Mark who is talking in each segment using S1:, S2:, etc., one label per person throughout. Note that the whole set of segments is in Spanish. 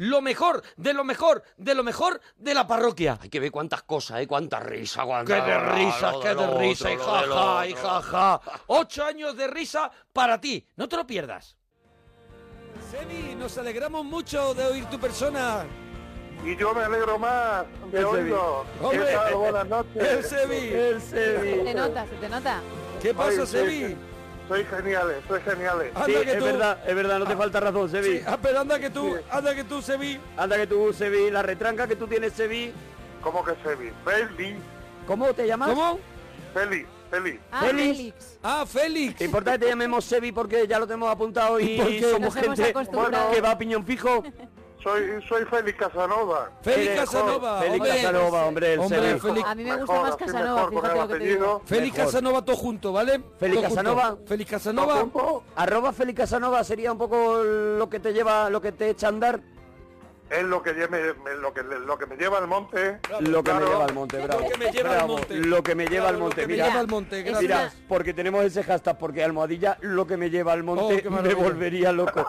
S1: Lo mejor, de lo mejor, de lo mejor de la parroquia.
S2: Hay que ver cuántas cosas, ¿eh? Cuánta risa, cuánta...
S1: ¡Qué de
S2: lo
S1: risas,
S2: de
S1: qué
S2: lo
S1: de
S2: otro,
S1: risa! ¡Y
S2: lo
S1: jaja,
S2: de lo
S1: y
S2: otro.
S1: jaja! Ocho años de risa para ti. No te lo pierdas.
S3: Semi, nos alegramos mucho de oír tu persona.
S4: Y yo me alegro más de
S3: El
S4: oírlo.
S3: Sevi.
S4: ¿Qué tal?
S3: Hombre.
S4: Buenas noches.
S3: El Sevi. El Sevi.
S5: Se te nota, se te nota.
S3: ¿Qué pasa,
S4: Oye,
S3: Sebi?
S4: Soy geniales, soy eh. geniales.
S3: Anda que tú- Ah,
S6: es verdad, no te falta razón, Sevi.
S3: Sí, ah, pero anda que tú, anda que tú, Sebi.
S6: Anda que tú, Sevi, la retranca que tú tienes, Sevi.
S4: ¿Cómo que Sevi? Feliz,
S6: ¿Cómo te llamas?
S3: ¿Cómo?
S4: feliz, feliz.
S5: Ah,
S6: Félix.
S5: Félix.
S3: Ah, Félix.
S6: Te importa que te llamemos Sevi porque ya lo tenemos apuntado y,
S3: Porque
S6: somos
S5: nos hemos
S6: gente
S5: acostumbrado.
S6: que va a piñón fijo.
S4: Soy, soy Félix Casanova.
S3: Félix
S6: Eres-
S3: Casanova.
S6: Félix
S3: hombre.
S6: Casanova, hombre, el
S3: Hombre,
S6: Sevi.
S3: Félix-
S5: A mí me gusta
S4: Mejor,
S5: más
S4: así
S5: Casanova,
S4: mejor, con
S5: fíjate
S4: el
S5: lo que te digo.
S4: apellido.
S3: Félix
S6: Mejor.
S3: Casanova, todo junto, ¿vale?
S6: Félix
S3: Todo junto.
S6: Casanova.
S3: Félix
S4: ¿Todo
S3: Casanova.
S4: junto?
S6: Arroba Félix Casanova sería un poco lo que te lleva, lo que te echa a andar,
S4: Es lo que, lleve- me, lo, que, lo que me lleva al monte.
S6: lo que
S4: Claro.
S6: me lleva al monte, bravo.
S3: Lo que me lleva al
S6: Bravo,
S3: monte.
S6: Lo que me lleva
S3: Claro,
S6: al monte,
S3: Lo que
S6: mira.
S3: me lleva al monte,
S5: Mira,
S3: gracias.
S6: Mira, porque tenemos ese hashtag, porque almohadilla, lo que me lleva al
S3: Oh,
S6: monte
S3: qué
S6: me
S3: maravilla.
S6: volvería loco.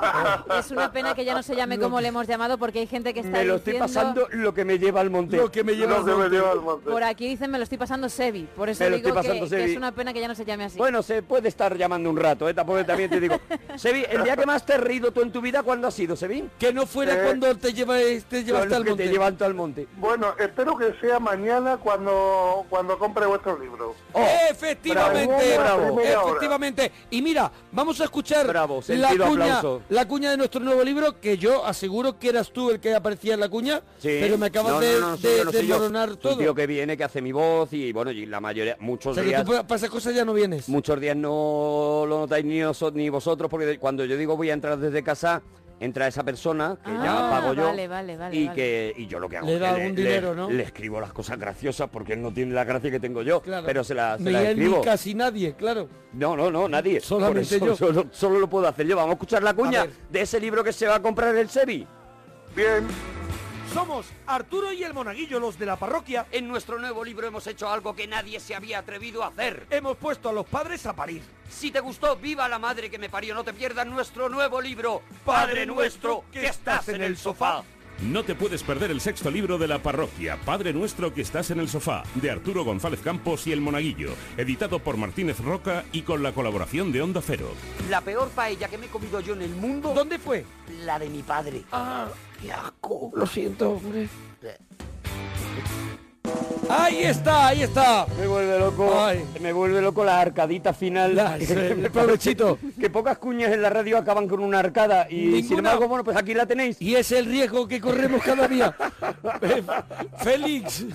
S5: Es una pena que ya no se llame como le hemos llamado porque hay gente que está
S6: me lo estoy
S5: diciendo...
S6: pasando lo que me lleva al monte.
S3: Lo que me lleva
S4: Lo
S3: al
S4: que me
S3: monte.
S4: lleva al monte.
S5: Por aquí dicen me lo estoy pasando Sebi. Por eso
S6: Me lo
S5: digo
S6: estoy
S5: que,
S6: pasando,
S5: que
S6: Sebi.
S5: es una pena que ya no se llame así.
S6: Bueno, se puede estar llamando un rato, ¿eh? Tampoco también te digo. Sebi, el día que más te has reído tú en tu vida, ¿cuándo ha sido, Sebi?
S3: Que no fuera
S4: Eh,
S3: cuando te, lleva, te llevaste
S6: Los
S3: al
S6: que
S3: monte.
S6: te llevan tú al monte.
S4: Bueno, espero que sea mañana cuando, cuando compre vuestro libro.
S6: Oh,
S3: efectivamente,
S4: bravo, bravo.
S3: efectivamente. Y mira, vamos a escuchar
S6: Bravo,
S3: la,
S6: sentido
S3: cuña,
S6: aplauso.
S3: la cuña de nuestro nuevo libro, que yo aseguro que eras tú el que aparecía en la cuña,
S6: Sí.
S3: pero me acabas
S6: No, no,
S3: de,
S6: no, no soy
S3: de-
S6: yo, no soy yo.
S3: desmoronar
S6: Es un
S3: todo.
S6: tío que viene, que hace mi voz y bueno, y la mayoría, muchos
S3: o sea, que
S6: días...
S3: tú pa- para esas cosas ya no vienes.
S6: Muchos días no lo notáis ni, oso- ni vosotros, porque de- cuando yo digo voy a entrar desde casa, entra esa persona que ya
S5: Ah,
S6: pago yo.
S5: vale, vale, vale,
S6: y
S5: vale.
S6: que y yo lo que hago
S3: Le
S6: es
S3: da
S6: que
S3: algún dinero, ¿no?
S6: le escribo las cosas graciosas porque él no tiene la gracia que tengo yo,
S3: Claro.
S6: pero se la, se
S3: Ni
S6: la
S3: él ni
S6: escribo.
S3: casi nadie, claro.
S6: No, no, no, nadie.
S3: Solamente
S6: Por eso
S3: yo.
S6: Solo, solo lo puedo hacer yo. Vamos a escuchar la
S3: A
S6: cuña
S3: ver.
S6: de ese libro que se va a comprar el Sebi.
S4: Bien,
S1: Somos Arturo y el Monaguillo, los de la parroquia.
S6: En nuestro nuevo libro hemos hecho algo que nadie se había atrevido a hacer.
S1: Hemos puesto a los padres a parir.
S6: Si te gustó, viva la madre que me parió. No te pierdas nuestro nuevo libro,
S1: Padre nuestro, que estás en el sofá.
S7: No te puedes perder el sexto libro de la parroquia, Padre Nuestro que estás en el sofá, de Arturo González Campos y El Monaguillo, editado por Martínez Roca y con la colaboración de Onda Cero.
S6: La peor paella que me he comido yo en el mundo,
S3: ¿Dónde fue? Ah.
S6: la de mi padre.
S3: Lo siento, hombre. Ahí está, ahí está.
S6: Me vuelve loco,
S3: Ay.
S6: me vuelve loco la arcadita final.
S3: La-
S6: Que
S3: ese-
S6: me
S3: el provechito.
S6: parece Que pocas cuñas en la radio acaban con una arcada y sin
S3: Ninguna.
S6: embargo, bueno, pues aquí la tenéis.
S3: Y es el riesgo que corremos cada día. Eh, Félix, eh,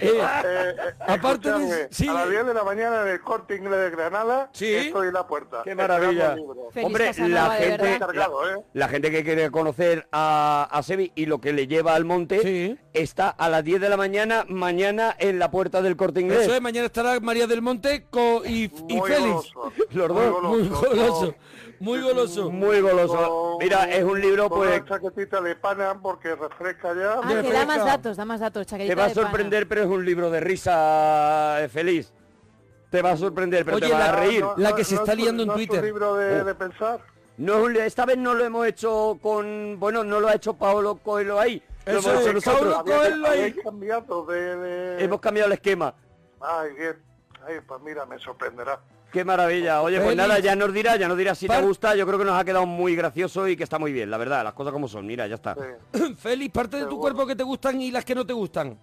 S4: eh, eh,
S3: Aparte de-
S4: escuchadme,
S3: sí.
S4: a las 10 de la mañana en el corte inglés de Granada,
S3: Sí.
S4: estoy en la puerta.
S6: Qué maravilla.
S4: Esperando el libro.
S5: Feliz
S6: Hombre,
S5: Casanova,
S6: la
S5: de
S6: gente,
S5: verdad.
S4: Cargado,
S6: la,
S4: ¿eh?
S6: la gente que quiere conocer a, a Sebi y lo que le lleva al monte
S3: Sí.
S6: está a las 10 de la mañana, mañana en la puerta del corte inglés.
S3: eso es, mañana estará María del Monte co- y, y
S4: Muy
S3: Félix.
S4: goloso,
S6: Los
S4: muy
S3: Muy
S6: dos,
S3: goloso,
S4: no.
S3: muy goloso.
S6: Muy goloso.
S4: Con-
S6: Mira, es un libro
S4: con
S6: pues
S4: Una chaquetita de pana porque refresca ya.
S5: Ah, que da
S3: fresca.
S5: más datos, da más datos, chaquetita
S6: Te va a
S5: de pana.
S6: sorprender, pero es un libro de risa eh, feliz. Te va a sorprender, pero
S3: Oye,
S6: te va a
S3: la-
S6: reír.
S3: no- la que se
S4: es
S3: está
S4: un-
S3: liando en
S4: no Es
S3: Twitter.
S4: un libro de,
S6: Oh.
S4: de pensar.
S6: No es un li- esta vez no lo hemos hecho con... Bueno, no lo ha hecho Paolo Coelho ahí. Lo
S3: Eso
S6: hemos hecho
S3: es,
S6: nosotros.
S3: Paulo
S4: Habéis-
S3: Coelho ahí.
S4: habéis cambiado de... de-
S6: Hemos cambiado el esquema.
S4: Ay, bien. Ay, pues mira, me sorprenderá.
S6: Qué maravilla. Oye, pues
S3: Feliz.
S6: nada, ya nos dirá, ya nos dirá si te
S3: Par-
S6: gusta. Yo creo que nos ha quedado muy gracioso y que está muy bien, la verdad. Las cosas como son. Mira, ya está.
S4: Sí.
S3: Félix, parte de tu
S4: Seguro.
S3: cuerpo que te gustan y las que no te gustan.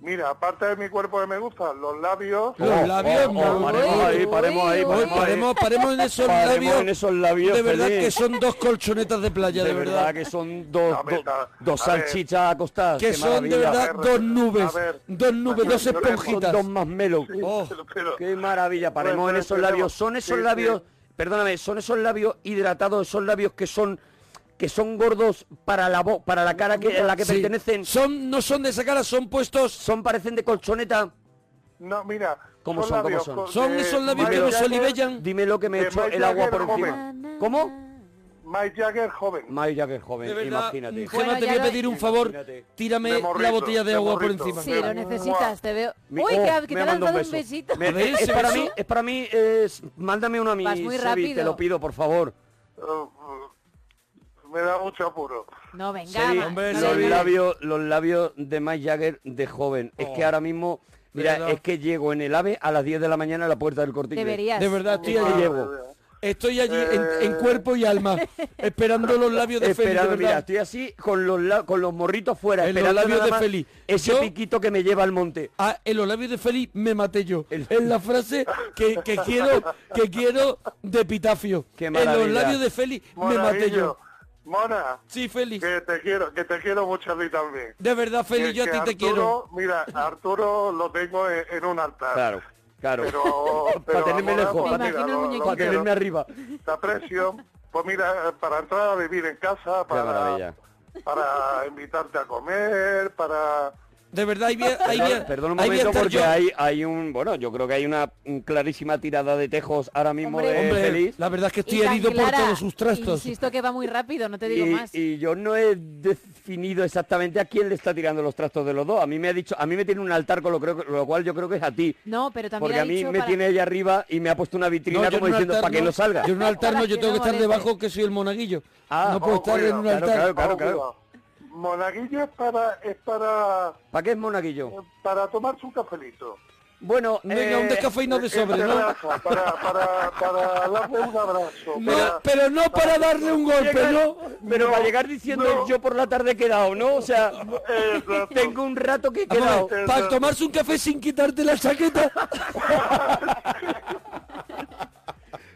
S4: Mira, aparte de mi cuerpo que me gusta, los labios... Oh,
S3: Los labios, muy
S6: Oh, paremos ahí,
S5: bien.
S6: paremos ahí,
S5: Uy,
S3: Hoy
S6: paremos ahí.
S3: paremos, paremos en esos
S6: Paremos
S3: labios.
S6: en esos labios,
S3: de verdad
S6: Félix.
S3: que son dos colchonetas de playa, de, verdad.
S6: que son dos,
S4: A ver,
S6: dos-
S4: a-
S6: dos
S4: a ver.
S6: salchichas acostadas.
S3: Que
S6: Qué
S3: son de
S6: maravilla.
S3: verdad
S4: A ver,
S3: dos nubes,
S4: a ver,
S3: dos nubes,
S4: a ver,
S3: dos
S4: yo le-
S6: Son
S3: esponjitas.
S6: dos más melos.
S3: Oh,
S4: pero-
S6: Qué maravilla, paremos en
S4: Bueno,
S6: esos
S4: pero-
S6: labios. Son esos
S4: sí,
S6: labios, perdóname, son esos labios hidratados, esos labios que son que son gordos para la bo- para la cara que, a la que
S3: Sí.
S6: pertenecen.
S3: Son, no son de esa cara, son puestos.
S6: Son parecen de colchoneta.
S4: No, mira.
S6: ¿Cómo son, cómo son?
S4: con-
S3: Son
S4: de
S3: esos labios que
S6: Dímelo.
S4: Mick
S3: nos
S4: Jagger,
S3: olivellan.
S6: Dime lo que me
S4: De
S6: echó
S4: Mick
S6: el agua
S4: Jagger
S6: por encima.
S4: joven.
S6: ¿Cómo?
S4: Mike Jagger joven.
S6: Mike Jagger joven,
S3: De verdad,
S6: imagínate.
S3: Gemma,
S5: Bueno,
S3: te
S5: ya
S3: voy a
S5: lo-
S3: pedir un favor.
S6: Imagínate.
S3: Tírame
S4: De morrito,
S3: la botella de
S4: de
S3: agua por
S4: morrito.
S3: encima.
S5: Sí,
S4: Pero-
S5: lo necesitas, te veo.
S6: Mi-
S5: Uy,
S6: oh,
S5: que, que
S6: me
S5: te
S6: ha
S5: ha
S6: mandado
S5: lanzado
S6: un
S5: un besito.
S6: Me-
S3: A ver,
S6: es,
S3: ese
S6: para
S3: beso.
S6: mí, es para mí, es- mándame uno a mí,
S5: Vas muy
S6: Sebi, te
S5: rápido.
S6: lo pido, por favor.
S4: Uh, uh, Oh, me da mucho apuro.
S5: No, venga.
S3: Sí,
S5: va, no
S3: los,
S5: venga.
S3: labios, los labios de Mike Jagger de joven. Es
S1: Oh,
S3: que ahora mismo, mira,
S1: ¿Verdad?
S3: es que llego en el AVE a las 10 de la mañana a la puerta del corte. Inglés.
S5: Deberías.
S1: De verdad, estoy
S3: Madre
S1: allí.
S3: llevo.
S1: Estoy allí en, en cuerpo y alma, esperando los labios de Félix.
S3: Eh. Esperando,
S1: de
S3: mira,
S1: verdad.
S3: estoy así con los, la- con los morritos fuera,
S1: En los
S3: esperando
S1: labios
S3: nada
S1: de
S3: más
S1: Feli.
S3: ese
S1: Yo-
S3: piquito que me lleva al monte.
S1: Ah, en los labios de Félix me maté yo.
S3: El-
S1: Es la frase que, que quiero que quiero de epitafio.
S3: Qué
S1: en los
S3: maravilla.
S1: labios de Félix me maté yo.
S4: Monaguillo, Mona,
S1: Sí, Félix.
S4: que te quiero, que te quiero mucho a ti también.
S1: De verdad,
S4: Que-
S1: Félix, yo a
S4: que
S1: ti te quiero.
S4: Arturo, Mira, a Arturo lo tengo en, en un altar.
S3: Claro, claro.
S4: Pero, pero
S3: para tenerme
S4: ahora,
S3: lejos,
S4: pues,
S5: pa'
S3: para,
S4: mira,
S5: imagino el
S4: lo- lo
S5: muñequito.
S3: para
S4: quiero.
S3: tenerme arriba.
S4: Te aprecio. Pues mira, eh, para entrar a vivir en casa,
S3: maravilla.
S4: para, para invitarte a comer, para...
S1: De verdad, ahí voy a- ahí voy a-
S3: Perdón un
S1: ahí voy a
S3: momento
S1: estar
S3: porque
S1: yo.
S3: hay, hay un, bueno, yo creo que hay una mm, clarísima tirada de tejos ahora mismo
S5: Hombre.
S3: de
S1: Hombre,
S3: Feliz.
S1: la verdad es que
S5: Y
S1: estoy
S5: tan
S1: herido por
S5: clara,
S1: todos sus trastos.
S5: Insisto que va muy rápido, no te digo
S3: Y,
S5: más.
S3: y yo no he definido exactamente a quién le está tirando los trastos de los dos. A mí me ha dicho, a mí me tiene un altar con lo, creo, que- lo cual yo creo que es a ti.
S5: No, pero también
S3: Porque
S5: ha
S3: a mí
S5: dicho
S3: me
S5: para-
S3: tiene ella arriba y me ha puesto una
S1: No,
S3: vitrina
S1: yo en
S3: como
S1: un
S3: diciendo
S1: altar
S3: para que no salga.
S1: Yo en un altar no, yo tengo
S5: Que
S1: que
S5: no
S1: estar
S5: moleste.
S1: debajo que soy el monaguillo.
S3: Ah,
S1: no puedo
S4: oh,
S1: estar en un
S3: claro,
S1: altar. Ah,
S3: claro, claro,
S4: Oh,
S3: claro.
S4: cuidado. Monaguillo es para... Es para
S3: ¿Para qué es monaguillo?
S4: para tomarse un cafelito.
S3: Bueno,
S1: Venga, un
S3: eh,
S1: descafeinado de sobre,
S4: Este
S1: ¿no?
S4: abrazo, Para, para, para darle un abrazo.
S1: No,
S4: para-
S1: pero no para darle un golpe,
S3: llegar-
S1: ¿no?
S3: Pero
S4: No,
S3: para llegar diciendo
S4: no.
S3: yo por la tarde he quedado, ¿no? O sea,
S4: Exacto.
S3: tengo un rato que he
S1: Vamos a
S3: quedado.
S1: ver, Para tomarse un café sin quitarte la chaqueta.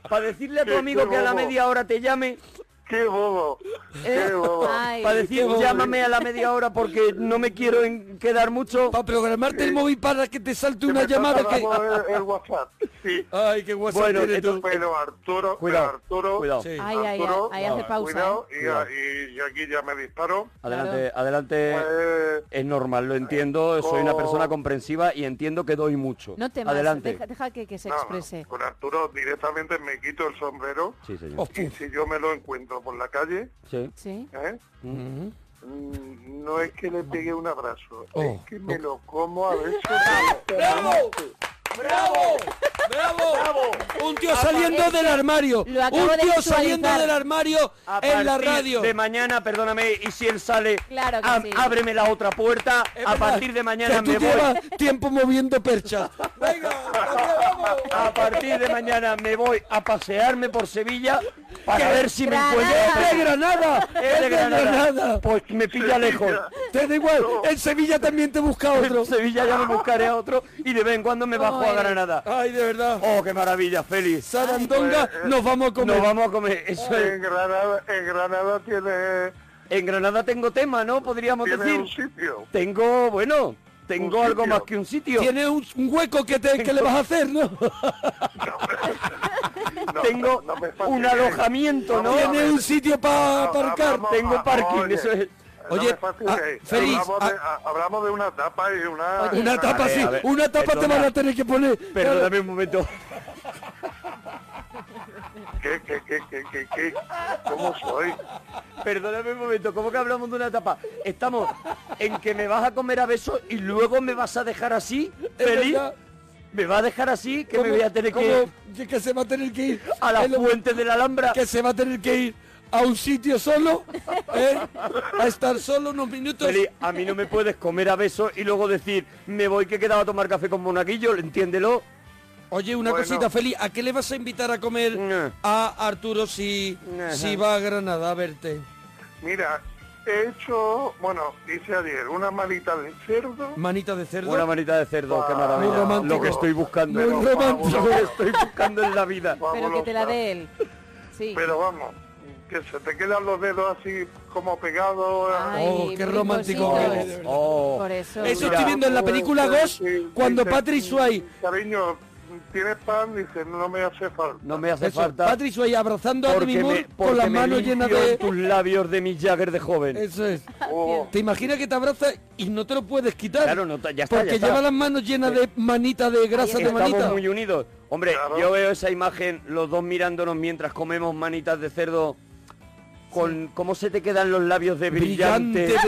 S3: Para decirle a tu
S4: Qué
S3: amigo que a la
S4: bobo.
S3: media hora te llame. Eh,
S4: ¡Qué bobo!
S1: ¿eh?
S4: ¡Qué bobo!
S5: Ay,
S3: Para decir llámame a la media hora porque no me quiero en- quedar mucho.
S1: Para programarte el móvil para que te salte
S4: Que
S1: una
S4: me
S1: llamada
S4: está
S1: que...
S4: sonando El, el WhatsApp. Sí.
S1: Ay, qué WhatsApp
S3: Bueno,
S1: tienes tú.
S3: entonces-
S4: Pero Arturo,
S3: Cuidado,
S4: pero Arturo,
S3: cuidado.
S1: Sí.
S5: Ay, ay,
S4: Arturo,
S5: ay, ahí hace pausa, ¿eh?
S4: cuidado, y,
S3: Cuidado.
S4: y yo aquí ya me disparo.
S3: Adelante, adelante.
S1: Pues,
S4: Eh,
S3: Es normal, lo entiendo. Soy una persona comprensiva y entiendo que doy mucho.
S5: no temas,
S3: adelante.
S5: deja, deja que, que se
S4: no, no,
S5: exprese.
S4: con Arturo directamente me quito el sombrero
S3: Sí, señor.
S4: y
S1: Hostia.
S4: si yo me lo encuentro por la calle,
S3: Sí.
S5: ¿Sí?
S4: ¿eh? Mm, no es que le pegue un abrazo,
S1: Oh,
S4: es que me lo como a besos. ¡Bravo!
S8: ¡Bravo!
S1: ¡Bravo! Un tío saliendo del armario.
S5: Lo acabo
S1: Un
S5: de
S1: tío
S5: visualizar.
S1: saliendo del armario
S3: A
S1: en la
S3: partir
S1: radio.
S3: De mañana, perdóname, y si él sale,
S5: Claro que
S3: am-
S5: sí.
S3: ábreme la otra puerta.
S1: Es
S3: a
S1: verdad,
S3: partir de mañana
S1: que tú
S3: me voy.
S1: llevas tiempo moviendo perchas. Venga, vamos.
S3: A partir de mañana me voy a pasearme por Sevilla para ver si
S5: Granada.
S3: me encuentro.
S1: ¡Es de Granada!
S3: Es de Granada.
S1: Granada!
S3: Pues me pilla lejos.
S1: Te da igual, en Sevilla también te busca otro.
S3: En Sevilla ya me buscaré a otro y de vez en cuando me bajo a
S5: eres?
S3: Granada.
S1: Ay, de verdad.
S3: Oh, qué maravilla, Félix.
S1: Sarandonga,
S4: pues,
S1: nos vamos a
S3: Nos
S1: comer.
S3: vamos a comer. Eso
S4: En
S3: es.
S4: Granada, en Granada tiene,
S3: En Granada tengo tema, ¿no? Podríamos
S4: tiene
S3: decir.
S4: un sitio.
S3: Tengo, bueno, tengo
S4: Un
S3: algo
S4: sitio.
S3: más que un sitio.
S1: Tiene un, un hueco que, te, que le vas a hacer, ¿no?
S4: No,
S3: Tengo
S4: no me
S3: un
S4: fastidies.
S3: alojamiento, ¿no?
S4: Tiene-
S1: Tiene un sitio para
S4: Ah,
S1: aparcar.
S4: vamos,
S3: Tengo
S4: ah,
S3: parking,
S4: oye,
S3: eso es.
S4: no
S1: Oye,
S4: me fastidies.
S1: ah, Félix,
S4: hablamos, de,
S1: ah,
S4: ah, hablamos de una tapa y una...
S5: Oye.
S1: Una tapa,
S3: ver,
S1: sí.
S3: a ver,
S1: Una tapa te
S3: perdona.
S1: van a tener que poner.
S3: Perdóname un momento.
S4: ¿Qué, qué, qué, qué, qué, qué? ¿Cómo soy?
S3: Perdóname un momento, ¿cómo que hablamos de una tapa? Estamos en que me vas a comer a besos y luego me vas a dejar así, feliz.
S1: verdad.
S3: Me vas a dejar así, que me voy a tener que ir
S1: ¿Cómo? Que- que se va a tener que ir
S3: a la
S1: Es lo-
S3: fuente de la Alhambra.
S1: que se va a tener que ir a un sitio solo, ¿eh? a estar solo unos minutos.
S3: Feliz, a mí no me puedes comer a besos y luego decir, me voy que he quedado a tomar café con Monaguillo, entiéndelo.
S1: Oye, una
S4: Bueno.
S1: cosita, Feli, ¿a qué le vas a invitar a
S3: Nah.
S1: comer a Arturo si,
S3: Ajá.
S1: si va a Granada a verte?
S4: Mira, he hecho... Bueno, hice ayer una malita de cerdo.
S1: Manita de cerdo. Ah.
S3: Una manita de cerdo, qué
S4: Wow.
S1: Muy
S3: maravilla.
S1: romántico.
S3: Lo que estoy buscando.
S1: Muy
S3: Lo
S1: romántico.
S3: que estoy buscando en la vida.
S5: Pero que te la
S4: fabulosa.
S5: dé él. Sí.
S4: Pero vamos, que se te quedan los dedos así como pegados.
S5: Ay,
S1: Oh, qué romántico
S5: brincositos.
S1: que eres, de verdad.
S3: Oh.
S5: Por eso.
S1: Eso
S3: Mira.
S1: estoy viendo en la película Ghost
S4: pues, Sí,
S1: cuando
S4: dice,
S1: Patrick Swayze
S4: Cariño, ¿tienes pan? Dice, no me hace falta.
S3: No me hace
S1: Eso,
S3: falta.
S1: Patrick Swayze abrazando a Demi
S3: porque
S1: Moore
S3: me,
S1: con las
S3: porque me
S1: manos llenas
S3: limpio
S1: de...
S3: tus labios de mi Jagger de joven.
S1: Eso es.
S4: Oh,
S1: ¿Te imaginas que te abraza y no te lo puedes quitar?
S3: Claro, no, ta- ya está,
S1: Porque
S3: ya está. Eh,
S1: lleva las manos llenas de manita, de grasa de
S3: Estamos
S1: manita.
S3: muy unidos. Hombre,
S4: Claro.
S3: yo veo esa imagen, los dos mirándonos mientras comemos manitas de cerdo, con cómo se te quedan los labios de brillante.
S1: brillante,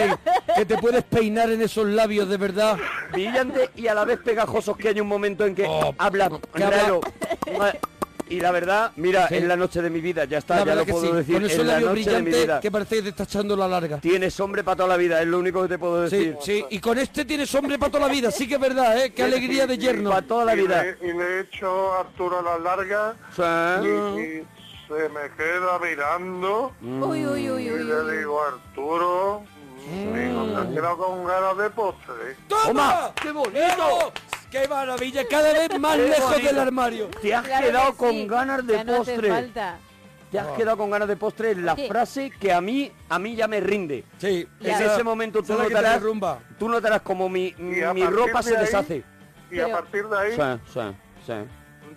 S1: brillante, que te puedes peinar en esos labios de verdad.
S3: brillante y a la vez pegajosos que hay un momento en que
S1: Oh,
S3: hablas
S1: que habla-
S3: raro.
S6: Y la verdad, mira,
S1: Sí.
S6: es la noche de mi vida, ya está,
S1: La
S6: ya
S1: verdad
S6: lo
S1: que
S6: puedo
S1: sí,
S6: decir.
S1: Con
S6: es
S1: esos
S6: la
S1: labios
S6: noche de mi
S1: brillantes
S6: vida.
S1: que parece que te está echando la larga.
S6: Tienes hombre para toda la vida, es lo único que te puedo
S1: Sí,
S6: decir.
S1: sí, y con este tienes hombre para toda la vida, sí que es verdad, ¿eh? Qué alegría de yerno.
S6: Para toda la
S4: Y
S6: vida.
S4: le, y le he hecho a Arturo la larga y, y se me queda mirando
S1: Mm.
S5: Uy, uy, uy,
S4: y
S5: uy.
S4: le digo, Arturo, digo, te has quedado con ganas de postre.
S1: Mm. ¡Toma!
S6: ¡Qué bonito!
S1: ¡Bravo! ¡Qué maravilla! Cada vez más
S6: Qué
S1: lejos
S6: bonito.
S1: del armario.
S6: Te has
S5: Claro
S6: quedado
S5: que
S6: con
S5: sí,
S6: ganas de
S5: ya no hace
S6: postre.
S5: falta.
S6: Te
S5: Ah.
S6: has quedado con ganas de postre. Es la
S5: Oye.
S6: frase que a mí, a mí ya me rinde.
S1: Sí,
S5: Ya.
S6: En ese momento tú
S1: no te
S6: notarás,
S1: rumba.
S6: tú notarás como mi,
S4: Y a
S6: mi
S4: partir
S6: ropa
S4: de
S6: se
S4: ahí-
S6: deshace.
S4: Y
S5: Pero-
S4: a partir de ahí
S6: sí, sí.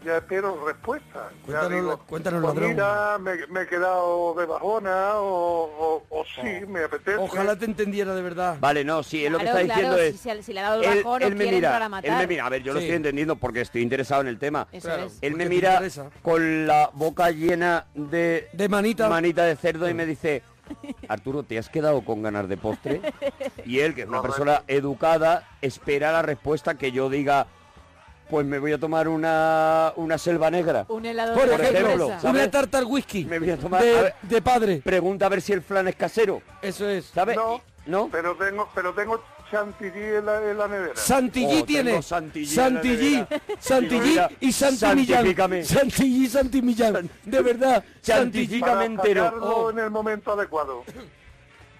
S4: ya espero respuesta. Ya
S1: Cuéntanos la- cuéntanos,
S4: pues
S1: ladrón.
S4: mira, me, me he quedado de bajona o, o- o sí, me apetece.
S1: Ojalá te entendiera de verdad.
S6: Vale, no, sí, es lo que está
S5: Claro,
S6: diciendo
S5: claro,
S6: es...
S5: si se- si le ha dado el
S6: él,
S5: bajón,
S6: él
S5: os
S6: me
S5: quieren para
S6: mira,
S5: matar.
S6: él me mira, a ver, yo lo
S1: Sí.
S6: estoy entendiendo porque estoy interesado en el tema.
S5: Eso
S1: Claro.
S5: es.
S6: Él
S1: Porque
S6: me
S1: te
S6: mira
S1: interesa.
S6: con la boca llena de,
S1: De manita.
S6: manita de cerdo y me dice, Arturo, ¿te has quedado con ganas de postre? Y él, que es una
S4: Correcto.
S6: persona educada, espera la respuesta que yo diga, pues me voy a tomar una, una selva negra.
S5: Un helado
S1: Por
S5: de
S1: ejemplo,
S5: sorpresa.
S6: ¿sabes?
S1: una tarta al whisky.
S6: Me voy a tomar-
S1: de,
S6: a ver.
S1: de padre.
S6: Pregunta a ver si el flan es casero,
S1: Eso es.
S6: ¿sabes?
S4: No,
S6: ¿No?
S4: Pero tengo, pero tengo chantilly en la, en la nevera.
S1: Santillí
S6: Oh,
S1: tiene.
S6: tengo Santillí en la
S1: Santillí,
S6: nevera. Digo,
S1: Santillí
S6: mira,
S1: y Santi Millán.
S6: santifícame.
S1: Santillí, Santi Millán. De verdad. Santillí.
S6: Santifica-
S4: para
S6: Dígame entero.
S4: sacarlo
S6: Oh.
S4: en el momento adecuado.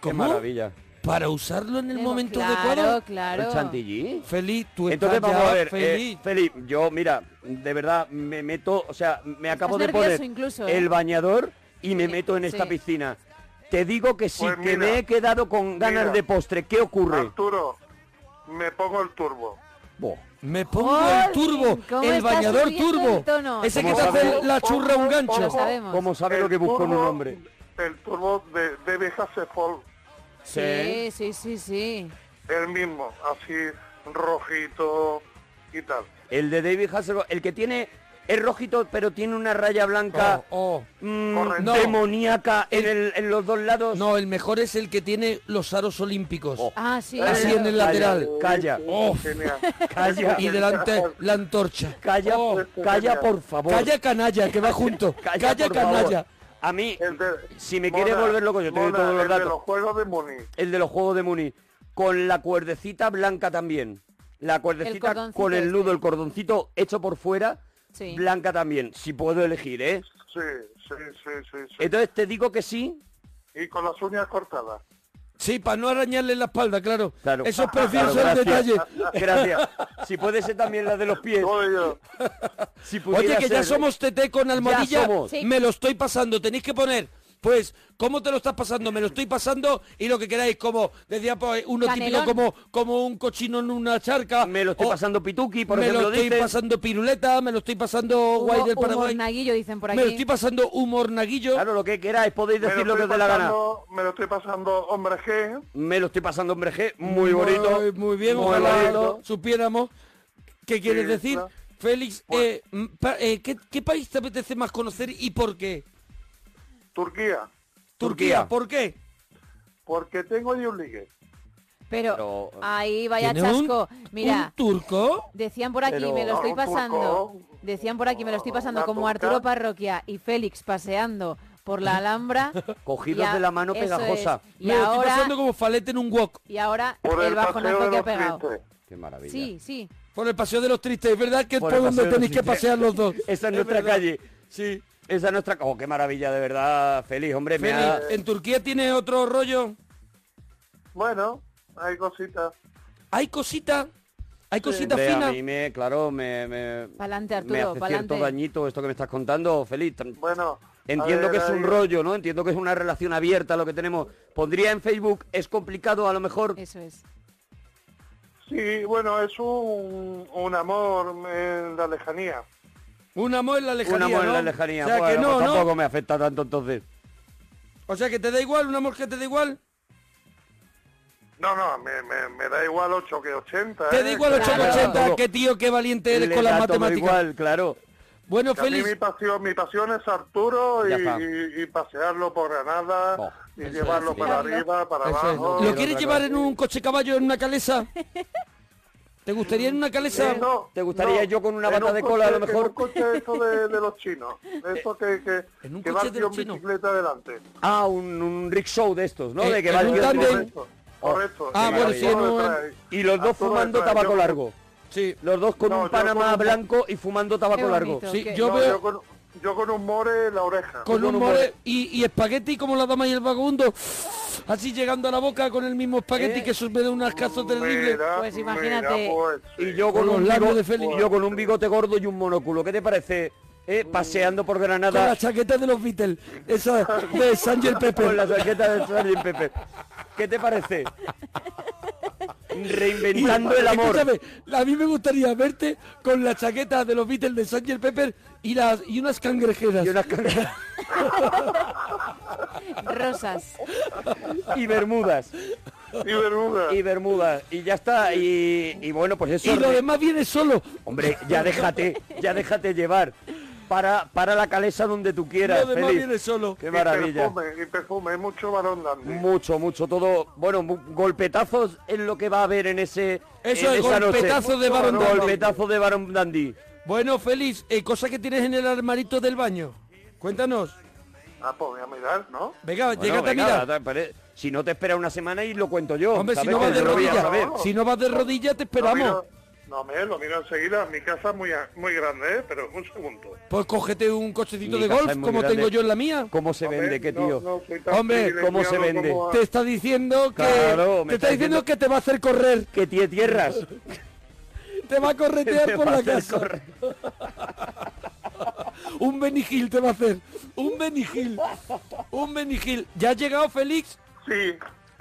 S6: Qué
S1: ¿Cómo?
S6: maravilla.
S1: Para usarlo en el
S5: Digo,
S1: momento
S5: claro,
S1: adecuado.
S5: Claro,
S6: ¿El chantilly?
S1: Feliz, tú
S6: Entonces
S1: estás
S6: vamos
S1: ya
S6: a ver,
S1: feliz.
S6: eh, Feli, yo mira, de verdad me meto, o sea, me acabo de
S5: nervioso
S6: poner
S5: incluso, ¿eh?
S6: el bañador y me
S5: Sí,
S6: meto en esta
S5: sí.
S6: piscina. Te digo que sí,
S4: Pues
S6: que me
S4: mira,
S6: he quedado con ganas
S4: mira. Ah.
S6: de postre. ¿Qué ocurre?
S4: Arturo, me pongo el turbo.
S6: Bo.
S1: Me pongo el
S5: Jolín,
S1: turbo,
S5: ¿cómo
S1: el
S5: está
S1: bañador
S5: subiendo
S1: turbo.
S5: el tono?
S1: Ese que
S6: ¿Cómo
S1: te hace
S6: sabe?
S1: la churra un gancho.
S5: Lo sabemos.
S6: ¿Cómo sabe
S4: El
S6: lo que busca en un
S4: turbo-
S6: hombre?
S4: El turbo de, de Beja Sepol,
S5: Sí, sí, sí, sí.
S4: el mismo, así rojito y tal.
S6: El de David Hasselhoff, el que tiene es rojito, pero tiene una raya blanca
S1: Oh,
S6: mm,
S4: Correcto.
S1: No.
S6: demoníaca en, el- en los dos
S1: oh.
S6: lados.
S1: No, el mejor es el que tiene los aros olímpicos.
S6: Oh.
S5: Ah, sí.
S1: Así
S5: claro.
S1: en el lateral.
S6: Calla,
S1: Oh.
S4: Genial.
S6: calla,
S1: Y delante la antorcha.
S6: calla,
S1: Oh.
S6: calla, por favor.
S1: Calla canalla, que va junto. Calla,
S6: por favor.
S1: canalla.
S6: A mí,
S4: El de-
S6: si me
S4: Mona,
S6: quiere volver loco, yo te doy
S4: Mona,
S6: todos los
S4: el de
S6: datos.
S4: los juegos de Muni.
S6: El de los juegos de Muni. Con la cuerdecita blanca también. La cuerdecita
S5: cordoncito
S6: con el
S5: este.
S6: nudo, el cordoncito hecho por fuera,
S5: Sí.
S6: blanca también. Si puedo elegir, ¿eh?
S4: Sí, sí, sí, sí. sí.
S6: Entonces te digo que sí.
S4: Y con las uñas cortadas.
S1: Sí, para no arañarle la espalda, claro.
S6: Claro.
S1: Eso es
S6: Claro,
S1: precioso el
S6: gracias.
S1: detalle.
S6: Gracias. Si puede ser también la de los pies.
S4: Todo ello.
S6: Si
S1: Oye,
S6: pudiera
S1: que ya
S6: ser.
S1: somos TT con almohadilla.
S6: somos.
S5: Sí.
S1: Me lo estoy pasando. Tenéis que poner, pues, ¿cómo te lo estás pasando? Me lo estoy pasando y lo que queráis, como decía pues, uno típico
S5: Canelón.
S1: como, como un cochino en una charca.
S6: Me lo estoy
S1: o
S6: pasando pituki, por
S1: me lo
S6: ejemplo,
S1: estoy
S6: dices.
S1: pasando piruleta, me lo estoy pasando guay
S5: Humo-
S1: del Paraguay.
S5: humornaguillo, dicen por
S1: Me lo
S5: aquí.
S1: estoy pasando humornaguillo.
S6: Claro, lo que queráis, podéis
S4: Me
S6: decir lo
S4: estoy
S6: que os dé la gana.
S4: pasando- Me lo estoy pasando, hombre G.
S6: Me lo estoy pasando, hombre, G, muy bonito.
S4: eh,
S1: Muy, muy bien,
S6: muy
S1: ojalá
S6: bonito.
S1: supiéramos. ¿Qué quieres
S4: Sí,
S1: decir?
S4: claro.
S1: Félix,
S4: Pues-
S1: eh, m- pa- eh, ¿qué, qué país te apetece más conocer y por qué?
S4: Turquía.
S1: Turquía,
S6: Turquía.
S1: ¿por qué?
S4: Porque tengo ahí un ligue.
S5: Pero,
S6: Pero-
S5: ahí vaya
S1: ¿Tiene un-
S5: chasco. Mira,
S1: ¿Un turco?
S5: decían por aquí,
S6: Pero-
S5: me lo estoy
S4: No, un turco.
S5: pasando. Decían por aquí, me lo estoy pasando
S4: Una
S5: como
S4: turca.
S5: Arturo Parroquia y Félix paseando por la Alhambra.
S6: Cogidos
S5: Y a-
S6: de la mano
S5: eso es.
S6: pegajosa.
S5: Y
S1: Me lo estoy
S5: ahora,
S1: pasando como falete en un wok.
S5: y ahora
S4: Por
S5: el,
S4: el, paseo
S5: bajonazo
S4: de
S5: que ha
S4: los
S5: pegado.
S4: clientes.
S6: Qué maravilla.
S5: Sí, sí.
S1: Por el paseo de los tristes, es verdad que es
S6: Por
S1: por,
S6: el
S1: donde
S6: Paseo de los
S1: tenéis que
S6: Tristes.
S1: pasear los dos.
S6: Esa es nuestra
S1: verdad.
S6: calle.
S1: Sí.
S6: Esa es nuestra... Oh, qué maravilla, de verdad, feliz, hombre. me
S1: Félix,
S6: ha-
S1: ¿en Turquía tiene otro rollo?
S4: Bueno, hay cositas.
S1: ¿Hay cosita? ¿Hay cosita
S6: Hombre,
S1: fina?
S6: a mí me, claro, me... me...
S5: Pa'lante,
S6: me
S5: Arturo,
S6: hace cierto
S5: pa'lante.
S6: dañito esto que me estás contando, Feliz. Tan-
S4: Bueno. a
S6: Entiendo
S4: ver,
S6: que es un
S4: hay-
S6: rollo, ¿no? Entiendo que es una relación abierta lo que tenemos. Pondría en Facebook, es complicado a lo mejor.
S5: Eso es.
S4: Sí, bueno, es un, un amor en la lejanía.
S1: Un amor en la lejanía,
S6: un amor
S1: ¿no?
S6: en la lejanía.
S1: O sea
S6: Bueno,
S1: que no,
S6: pues
S1: ¿no?
S6: tampoco me afecta tanto entonces.
S1: O sea que te da igual, un amor que te da igual.
S4: No, no, me, me- me da igual 8 que 80.
S1: Te
S4: ¿eh?
S1: da igual
S5: Claro.
S1: 880, qué tío, qué valiente eres
S6: Le
S1: con las
S6: da todo
S1: matemáticas.
S6: igual, claro.
S1: Bueno,
S4: Que a mí mi
S1: Félix,
S4: pasión, mi pasión es Arturo y,
S6: Ya está.
S4: y- y pasearlo por Granada
S6: Oh,
S4: y llevarlo
S6: es,
S4: para
S5: sí.
S4: arriba, para
S1: Eso es.
S4: abajo.
S1: ¿lo quieres llevar en un coche caballo en una calesa? ¿Te gustaría en una calesa?
S4: Eh, no,
S6: ¿Te gustaría
S4: no,
S6: yo con una
S4: en
S6: bata
S4: un
S6: de cola a lo
S4: coche-
S6: mejor?
S4: En un coche eso de, de los chinos. de Eso que, que,
S1: En un
S4: que
S1: coche de
S4: va con
S1: los chinos.
S4: bicicleta adelante.
S6: Ah, un, un rickshaw de estos, ¿no?
S1: Eh,
S6: de que
S1: en
S6: va
S1: un
S6: el tío-
S1: tándem.
S4: Correcto. correcto.
S1: Ah,
S4: Sí,
S1: bueno,
S4: a
S1: sí, en
S4: todo
S1: un-
S4: detrás.
S6: Y los
S4: A
S6: dos
S4: todo
S6: fumando
S4: detrás.
S6: tabaco
S4: Yo-
S6: largo.
S1: Sí.
S6: Los dos con
S4: No,
S6: un
S4: yo
S6: Panamá
S4: con un-
S6: blanco y fumando
S5: Qué
S6: tabaco largo.
S5: bonito,
S1: Sí,
S5: qué-
S1: yo
S4: No,
S1: veo
S4: yo, con, yo con un more en la
S1: con
S4: oreja.
S6: con
S1: un
S6: un
S1: mole
S6: mole.
S1: y, y espagueti como la dama y el vagabundo, así llegando a la boca con el mismo espagueti
S6: Eh.
S1: que eso me da un ascazo terrible.
S4: Mira,
S5: Pues imagínate.
S4: mira, pues,
S6: Y
S4: sí.
S6: yo
S1: Con
S6: con,
S1: los
S6: un pues.
S1: labios
S6: bigo-
S1: de Félix.
S6: y yo con un bigote gordo y un monóculo. ¿Qué te parece? eh? Paseando por
S1: Con la
S6: Granada
S1: chaqueta de los Beatles, esa de Sánchez Pepe.
S6: con la chaqueta de Sgt. Pepper. ¿Qué te parece? Reinventando el amor.
S1: Escúchame, a mí me gustaría verte con la chaqueta de los Beatles de Sánchez Pepper y las y unas cangrejeras.
S6: Y, unas cangas-
S5: Rosas.
S6: y bermudas.
S4: Y verruga.
S6: Y bermudas. Y ya está. Y, y bueno, pues eso.
S1: Y lo
S6: re-
S1: demás viene solo.
S6: Hombre, ya déjate, ya déjate llevar. Para, para la calesa donde tú quieras,
S1: Lo demás
S6: Félix.
S1: viene solo.
S6: Qué
S4: Y
S6: maravilla.
S4: perfume, y perfume, hay mucho varón dandy.
S6: Mucho, mucho, todo, bueno, mu- golpetazos es lo que va a haber en ese
S1: Eso es,
S6: en esa noche.
S1: golpetazo de Barón
S4: Dandy.
S6: Golpetazo de Barón Dandy.
S1: Bueno, Félix, eh, cosas que tienes en el armarito del baño. Cuéntanos.
S4: Ah, pues voy a mirar, ¿no?
S1: Venga,
S6: Bueno,
S1: llégate
S6: venga,
S1: a mirar.
S6: da- pare- si no te espera una semana y lo cuento yo.
S1: Hombre, si
S6: ¿sabes?
S1: no vas
S6: Que
S1: de
S6: yo lo voy a
S1: rodillas,
S6: saber.
S1: si no vas de rodillas te
S4: Lo
S1: esperamos.
S4: miro- No, me lo miro enseguida. Mi casa es muy, a- muy grande, ¿eh? pero un segundo.
S1: Pues cógete un cochecito
S6: Mi
S1: de
S6: casa
S1: golf
S6: es muy
S1: como
S6: grande.
S1: tengo yo en la mía.
S6: ¿Cómo se
S4: A
S6: vende?
S4: ver,
S6: ¿Qué
S4: no-
S6: tío?
S4: no soy tan
S1: Hombre,
S6: ¿cómo se
S4: privilegiado
S6: vende?
S4: como a-
S1: Te está diciendo que
S6: Claro, me
S1: te está
S6: está
S1: diciendo,
S6: diciendo-
S1: que te va a hacer correr,
S6: Que tiene tierras.
S1: te va a corretear
S6: Te
S1: por
S6: va a
S1: la
S6: hacer
S1: casa.
S6: correr.
S1: Un benigil te va a hacer, un benigil, un benigil. ¿Ya ha llegado Félix?
S4: Sí,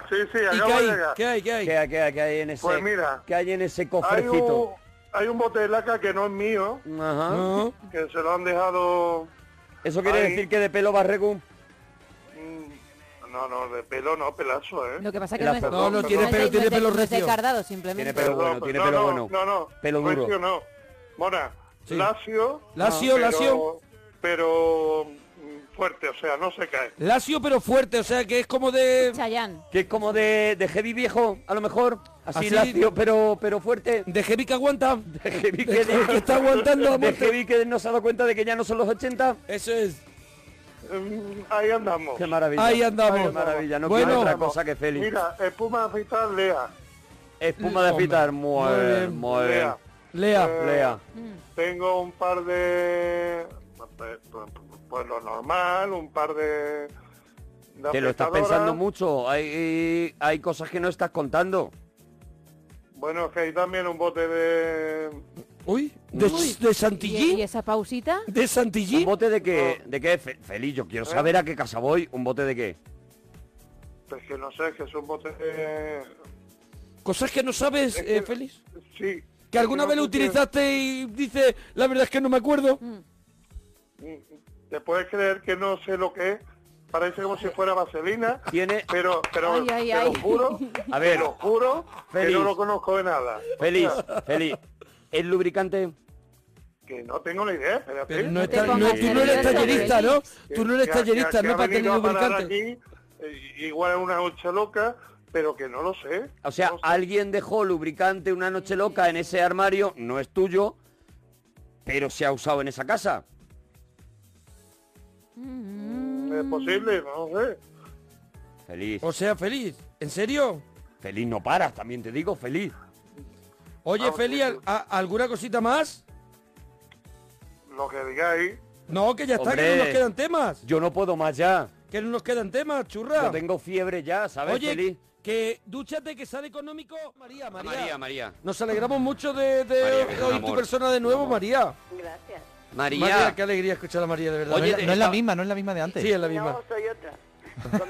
S4: sí, sí,
S1: ¿Y
S4: acabo
S1: qué
S4: de
S1: hay?
S4: llegar.
S1: ¿Qué hay? ¿Qué hay?
S6: ¿Qué, hay- qué hay- qué hay en ese?
S4: Pues mira,
S6: ¿Qué hay en ese
S4: Hay un,
S6: cofrecito?
S4: hay un bote de laca que no es mío,
S1: Ah.
S6: Ajá.
S1: No.
S4: que se lo han dejado...
S6: Eso quiere
S4: Ahí.
S6: decir que de pelo barregón.
S4: mm, No, no, de pelo no, pelazo, ¿eh?
S5: Lo que pasa que
S6: La-
S5: no es...
S6: No,
S1: no
S5: es-
S1: tiene pelo,
S5: es-
S1: tiene
S5: es-
S1: pelo
S5: no es de
S1: recio.
S5: cardado, simplemente.
S6: Tiene pelo bueno,
S4: Perdón,
S6: tiene
S4: no,
S6: pelo
S4: no,
S6: bueno.
S4: No, no,
S6: Pelo duro.
S4: recio no. Mona,
S1: Sí.
S4: lacio...
S1: Lacio,
S4: pero-
S1: lacio.
S4: Pero mm, fuerte, o sea, no se cae.
S1: Lacio pero fuerte, o sea que es como de,
S5: Chayán.
S6: Que es como de, de heavy viejo, a lo mejor. Así,
S1: Así-
S6: lacio, pero, pero fuerte.
S1: de heavy que aguanta.
S6: De heavy
S1: De
S6: que,
S1: heavy que está aguantando a
S6: de
S1: muerte.
S6: heavy que no se ha dado cuenta de que ya no son los 80.
S1: Eso es.
S4: Mm, Ahí andamos.
S6: Qué maravilla.
S1: Ahí andamos.
S6: Qué maravilla. No
S1: Bueno.
S6: quiero otra
S4: Andamos.
S6: cosa que Félix.
S4: Mira, espuma vital, lea.
S6: Espuma de
S1: Hombre.
S6: afitar. Muy,
S1: Muy
S6: bien,
S1: bien.
S6: muy bien.
S4: lea.
S1: Lea.
S4: Eh,
S6: Lea.
S4: Tengo un par de... Pues, pues lo normal, un par de... de
S6: Te lo estás
S4: afeitadoras.
S6: pensando mucho. Hay, hay cosas que no estás contando.
S4: Bueno, es que hay también un bote de...
S1: Uy, de,
S5: Uy.
S1: de
S5: ¿Y, y
S1: Santillí,
S5: esa pausita?
S1: de
S6: ¿Un
S1: Santillí.
S6: bote de qué? ¿De qué? Fe- Félix, yo quiero saber a qué casa voy. ¿Un bote de qué?
S4: Pues que no sé, que es un bote de...
S1: Cosas que no sabes, eh, Félix.
S4: Sí.
S1: Que alguna
S4: No
S1: vez lo
S4: sé si es-
S1: utilizaste y dice, la verdad es que no me acuerdo.
S4: Te puedes creer que no sé lo que es. Parece como si fuera vaselina.
S6: Tiene-
S4: Pero, pero,
S5: Ay, ay,
S4: te
S5: ay.
S4: lo juro.
S6: A ver.
S4: te lo juro
S6: Feliz.
S4: que no lo conozco de nada. O
S6: Félix,
S4: sea,
S6: Félix. ¿Es lubricante?
S4: que no tengo ni idea. espérate.
S1: Pero no
S5: te
S1: está- no-
S5: pongas
S1: tú no eres
S5: nervioso,
S1: tallerista, ¿no?
S4: Que-
S1: Tú no eres
S4: que-
S1: tallerista,
S4: que-
S1: ¿no?
S4: que
S1: Para
S4: ha
S1: tener
S4: venido a parar
S1: lubricante.
S4: aquí, eh, igual es una noche loca, pero que no lo sé.
S6: O sea,
S4: No sé.
S6: alguien dejó lubricante una noche loca en ese armario, no es tuyo, pero se ha usado en esa casa.
S4: Es posible, no sé.
S6: Feliz.
S1: O sea, feliz. ¿En serio?
S6: Feliz no paras, también te digo, feliz. Ah,
S1: Oye,
S4: Vamos,
S1: Feli,
S4: sí,
S1: ¿al-
S4: sí.
S1: a- ¿alguna cosita más?
S4: Lo que digáis.
S1: No, que ya está, que
S6: Hombre.
S1: no nos quedan temas.
S6: Yo no puedo más ya.
S1: Que no nos quedan temas, churra.
S6: Yo tengo fiebre ya, ¿sabes,
S1: Oye,
S6: Feliz?
S1: que dúchate, que sale económico. María, María.
S6: María, María.
S1: Nos alegramos mucho de, de
S9: María, que es un
S1: oír tu
S9: amor,
S1: persona de nuevo, María.
S6: María.
S1: María, qué alegría escuchar a María, de verdad.
S6: Oye, eh,
S1: María,
S6: de-
S3: No es la misma, no es la misma de antes.
S1: Sí, es la misma.
S10: soy otra. Con, con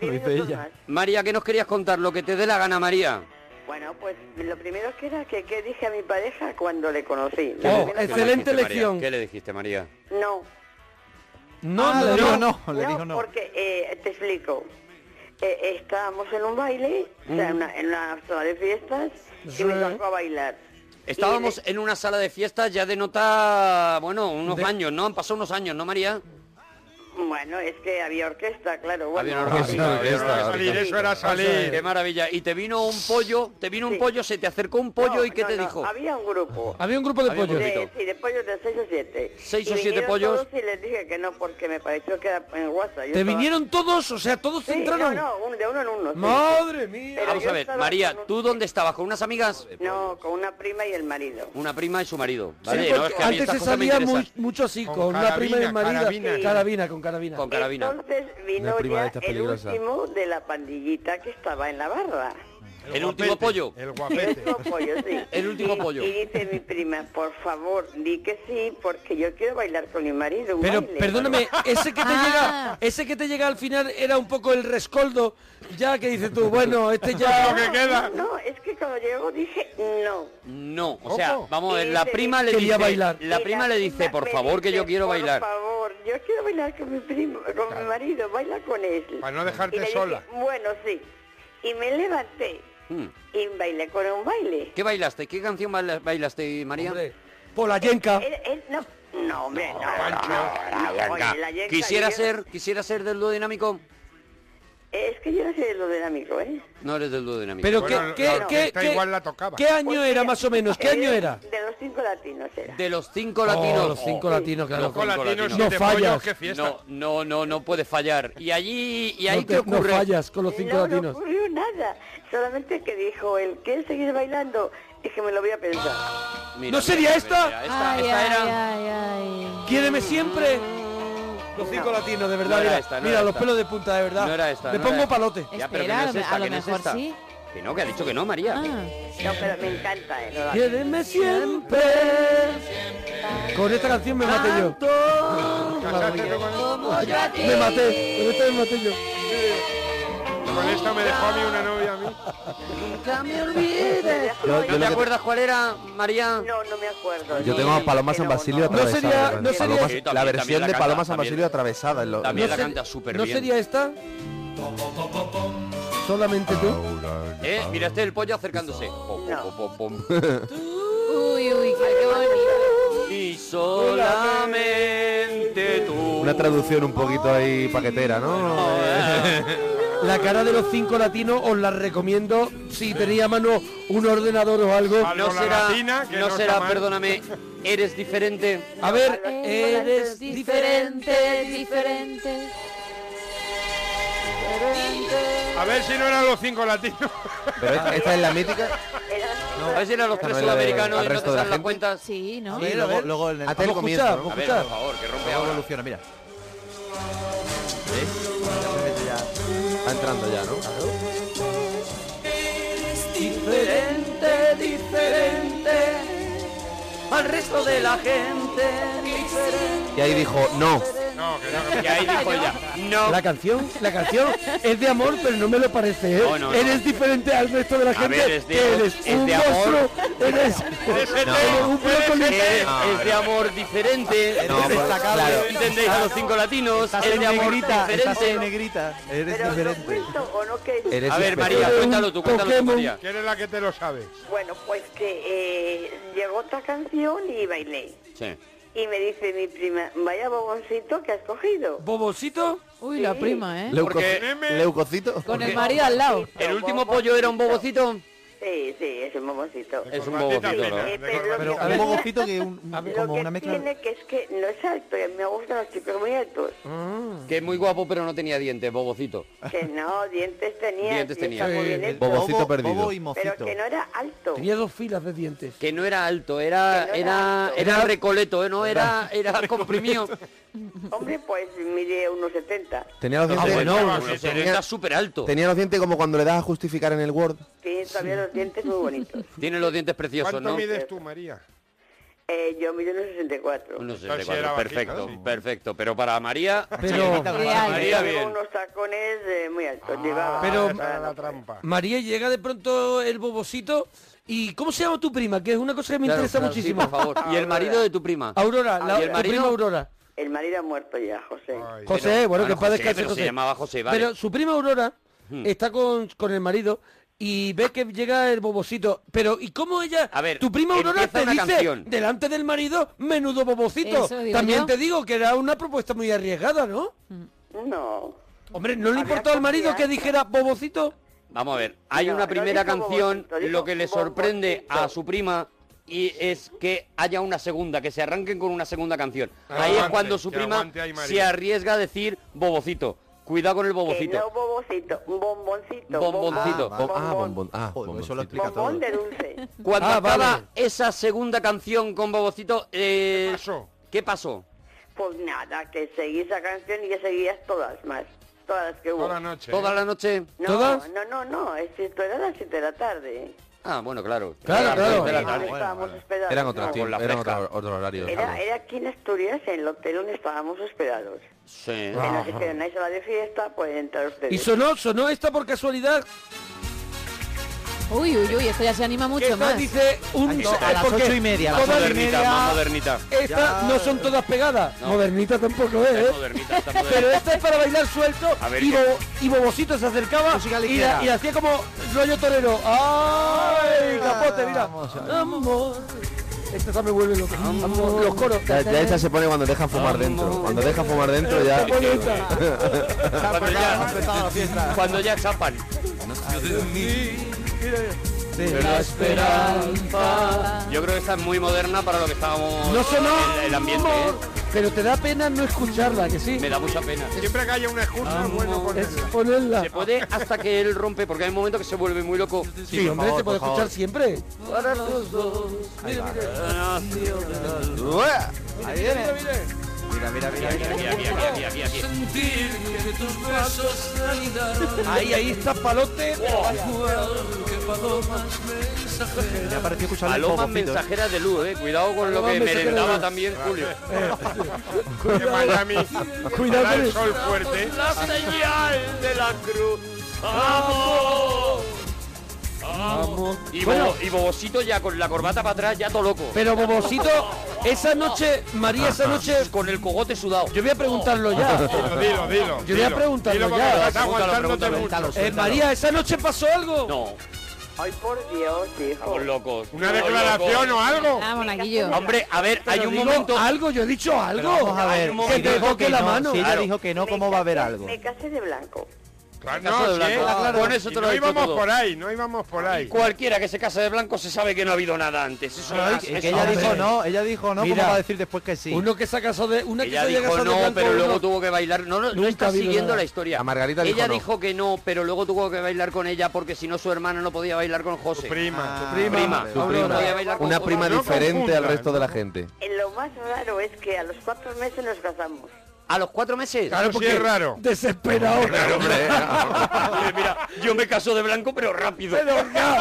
S10: diez minutos más.
S6: María, ¿qué nos querías contar? Lo que te dé la gana, María.
S10: Bueno, pues lo primero que era que, que dije a mi pareja cuando le conocí. La primera
S1: Oh,
S10: cosa-
S1: excelente
S6: ¿Qué le dijiste, María?
S1: lección.
S6: ¿Qué le dijiste, María?
S10: No,
S1: No,
S3: Ah,
S1: no,
S3: le digo
S1: no.
S3: no, le digo no.
S10: porque eh, te explico. Eh, estábamos en un baile, o sea, en una, en una zona de fiestas,
S1: Sí.
S10: y me tocó a bailar.
S9: Estábamos
S6: Eh,
S9: en una sala de fiestas ya de nota, bueno, unos años, ¿no? Han pasado unos años, ¿no, María?
S10: Y, Bueno, es que había orquesta, claro. Bueno,
S6: Había una orquesta,
S11: Una
S6: había una
S11: orquesta.
S6: orquesta.
S11: Salir,
S10: eso
S11: era salir.
S6: Qué maravilla. Y te vino un pollo, te vino un
S10: Sí.
S6: pollo, se te acercó un pollo
S10: No,
S6: y ¿qué
S10: no,
S6: te
S10: no,
S6: dijo?
S10: Había un grupo.
S1: Había un grupo de
S6: Había un
S1: pollos.
S6: grupo.
S10: De,
S6: pollito.
S10: sí, de pollos de 6 o 7.
S6: Seis o siete pollos.
S10: Y les dije que no, porque me pareció que era en WhatsApp. Yo
S1: ¿Te
S10: estaba-
S1: vinieron todos? O sea, todos
S10: Sí,
S1: entraron.
S10: No, no, un- de uno en uno. sí.
S1: Madre mía.
S10: Pero
S6: Vamos
S10: yo
S6: a ver,
S10: estaba
S6: María,
S10: con un-
S6: ¿tú dónde estabas? ¿Con unas amigas?
S10: No, con una prima y el marido.
S6: Una prima y su marido. ¿vale?
S1: Sí,
S6: No,
S1: porque
S6: es que a mí
S1: antes
S6: estas
S1: se
S6: cosas me
S1: salía mu-
S6: interesan.
S1: mucho así, con,
S11: Con
S1: una prima y
S11: carabina,
S1: marida.
S11: carabina.
S1: Sí. Carabina, con carabina.
S6: Con carabina.
S10: Entonces
S11: Una
S10: vino
S11: prima de
S10: ya
S11: estas
S10: el
S11: peligrosa.
S10: último de la pandillita que estaba en la barra.
S6: El último pollo.
S11: El
S10: El
S11: guapete.
S10: último pollo, sí.
S6: El último
S10: Y-
S6: pollo.
S10: Y dice mi prima, por favor, di que sí, porque yo quiero bailar con mi marido. un
S1: Pero
S10: baile".
S1: perdóname, ese que te Eh, este llega,
S5: Ah.
S1: ese que te llega al final era un poco el rescoldo, ya que dices tú, bueno, este
S11: Lo que
S1: ya
S11: queda.
S10: No, es que cuando llegó dije no.
S6: No, o sea,
S11: Ojo.
S6: vamos a ver,
S10: Y
S6: la
S10: dice-
S6: prima le
S1: Quería
S6: dice,
S1: bailar.
S6: la
S10: Y
S6: prima le dice,
S10: prima
S6: por
S10: me
S6: favor, que yo
S10: dice,
S6: quiero bailar.
S10: Por favor, yo quiero bailar con mi primo, con mi marido, baila con él.
S11: Para no
S10: Y le
S11: dejarte
S10: dije,
S11: sola.
S10: bueno, sí. Y me levanté
S6: Mm.
S10: y bailé con un baile.
S6: ¿Qué bailaste? ¿Qué canción baila- bailaste, María?
S1: Hombre, Polayenka.
S10: Él- él- no, no, hombre, no,
S11: Pancho.
S10: no, no,
S6: Venga,
S10: oye, la yenca,
S6: quisiera
S10: yo-
S6: ser, quisiera ser del dúo dinámico.
S10: Es que yo no sé de lo del amigo, ¿eh?
S6: No eres del dúo dinámico.
S1: Pero
S11: Bueno,
S1: qué, qué-
S11: la- la
S1: qué-
S11: orquesta
S1: qué-
S11: igual la tocaba.
S1: ¿qué año
S10: Pues
S1: era
S10: mira,
S1: más o menos? ¿Qué año
S10: de-
S1: era?
S10: De los cinco latinos era.
S6: de los cinco
S1: Oh,
S6: latinos.
S1: los cinco
S6: Oh,
S1: latinos,
S6: los
S1: claro.
S6: cinco
S11: latinos,
S6: latinos.
S11: siete
S1: No fallas.
S11: pollos, qué fiesta.
S6: No, no, no, no puede fallar. Y allí, y ahí
S1: no,
S6: qué
S1: te- no
S6: ocurre.
S1: fallas con los cinco
S10: no, no
S1: latinos.
S10: ocurrió nada. Solamente que dijo él, ¿quieres seguir bailando? Y que me lo voy a pensar.
S6: Mira,
S1: ¿No
S6: mira,
S1: sería
S6: mira,
S1: esta?
S6: mira, esta,
S5: ay,
S6: esta
S5: ay,
S6: era.
S5: ay, ay.
S1: Quiéreme siempre. Los
S10: No.
S1: cinco latinos, de verdad.
S6: No era
S1: mira,
S6: esta, no
S1: mira,
S6: era
S1: los
S6: esta.
S1: pelos de punta, de verdad.
S6: No era esta,
S1: Le
S6: no era
S1: pongo
S6: esta.
S1: palote.
S6: Ya, pero
S5: Espera,
S6: que no es esta,
S5: a lo
S6: que no es
S5: mejor
S6: esta.
S5: sí.
S6: Que no, que ha dicho que no, María.
S5: Ah.
S10: No, pero me encanta, ¿eh? Lo da-
S1: Quiéreme siempre. Con esta canción me maté yo.
S11: Casarte con,
S1: Me maté. Con esta me maté yo.
S11: con esta me dejó a mí una novia a mí.
S6: ¿No te acuerdas cuál era, María?
S10: No, no me acuerdo.
S3: Yo
S10: Sí,
S3: tengo a Paloma
S10: que
S3: San
S10: no,
S3: Basilio
S10: no.
S1: No
S3: atravesada.
S1: sería-
S3: hermano.
S1: no sería-
S3: Paloma-
S6: Sí, también,
S3: la
S6: también
S3: versión
S6: la
S3: de
S6: canta,
S3: Paloma San
S6: también.
S3: Basilio atravesada. en lo-
S6: También
S3: no
S6: la
S3: sé-
S6: canta súper
S1: ¿No
S6: bien.
S1: sería esta? Solamente tú.
S6: Eh, mira, este es el pollo acercándose. Po, po, po, po, po.
S5: Uy, uy, qué qué bonito.
S6: Y solamente tú.
S3: Una traducción un poquito ahí paquetera, ¿no?
S1: La cara de los cinco latinos os la recomiendo si tenéis a mano un ordenador o algo.
S11: Vale.
S6: No
S11: Con la
S6: será,
S11: latina, que
S6: no
S11: no
S6: será,
S11: está mal.
S6: perdóname, eres diferente.
S1: A ver, eh,
S5: Eres
S1: eres diferente.
S5: diferente, diferente.
S11: A ver si no eran los cinco latinos.
S3: Pero esta, esta es la mítica.
S6: A ver si eran los
S3: Esta
S6: tres
S3: no es la de-
S6: sudamericanos
S3: al
S6: y no
S3: resto
S6: te
S3: de la
S6: salen las
S3: gente.
S6: cuentas.
S5: Sí, ¿no?
S1: Sí,
S3: Y
S1: a ver.
S3: luego en el,
S1: Hasta el
S3: vamos a
S1: comienzo,
S3: escuchar,
S1: ¿no?
S3: vamos
S6: A
S3: a
S6: ver,
S3: escuchar.
S6: por favor, que rompe
S3: Luego
S6: ahora.
S3: evoluciona, mira. ¿Ves? Ya se mete ya. Va entrando ya, ¿no?
S6: Diferente, diferente al resto de la gente.
S3: Y ahí dijo, no.
S11: No, que no.
S6: Y ahí dijo ella, no.
S1: La canción, la canción es de amor, pero no me lo parece, ¿eh?
S6: No, no, no.
S1: Eres diferente al resto de la
S6: A
S1: gente.
S6: ver, es de-
S1: que eres
S6: es de
S1: un
S6: amor.
S1: monstruo, eres, eres un brócoli.
S6: Es, es de amor diferente.
S3: No, pues, claro.
S6: Entendéis a los cinco latinos. Es de amor diferente.
S3: negrita. Eres
S10: Pero ¿lo cuento o no pues, que
S3: Eres
S6: A ver,
S3: diferente.
S6: María,
S1: un
S6: cuéntalo tú, cuéntalo tú,
S1: Pokémon.
S6: María.
S11: ¿Quién es la que te lo sabe?
S10: Bueno, pues que eh, llegó otra canción y bailé.
S6: Sí.
S10: Y me dice mi prima, vaya boboncito que has cogido.
S1: ¿Bobosito?
S5: Uy, la prima, ¿eh?
S3: Leuco-
S6: Porque-
S3: Leucocito.
S5: Con el marido al lado.
S6: ¿El último pollo era un bobocito?
S10: Sí, sí, es un boboncito.
S6: Es un
S11: Corbatita
S6: bobocito,
S11: fina,
S6: ¿no?
S11: de
S10: Pero-
S11: corbatita.
S10: pero-
S3: Un bobocito que un,
S10: Lo que tiene que es que no es alto, y me gustan los chicos muy altos.
S6: Que es muy guapo, pero no tenía dientes, bobocito.
S10: Que no, dientes tenía.
S6: Dientes
S10: sí, está
S6: tenía.
S10: muy bien ¿eh? hecho,
S3: Bobocito perdido.
S10: pero que no era alto.
S1: Tenía dos filas de dientes.
S6: Que no era alto, era
S10: Que no era
S6: era
S10: alto.
S6: era recoleto, ¿eh? no era era comprimido.
S10: Hombre, pues mide unos 70.
S3: Tenía los
S6: Ah,
S3: dientes.
S6: bueno,
S11: bueno,
S6: bueno,
S11: sí,
S6: pero
S3: tenía-
S6: está súper alto.
S3: Tenía los dientes como cuando le das a justificar en el Word.
S10: Tiene todavía los dientes muy bonitos.
S6: Tiene los dientes preciosos,
S11: ¿Cuánto
S6: ¿no?
S11: mides tú, María?
S10: Eh, yo mido unos 64.
S6: Unos
S11: Entonces,
S6: 64,
S11: sí, era bajito,
S6: perfecto,
S11: sí.
S6: perfecto. Pero para María,
S1: Pero,
S5: Real.
S6: María
S10: Llevo
S6: bien.
S10: unos tacones eh, muy altos. llevaba.
S1: Pero-
S10: Ah,
S11: Esa era la
S10: no,
S11: trampa.
S1: María, llega de pronto el bobosito. ¿Y cómo se llama tu prima? Que es una cosa que me
S6: Claro,
S1: interesa
S6: claro, sí,
S1: muchísimo.
S6: por favor. Y el marido de tu prima. Ah,
S1: Aurora, la,
S6: ¿Y el
S1: tu
S6: marido?
S1: prima Aurora.
S10: El marido ha muerto ya, José.
S11: Ay.
S1: José, bueno,
S6: Bueno,
S1: que en paz
S6: Ah, José,
S1: descanse,
S6: pero se
S1: José.
S6: llamaba José, vale.
S1: Pero su prima Aurora está con, con el marido
S3: y ve que llega el bobocito. Pero, ¿y cómo ella, a ver, tu prima Aurora
S6: empieza
S3: te
S6: una
S3: dice
S6: canción.
S3: delante del marido, menudo bobocito?
S6: Eso digo
S3: También
S6: yo. Hmm.
S3: te digo que era una propuesta muy arriesgada, ¿no?
S10: No.
S3: Hombre, ¿no le importó al marido
S1: ¿eh?
S3: que dijera bobocito?
S6: Vamos a ver, hay
S3: No,
S6: una
S3: no
S6: primera
S3: dijo
S6: canción,
S3: bobocito, dijo
S6: lo que le sorprende a su prima y es que haya una segunda, que se arranquen con una segunda canción.
S11: Que
S6: ahí es
S11: aguante,
S6: cuando su
S11: que
S6: prima
S11: aguante ahí, María.
S6: se arriesga a decir bobocito. Cuidado con el
S10: Que no
S6: bobocito.
S10: bobocito, un bomboncito.
S6: Bomboncito.
S10: bombón, Ah, bombón,
S12: eso lo explica
S10: bombón de dulce.
S6: Cuando
S10: Ah,
S6: acaba
S10: vale.
S6: esa segunda canción con bobocito, eh, ¿qué pasó?
S10: Pues nada, que seguí esa canción y que seguías todas más. Todas las que hubo.
S6: Toda la noche. Toda la noche.
S10: No,
S6: ¿Todas?
S10: no, no, no. Es, esto era a las 7 de la tarde.
S6: Ah, bueno, claro.
S12: Claro, claro.
S3: Ah,
S6: De la tarde.
S12: Bueno,
S10: Estábamos hospedados.
S12: Eran otros
S10: no.
S12: tiempos, eran otro, otro horario.
S10: Era, era aquí en Asturias, en el hotel donde estábamos hospedados.
S6: Sí.
S10: Que nos dijeron, ahí se va de fiesta, pueden entrar ustedes.
S3: Y sonó, sonó esta por casualidad.
S5: Uy, uy, uy, esto ya se anima mucho
S3: Esta
S5: más.
S3: dice un... eh,
S5: Aquí está, a las
S3: porque
S5: ocho y media, a las
S3: todas-
S5: ocho y media.
S6: Más modernita.
S3: Estas no son todas pegadas. Modernita tampoco es, ¿eh?
S6: modernita, está
S3: Pero esta es para bailar suelto
S6: A ver,
S3: y,
S6: ¿qué?
S3: Bobo- y Bobocito se acercaba y
S6: ligera.
S3: la, y la hacía como rollo torero. ¡Ay! Capote, mira. Amor. Esta ya me vuelve loco. Amor, Los coros.
S12: Ya, ya esa se pone cuando dejan
S3: Ah,
S12: fumar dentro. Cuando dejan fumar dentro ya.
S3: Qué bonita. Ah,
S6: Cuando ya, cuando ya chapan.
S3: De la esperanza.
S6: Yo creo que esta es muy moderna para lo que estábamos
S3: No sonó.
S6: el, el ambiente.
S3: amor,
S6: ¿eh?
S3: Pero te da pena no escucharla, que sí.
S6: Me da mucha pena.
S11: Siempre que haya una excusa, bueno, con
S3: Ponerla.
S6: Se puede hasta que él rompe, porque hay un momento que se vuelve muy loco.
S3: Sí, hombre, se puede escuchar siempre. Para los dos. Mira,
S6: Ué.
S3: mira, mira, mira.
S6: Mira, mira, mira, mira, mira, mira, mira, mira, mira.
S3: Ahí, ahí está Palote.
S6: Me ha parecido
S3: escuchar los
S6: Palomas
S3: bobofitos.
S6: mensajeras de luz, eh. Cuidado con lo
S3: Palomas
S6: que
S3: mensajeras de
S6: merendaba
S3: luz. Eh,
S6: también Julio.
S11: De Miami.
S3: Cuidado
S11: Para
S3: con
S11: el
S3: eso.
S11: sol fuerte.
S6: La señal de la cruz.
S3: Ah,
S11: ¡Vamos!
S3: Vamos.
S6: Y,
S3: Bueno.
S6: Bobo- y Bobosito ya con la corbata para atrás, ya todo loco.
S3: Pero Bobosito, esa noche, María, esa noche.
S6: Con el cogote sudado.
S3: Yo voy a preguntarlo ya.
S11: Dilo, dilo, dilo.
S3: Yo voy a
S11: dilo.
S3: preguntarlo
S11: Dilo porque
S3: ya.
S11: te Está aguantándote mucho.
S3: Eh, María, ¿esa noche pasó algo?
S6: No.
S10: Ay, por Dios, hijo.
S6: Por locos.
S11: ¿Una declaración o algo?
S5: Ah, monaguillo.
S6: Hombre, a ver, hay un momento.
S3: Algo, yo he dicho algo.
S6: vamos a ver,
S3: Que
S6: si
S3: te
S6: dijo
S3: toque
S6: que
S3: la
S6: no,
S3: mano.
S6: si ella Claro.
S12: dijo que no,
S10: ¿cómo
S12: va a haber algo?
S10: Me casé de blanco.
S11: Claro,
S6: Casado de
S11: sí,
S6: blanco.
S11: eh.
S6: Ah, claro. Con eso
S11: Y
S6: te lo
S11: no
S6: digo
S11: íbamos
S6: todo.
S11: por ahí, no íbamos por ahí.
S6: Cualquiera que se case de blanco se sabe que no ha habido nada antes. Eso
S13: Pero
S6: no
S13: hay-
S6: hace-
S13: que
S6: eso
S13: ella
S6: no
S13: dijo
S6: hace.
S13: no, ella dijo no,
S3: Mira.
S13: ¿cómo va a decir después que sí?
S3: Uno que se ha casado de. Una
S6: Ella
S3: que se haya
S6: dijo
S3: casado de
S6: no,
S3: blanco,
S6: pero luego
S3: uno-
S6: tuvo que bailar. No, no, no
S3: Nunca ha
S6: está
S3: habido
S6: siguiendo
S3: nada.
S6: la historia.
S12: A Margarita dijo
S6: ella
S12: no.
S6: dijo que no, pero luego tuvo que bailar con ella porque si no su hermana no podía bailar con José.
S11: Prima.
S13: Ah,
S12: Prima,
S6: prima.
S12: su
S6: Aurora.
S12: prima.
S6: Voy a bailar con
S12: Una
S6: vos.
S12: prima
S11: No
S12: diferente al
S11: confundas,
S12: resto de la
S11: no.
S12: gente.
S10: Eh, Lo más raro es que a los cuatro meses nos casamos.
S6: A los cuatro meses.
S11: Claro, porque es raro.
S3: Desesperado.
S6: ah, Oye, mira, yo me caso de blanco pero rápido.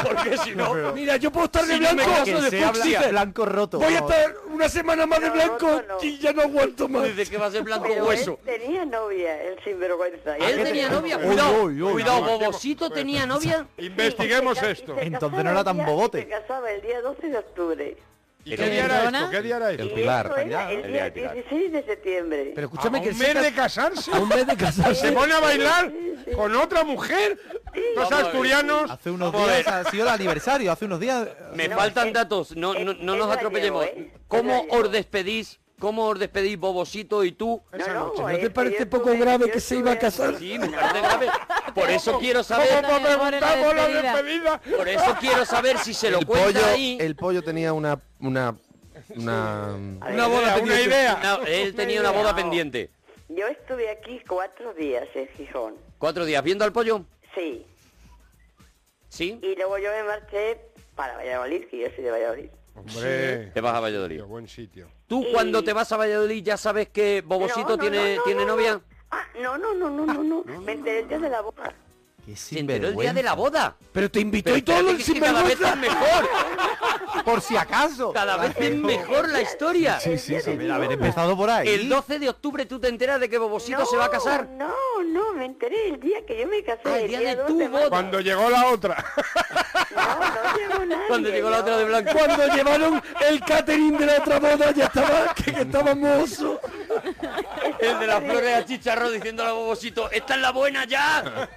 S6: porque si no.
S3: Mira, yo puedo estar de
S6: Si no
S3: blanco.
S6: me caso
S3: después
S13: que sea
S3: existe.
S13: bla- blanco roto.
S3: Voy a
S13: vamos.
S3: estar una semana más de
S10: No,
S3: blanco
S10: no, no.
S3: y ya no aguanto más.
S6: Dice que va a ser blanco
S10: Pero eh,
S6: hueso. Ah,
S10: él tenía novia, el sinvergüenza.
S6: Él tenía novia.
S13: Uy,
S6: Cuidado,
S13: uy, uy,
S6: cuidado,
S13: no.
S6: Bobosito tenía novia.
S11: Investiguemos
S10: Sí, y se-
S11: esto.
S10: y se
S13: Entonces
S10: casaba
S13: no era tan
S10: el día-
S13: bobote.
S10: Se casaba el día 12 de octubre.
S11: ¿Y qué día era esto? ¿Qué día era
S10: Y
S11: esto?
S12: Pilar,
S10: esto era el
S6: el
S10: día
S6: día del Pilar.
S10: 16 de septiembre.
S3: Pero
S11: ¿A
S3: escúchame que
S11: un
S3: se
S11: mes
S3: ca-
S11: de casarse?
S3: a un mes de casarse.
S11: ¿Se pone a bailar con otra mujer? Los
S6: Vamos a ver.
S11: asturianos.
S13: Hace unos
S6: Vamos a
S13: días
S6: ver.
S13: ha sido el aniversario, hace unos días.
S6: Me
S10: No,
S6: faltan
S10: es-
S6: datos, no,
S10: es-
S6: no, no
S10: es
S6: nos
S10: gallego,
S6: atropellemos.
S10: ¿eh?
S6: ¿Cómo
S10: Es gallego.
S6: os despedís? ¿Cómo os despedís Bobosito y tú?
S10: No, no,
S3: ¿No
S10: es
S3: te
S10: que
S3: parece
S10: yo
S3: poco
S10: estuve-
S3: grave
S10: yo
S3: que se iba a
S10: estuve
S3: casar?
S6: Sí, me parece grave. Por eso quiero saber,
S11: ¿Cómo
S5: Amor, en la
S11: preguntamos la
S5: despedida.
S11: despedida?
S6: por eso quiero saber si se lo
S12: El pollo,
S6: cuenta ahí.
S12: el pollo tenía una una una
S3: Una boda
S11: Una
S3: pendiente.
S11: idea.
S6: No, él tenía una boda pendiente.
S10: Yo estuve aquí cuatro días en Gijón.
S6: Cuatro días viendo al pollo.
S10: Sí.
S6: Sí.
S10: Y luego yo me marché para Valladolid, que yo soy de Valladolid.
S11: Hombre,
S6: Te vas a Valladolid.
S11: tío, buen sitio.
S6: Tú
S10: Y-
S6: cuando te vas a Valladolid ya sabes que
S10: No,
S6: Bobosito
S10: no,
S6: tiene,
S10: no, no,
S6: tiene
S10: no,
S6: novia.
S10: no. Ah, no, no, no, no, no, Ah, no. Me enteré el día de la boca.
S13: Qué
S6: Se enteró el
S13: sinvergüenza.
S6: día de la boda.
S3: Pero te invitó
S6: Pero
S3: y todo
S6: espérate
S3: el
S6: que es que cada vez
S3: sinvergüenza.
S6: es mejor.
S13: Por si acaso.
S6: Cada vez es mejor la historia.
S13: Haber empezado por ahí.
S6: El 12 de octubre tú te enteras de que Bobosito se va a casar.
S10: No, no, me enteré el día que yo me casé.
S6: Ah, el día de tu
S10: 12
S6: boda.
S10: marzo.
S11: Cuando llegó la otra.
S10: No, no llegó nadie.
S6: Cuando llegó la otra de
S10: no.
S6: blanco.
S3: Cuando llevaron el catering de la otra boda ya estaba que, que estaba mozo.
S10: Es
S6: el de las flores a chicharro diciéndole a Bobosito, ¡esta es la buena ya!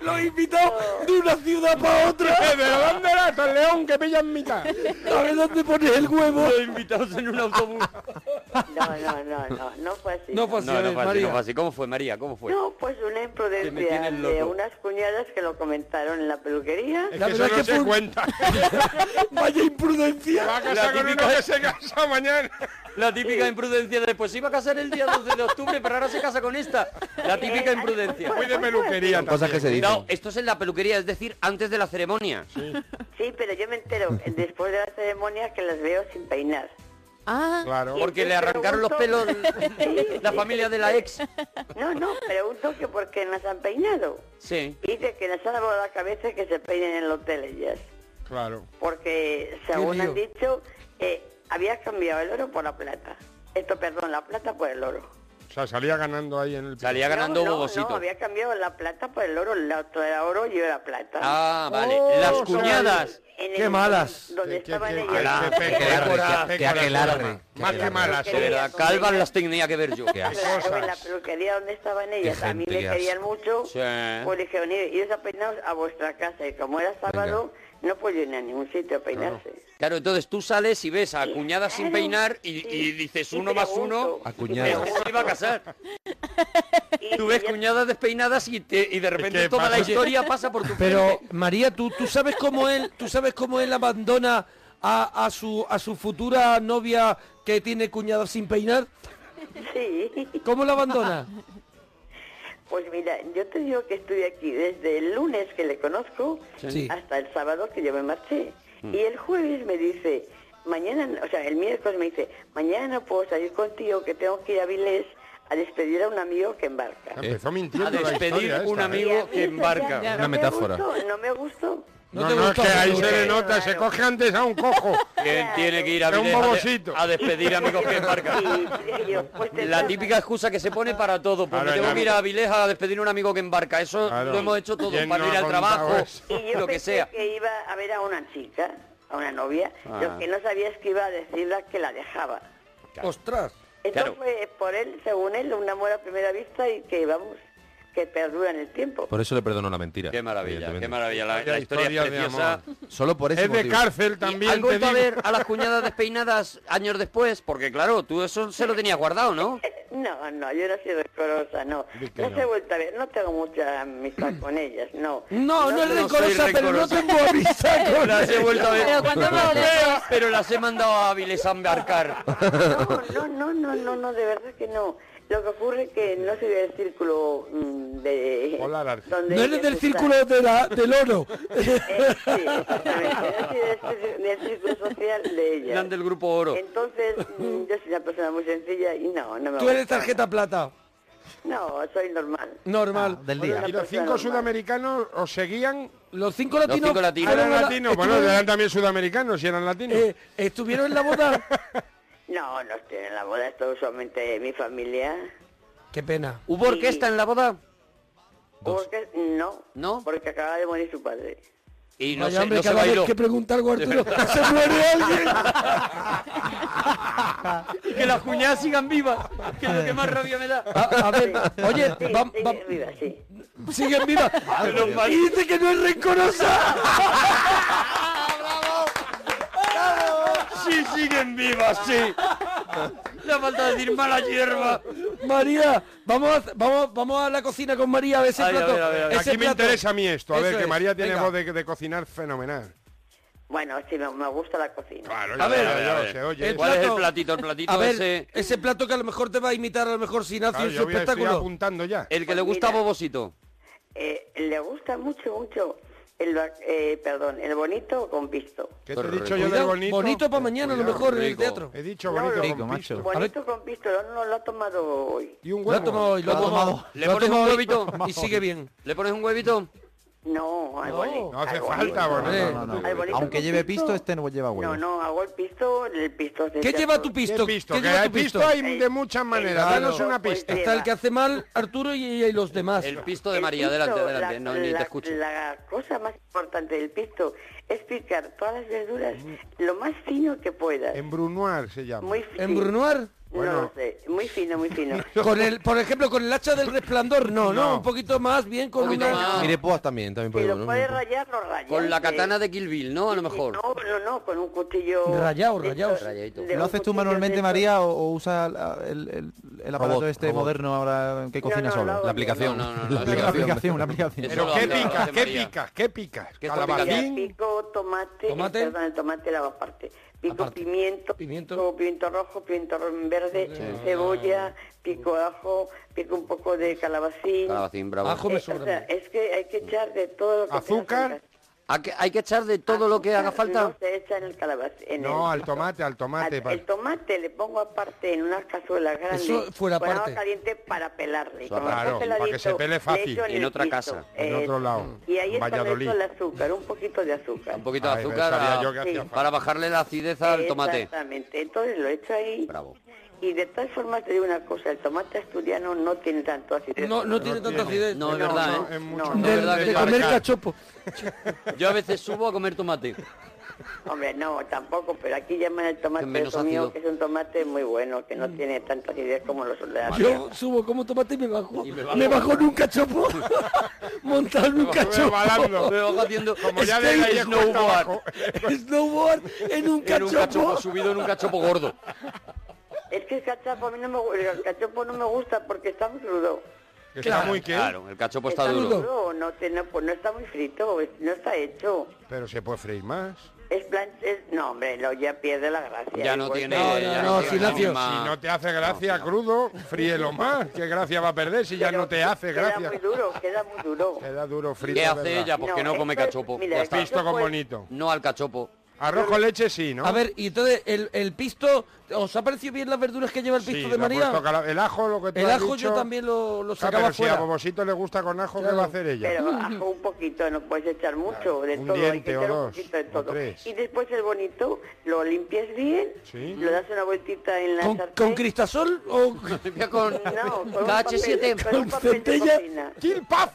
S3: Los invitados de una ciudad para otra.
S11: Eh, ¿De dónde eres? El león que pilla en mitad.
S3: A ver dónde pones el huevo.
S6: Los invitados en un autobús.
S10: No, no, no, no, no fue así.
S3: No fue así,
S6: No, no
S3: eh,
S6: fue así,
S3: María.
S6: no fue así. ¿Cómo fue, María? ¿Cómo fue?
S10: No, pues una imprudencia
S6: tienen
S10: de
S6: loco.
S10: unas cuñadas que lo comentaron en la peluquería.
S11: Es
S3: La
S11: que eso
S3: verdad
S11: no
S3: que fue
S11: se
S3: un-
S11: cuenta.
S3: Vaya imprudencia.
S11: Va a casar con uno que se casa mañana.
S6: La típica imprudencia de después iba a casar el día 12 de octubre, pero ahora se casa con esta. La típica imprudencia.
S11: Muy de peluquería.
S12: Son cosas que se
S6: Cuidado,
S12: dicen.
S6: esto es en la peluquería, es decir, antes de la ceremonia.
S10: Sí, pero yo me entero eh, después de la ceremonia que las veo sin peinar.
S5: Ah,
S11: Claro.
S6: Porque le arrancaron los pelos la familia de la ex.
S10: No, no, pregunto que por qué las han peinado.
S6: Sí.
S10: Y de que les ha dado la cabeza que se peinen en los hotel ellas.
S11: Claro.
S10: Porque, según
S3: lío.
S10: han dicho, eh, había cambiado el oro por la plata. Esto, perdón, la plata por el oro.
S11: O sea, salía ganando ahí en el...
S6: Salía ganando
S10: no, no,
S6: bobosito.
S10: No, había cambiado la plata por el oro. La otra era oro y yo era plata.
S6: Ah, vale.
S3: Oh,
S6: Las
S3: son-
S6: cuñadas.
S10: En el
S3: qué malas.
S10: Donde
S11: Qué- qué-
S10: estaban
S11: qué-
S10: ellas.
S11: Alá, qué
S12: Qué
S11: pécora,
S12: aquelarre, qué- qué
S11: pécora,
S12: aquelarre,
S11: pécora.
S12: qué
S11: Más que
S12: aquelarre.
S11: malas.
S6: De verdad, calvas las tenía que ver yo.
S10: Claro, en la
S11: Cosas.
S10: peluquería donde estaban ellas, a mí
S12: gente,
S10: me
S12: qué
S10: querían
S12: asco.
S10: mucho,
S6: Sí.
S10: pues dije, venid, iros a peinaros a vuestra casa, y como era sábado, no podía ir a ningún sitio a peinarse.
S6: Claro, entonces tú sales y ves a cuñadas sin
S10: Claro,
S6: peinar y, y
S10: sí.
S6: dices
S10: Y
S6: uno más uno.
S10: pregunto. A
S12: cuñadas.
S6: ¿pero ¿Cómo se iba a casar?
S10: Y
S6: Tú ves
S10: ellas-
S6: cuñadas despeinadas y, te- y de repente
S11: que
S6: toda la
S11: pasa-
S6: historia pasa por tu
S3: Pero
S6: frente.
S3: María, tú, tú sabes cómo él, tú sabes cómo él abandona a, a su a su futura novia que tiene cuñada sin peinar.
S10: Sí,
S3: ¿Cómo la abandona?
S10: pues mira, yo te digo que estuve aquí desde el lunes que le conozco
S3: Sí.
S10: hasta el sábado que yo me marché.
S6: Mm.
S10: Y el jueves me dice, mañana, o sea, el miércoles me dice, mañana no puedo salir contigo, que tengo que ir a Vilés a despedir a un amigo que embarca.
S11: Empezó
S6: Eh, A
S11: mintiendo la
S6: despedir
S11: historia
S6: un
S11: esta, ¿eh?
S6: amigo
S10: Y a mí
S6: que
S10: eso ya
S6: embarca.
S10: no
S12: Una
S10: me
S12: metáfora.
S10: gustó, no me gustó.
S3: No
S11: No,
S3: te
S11: no,
S3: gustó,
S11: es que ahí
S3: no
S11: se
S3: te
S11: le
S10: gustó.
S11: nota, se coge antes a un cojo.
S6: ¿Quién tiene que ir a
S11: Es un
S6: Vilés a de-
S11: bobosito.
S6: a, despedir amigos que embarcan?
S10: Y dije yo, pues te
S6: La
S10: salgo.
S6: típica excusa que se pone para todo. Pues
S11: Claro,
S6: me tengo
S11: el
S6: que ir
S11: amigo.
S6: a Vilés a despedir a un amigo que embarca. Eso
S11: Claro.
S6: lo hemos hecho todo.
S11: ¿Quién
S6: Para
S11: no
S6: ir
S11: ha
S6: al
S11: contado
S6: trabajo,
S11: eso?
S10: Y yo
S6: lo que
S10: pensé
S6: sea.
S10: que iba a ver a una chica, a una novia,
S6: Ah.
S10: lo que no sabía es que iba a decirla que la dejaba.
S3: Ostras.
S10: Esto
S6: Claro.
S10: fue por él, según él, un amor a primera vista y que vamos, que perdura en el tiempo.
S12: Por eso le perdono la mentira.
S6: Qué maravilla, qué
S12: evidentemente.
S6: maravilla. La,
S11: Vaya
S6: la historia es
S11: historia de
S6: preciosa.
S11: amor.
S12: Solo por ese
S11: Es de
S12: motivo.
S11: cárcel
S6: ¿Y
S11: también,
S6: ¿Has
S11: te
S6: vuelto a
S11: digo.
S6: ver a las cuñadas despeinadas años después? Porque claro, tú eso se lo tenías guardado, ¿no?
S10: No, no, yo no soy rencorosa, no.
S11: Di que
S10: No
S11: no.
S10: se he vuelto a ver, no tengo mucha amistad con ellas, no.
S3: No, no, es
S6: no
S3: rencorosa,
S6: soy
S3: pero no
S6: rencorosa.
S3: tengo amistad con
S6: Las he vuelto a ver.
S5: Pero cuando me hablé-
S6: Pero las he mandado a Áviles a embarcar.
S10: No, no, no, no, no, no, de verdad que no. Lo que ocurre es que no soy del círculo mm, de...
S11: Hola, Larry.
S10: donde
S3: No eres
S10: ellas
S3: del
S10: están.
S3: círculo de la, del oro.
S10: Eh, sí, exactamente. Yo soy del círculo- del círculo social de ellas.
S6: Eran del grupo Oro.
S10: Entonces, mm, yo soy una persona muy sencilla y no, no me
S3: Tú eres
S10: gusta.
S3: tarjeta plata.
S10: No, soy normal.
S3: Normal.
S13: Ah, del
S10: Hola,
S13: día.
S10: la-
S11: Y los cinco sudamericanos os seguían.
S3: Los cinco latinos.
S6: cinco latinos.
S3: fueron
S11: Eran
S3: a la-
S11: latinos, bueno,
S3: estuvieron-
S11: eran también sudamericanos si eran latinos.
S3: eh, estuvieron en la boda.
S10: No, no estoy en la boda, esto usualmente mi familia.
S3: Qué pena.
S6: ¿Hubo orquesta en la boda?
S10: Porque, no,
S6: ¿No?
S10: porque acaba de morir su padre.
S6: Y no,
S3: Vaya,
S6: se,
S3: hombre,
S6: no se
S3: cada vez
S6: bailó.
S3: que pregunta algo Arturo, se muere alguien.
S6: Y que las cuñadas sigan vivas, que es lo que más rabia me da.
S3: A, a ver, oye,
S10: Sí,
S3: vam-
S10: sí,
S3: vam-
S10: viva, sí.
S3: siguen vivas.
S6: Menos mal.
S3: Y dice que no es rencorosa.
S6: Sí, siguen vivas, sí. Le ha falta decir mala hierba.
S3: María, vamos a, vamos, vamos a la cocina con María a ver ese
S6: Ay, a
S3: plato.
S6: ver, a ver, a ver.
S3: ese
S11: Aquí me
S3: plato.
S11: interesa a mí esto. A
S3: Eso
S11: ver, que
S3: es,
S11: María tiene
S3: venga.
S11: voz de, de cocinar fenomenal.
S10: Bueno, sí, me, me gusta la cocina.
S11: Claro,
S6: A
S11: ya,
S6: ver,
S11: ya,
S6: a ver,
S11: ya
S6: a
S11: lo
S6: ver.
S11: sé, oye.
S3: El
S6: ¿Cuál es el
S3: plato-
S6: platito? El platito
S3: A ver,
S6: ese,
S3: ese plato que a lo mejor te va a imitar, a lo mejor si nació en
S11: Claro,
S3: su
S11: yo voy- estoy
S3: espectáculo.
S11: apuntando ya.
S6: el que
S10: Pues
S6: le gusta a
S10: mira.
S6: Bobosito.
S10: Eh, le gusta mucho, mucho, el, ba- eh, perdón, el bonito con pisto.
S11: ¿Qué te he dicho yo de
S3: Cuidado,
S11: bonito?
S3: para mañana, a lo
S11: Cuidado.
S3: mejor en el
S6: rico.
S3: teatro.
S11: He dicho
S10: No,
S11: bonito
S10: rico,
S11: con
S13: macho.
S11: pisto.
S10: Bonito con pisto, no, no lo ha tomado hoy.
S11: Y un
S3: Lo ha
S11: huevo.
S3: tomado hoy, lo ha
S13: Lo ha
S3: tomado.
S13: tomado.
S6: ¿Le
S3: Lo ha
S6: pones un
S3: tomado hoy
S6: huevito?
S3: y sigue bien.
S6: ¿Le pones un huevito?
S10: No, al bonito.
S11: No hace
S10: al
S11: falta
S3: Eh,
S11: bonito.
S13: No, no,
S10: Al bonito
S13: Aunque
S10: con
S13: lleve pisto, este no lleva huevo.
S10: No, no, hago el pisto, el pisto... se
S3: ¿Qué
S10: echa
S3: lleva
S10: todo.
S3: tu pisto?
S11: ¿Qué pisto?
S3: ¿Qué
S11: Que
S3: lleva
S11: hay
S3: tu
S11: pisto,
S3: pisto?
S11: hay de muchas maneras.
S3: Claro.
S11: Danos una
S10: pues
S11: pista.
S3: Está el que hace mal Arturo y, y los demás.
S6: El pisto de
S10: El
S6: María,
S10: pisto,
S6: adelante, adelante.
S10: la-
S6: No, ni
S10: la-
S6: te escucho.
S10: La cosa más importante del pisto es picar todas las verduras lo más fino que puedas.
S11: En Brunoir se llama.
S10: Muy
S3: ¿En
S10: sí,
S3: Brunoir?
S10: No lo sé. Muy fino, muy fino.
S1: Con el, por ejemplo, con el hacha del resplandor, no, no, un poquito más, bien con una...
S12: Mire, Púas también, también
S10: Si
S12: podemos,
S10: lo
S12: ¿no?
S10: puedes rayar, lo rayas.
S6: Con la
S10: Eh,
S6: katana de Kill Bill, ¿no? A lo
S10: sí, sí,
S6: mejor.
S10: No, no, no, con un cuchillo...
S3: Rayado,
S10: de
S3: rayado.
S10: estos- Este de
S13: ¿Lo
S10: un
S13: haces tú
S10: cuchillo de
S13: manualmente,
S10: estos-
S13: María, o, o usas la- el, el- el aparato
S12: Robot,
S13: este
S12: robot.
S13: moderno ahora que cocina
S10: no,
S13: solo?
S10: no,
S12: La aplicación.
S6: No, no, no,
S13: La
S6: no, no,
S13: aplicación, la aplicación, la aplicación.
S6: Eso lo
S11: ¿Qué
S6: hace- lo
S11: picas?
S6: hace
S11: ¿Qué
S6: María.
S11: picas? ¿Qué picas?
S6: ¿Qué está picando?
S11: ¿Calabacín?
S10: Mira, Pico, tomate,
S1: ¿Tomate?
S10: perdón, el tomate la hago aparte. Pico
S1: Aparte.
S10: pimiento,
S1: Pimiento.
S10: pico pimiento rojo, pimiento ro- verde, cebolla, pico ajo, pico un poco de calabacín.
S6: Calabacín, bravo.
S1: Ajo
S10: Eh,
S1: me
S10: o sea,
S1: sobra.
S10: es que hay que echar de todo lo que tengas en
S11: ¿Azúcar?
S10: casa.
S6: ¿A que- ¿Hay que echar de todo lo que haga
S10: Azúcar
S6: falta?
S10: No se echa en el calabacín. en
S11: No,
S10: el-
S11: al tomate, al tomate.
S10: Al-
S11: pa-
S10: El tomate le pongo aparte en unas cazuelas grandes.
S1: Eso fuera
S10: con agua
S1: parte.
S10: caliente para pelarle.
S6: Eso
S10: Como está
S11: claro, para que se
S10: peladito,
S11: pele
S10: le
S11: fácil.
S10: echo
S6: En
S10: el
S6: otra
S10: guiso.
S6: casa,
S11: en
S10: Eh,
S11: otro lado.
S10: Y ahí
S11: en
S10: es cuando le
S11: Valladolid.
S10: echo el azúcar, un poquito de azúcar.
S6: Un poquito de
S11: Ay, me
S6: azúcar
S11: sabía
S6: a-
S11: yo que hacía
S10: Sí.
S11: falta.
S6: para bajarle la acidez al tomate.
S10: Exactamente. Entonces lo echo ahí.
S6: Bravo.
S10: Y de tal forma te digo una cosa, el tomate asturiano no tiene tanto acidez.
S1: No, no tiene tanta acidez.
S6: No, es
S10: No,
S6: verdad,
S10: no,
S6: ¿eh?
S11: es mucho
S10: no,
S6: No, es
S3: De,
S6: verdad
S3: de
S6: que yo,
S3: comer cachopo.
S6: yo a veces subo a comer tomate.
S10: Hombre, no, tampoco, pero aquí llaman el tomate
S6: Es menos
S10: eso mío,
S6: ácido.
S10: que es un tomate muy bueno, que no
S11: Mm.
S10: tiene tanta acidez como los de aquí.
S3: Yo subo como tomate y me bajo.
S6: Y
S3: me
S6: me
S3: bajo,
S6: bajo.
S3: en un cachopo. Montarme un
S11: Estuve
S3: cachopo.
S11: balando.
S6: Me bajo haciendo
S11: Como ya
S6: Stay
S11: de ahí es cuesta abajo.
S3: Snowboard en un
S6: en un cachopo,
S3: cachopo.
S6: subido en un cachopo gordo.
S10: Es que el cachapo a mí no me, gu- el cachopo no me gusta porque está muy crudo.
S11: Que está muy qué.
S6: Claro, el cachopo está
S10: muy
S6: duro.
S10: no, te- no, pues no está muy frito, es- no está hecho.
S11: Pero se puede freír más.
S10: Es plan, es- no, hombre, lo, ya pierde la gracia.
S6: Ya
S10: Y
S6: no
S10: pues-
S6: tiene...
S3: no,
S6: ya
S3: no,
S6: tiene
S3: sin
S6: la
S3: ácido.
S6: misma-
S11: Si no te hace gracia crudo, fríelo más. ¿Qué gracia va a perder si ya
S10: pero
S11: no te hace
S10: Queda
S11: gracia?
S10: muy duro, queda muy duro.
S11: Queda duro frito.
S6: ¿Qué hace
S11: ¿verdad?
S6: ella? Pues que no
S10: No,
S6: come
S10: esto es-
S6: cachopo.
S10: mira,
S6: Ya
S10: esto-
S6: está.
S11: Pisto con
S10: Pues-
S11: bonito.
S6: No al cachopo.
S11: Arroz con leche sí, ¿no?
S1: A ver, y entonces, el, el pisto, ¿os ha parecido bien las verduras que lleva el
S11: Sí,
S1: pisto
S11: le
S1: de
S11: he
S1: María?
S11: puesto cala- El ajo, lo que tú
S1: El
S11: has
S1: ajo
S11: dicho.
S1: yo también lo, lo
S11: Ah,
S1: sacaba
S11: pero si a
S1: fuera.
S11: Bobosito le gusta con ajo, ¿qué va a hacer ella? Mm.
S10: Pero
S6: ah,
S10: ajo un poquito, no puedes echar mucho de
S11: un
S10: todo, hay
S11: diente
S10: que
S11: o
S10: echar un
S11: dos,
S10: poquito de
S11: o
S10: todo.
S11: tres.
S10: Y después el bonito, lo limpias bien,
S11: Sí.
S10: lo das una vueltita en la
S1: ¿Con,
S10: sartén.
S11: ¿Eh?
S1: ¿Con cristasol o...?
S6: Limpia con...
S10: No, con un
S6: KH7.
S10: papel- con un papel de
S3: centella.
S10: cocina.
S11: ¡Chilpaf!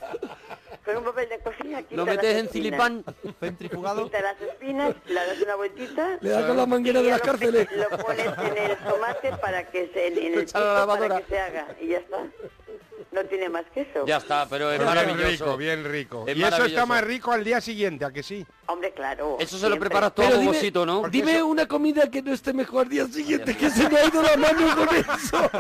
S10: Con un papel de cocina
S6: Lo
S10: quitas las
S6: metes en
S10: espinas.
S6: cilipán.
S13: Centrifugado.
S10: Quitas las espinas, le das una vueltita.
S3: Le da con la manguera
S10: y
S3: de
S10: ya
S3: las
S10: lo-
S3: cárceles.
S10: Lo pones en el tomate para que se, en, en el
S6: Echa la
S10: pico para
S6: lavadora.
S10: que se haga. Y ya está. No tiene más que eso.
S6: Ya está, pero es
S11: Pero bien
S6: maravilloso.
S11: rico, bien rico.
S6: Es
S11: y eso está
S6: maravilloso.
S11: más rico al día siguiente, ¿a que sí?
S10: Hombre, claro.
S6: Eso se lo
S10: siempre.
S6: preparas tú a
S1: Pero dime-
S6: Bobosito, ¿no?
S1: Dime una comida que no esté mejor al día siguiente, que se me ha ido la mano con eso.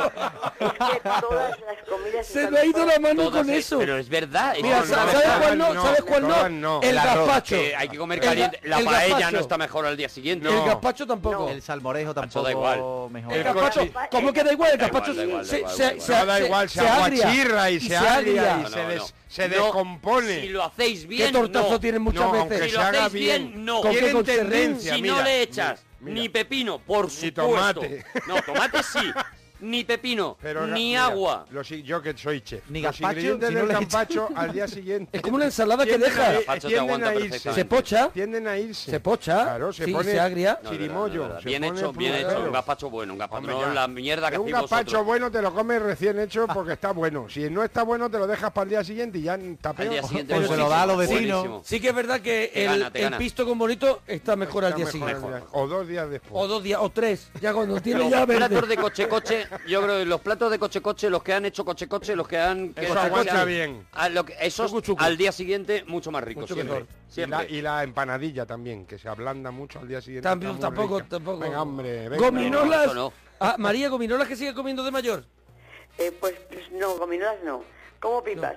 S10: Es que todas las comidas
S1: Se
S10: están
S1: me ha ido la mano
S6: Todas,
S1: con
S6: eh,
S1: eso.
S6: Pero es verdad. es
S1: Mira,
S6: que es
S1: ¿sabes
S6: una verdad.
S1: cuál no?
S11: no,
S1: ¿Sabes cuál no?
S11: todas no.
S1: El
S13: El arroz,
S1: gazpacho.
S6: Que hay que comer
S1: El ga-
S6: caliente. La
S1: el
S6: paella
S1: gazpacho.
S6: no está mejor al día siguiente.
S1: El
S11: No.
S1: gazpacho tampoco.
S13: El salmorejo
S6: Macho,
S13: tampoco
S6: da igual.
S13: mejor.
S1: El
S11: El
S1: gazpacho,
S11: cochi-
S1: ¿cómo que da igual? El gazpacho
S6: da igual, da
S1: se,
S6: igual,
S1: se-
S6: da igual.
S1: se-
S11: No da igual, se, aguachirra y se agria y
S6: No,
S11: se,
S6: no,
S11: des-
S6: no.
S11: se
S6: No,
S11: descompone.
S6: Si lo hacéis bien,
S1: Qué tortazo
S6: no.
S1: tienen muchas
S11: No,
S1: veces.
S11: aunque
S6: Si lo
S11: se haga
S6: hacéis bien,
S11: bien.
S6: no.
S1: ¿Con qué
S11: Tienen
S1: con serrín?
S11: tendencia,
S6: Si
S11: mira.
S6: no le echas
S11: Mira.
S6: ni pepino, por
S11: Ni
S6: supuesto.
S11: tomate.
S6: No, tomate sí. Ni pepino,
S11: Pero ga-
S6: ni
S11: mira,
S6: agua.
S11: los i- yo que soy chef.
S13: Ni
S11: los
S13: gazpacho,
S11: ingredientes
S13: si no
S11: del
S13: le echas.
S11: gazpacho al día siguiente.
S1: Es como una ensalada que
S11: tienden
S1: deja.
S11: a-
S6: Gazpacho te
S11: tienden
S6: aguanta
S11: a irse.
S6: perfectamente.
S1: Se pocha.
S11: Tienden a irse.
S1: Se pocha,
S11: Claro, se
S1: sí,
S11: pone
S1: se agria.
S6: No, es verdad, no, es
S11: Chirimoyo.
S6: verdad.
S11: se
S6: Bien
S11: pone
S6: hecho, bien hecho.
S11: fulgurero.
S6: Un gazpacho bueno, un gazpacho.
S11: Hombre,
S6: No
S11: ya.
S6: la mierda que
S11: un
S6: hacéis
S11: gazpacho
S6: vosotros.
S11: bueno te lo comes recién hecho
S6: Ah.
S11: porque está bueno. Si no está bueno te lo dejas para el día siguiente y ya está
S6: Al
S11: peor.
S6: día siguiente
S13: Pues se lo da a los vecinos.
S6: buenísimo.
S1: Sí que es verdad que
S6: Te
S1: el,
S6: gana, te
S1: el
S6: gana.
S1: pisto con bonito está mejor al
S11: Está
S1: día
S11: mejor
S1: siguiente.
S11: al día- O dos días después.
S1: O dos días, o tres, ya cuando tiene
S6: Los
S1: ya
S6: platos
S1: verde.
S6: de coche coche, yo creo que los platos de coche coche, los que han hecho coche coche, los que han que
S11: Eso
S6: se han-
S11: aguanta bien.
S6: a lo que- esos
S1: Chucu, chucu.
S6: al día siguiente mucho más ricos
S1: Mucho
S6: siempre.
S1: mejor.
S11: Y
S6: Siempre.
S11: la, y la empanadilla también, que se ablanda mucho al día siguiente.
S1: También,
S11: está muy
S1: tampoco,
S11: rica.
S1: tampoco.
S11: Venga, hombre, venga.
S1: Gominolas.
S6: No, eso no.
S1: Ah, María, gominolas que sigue comiendo de mayor.
S10: Eh, pues, pues no, gominolas no. Como pipas.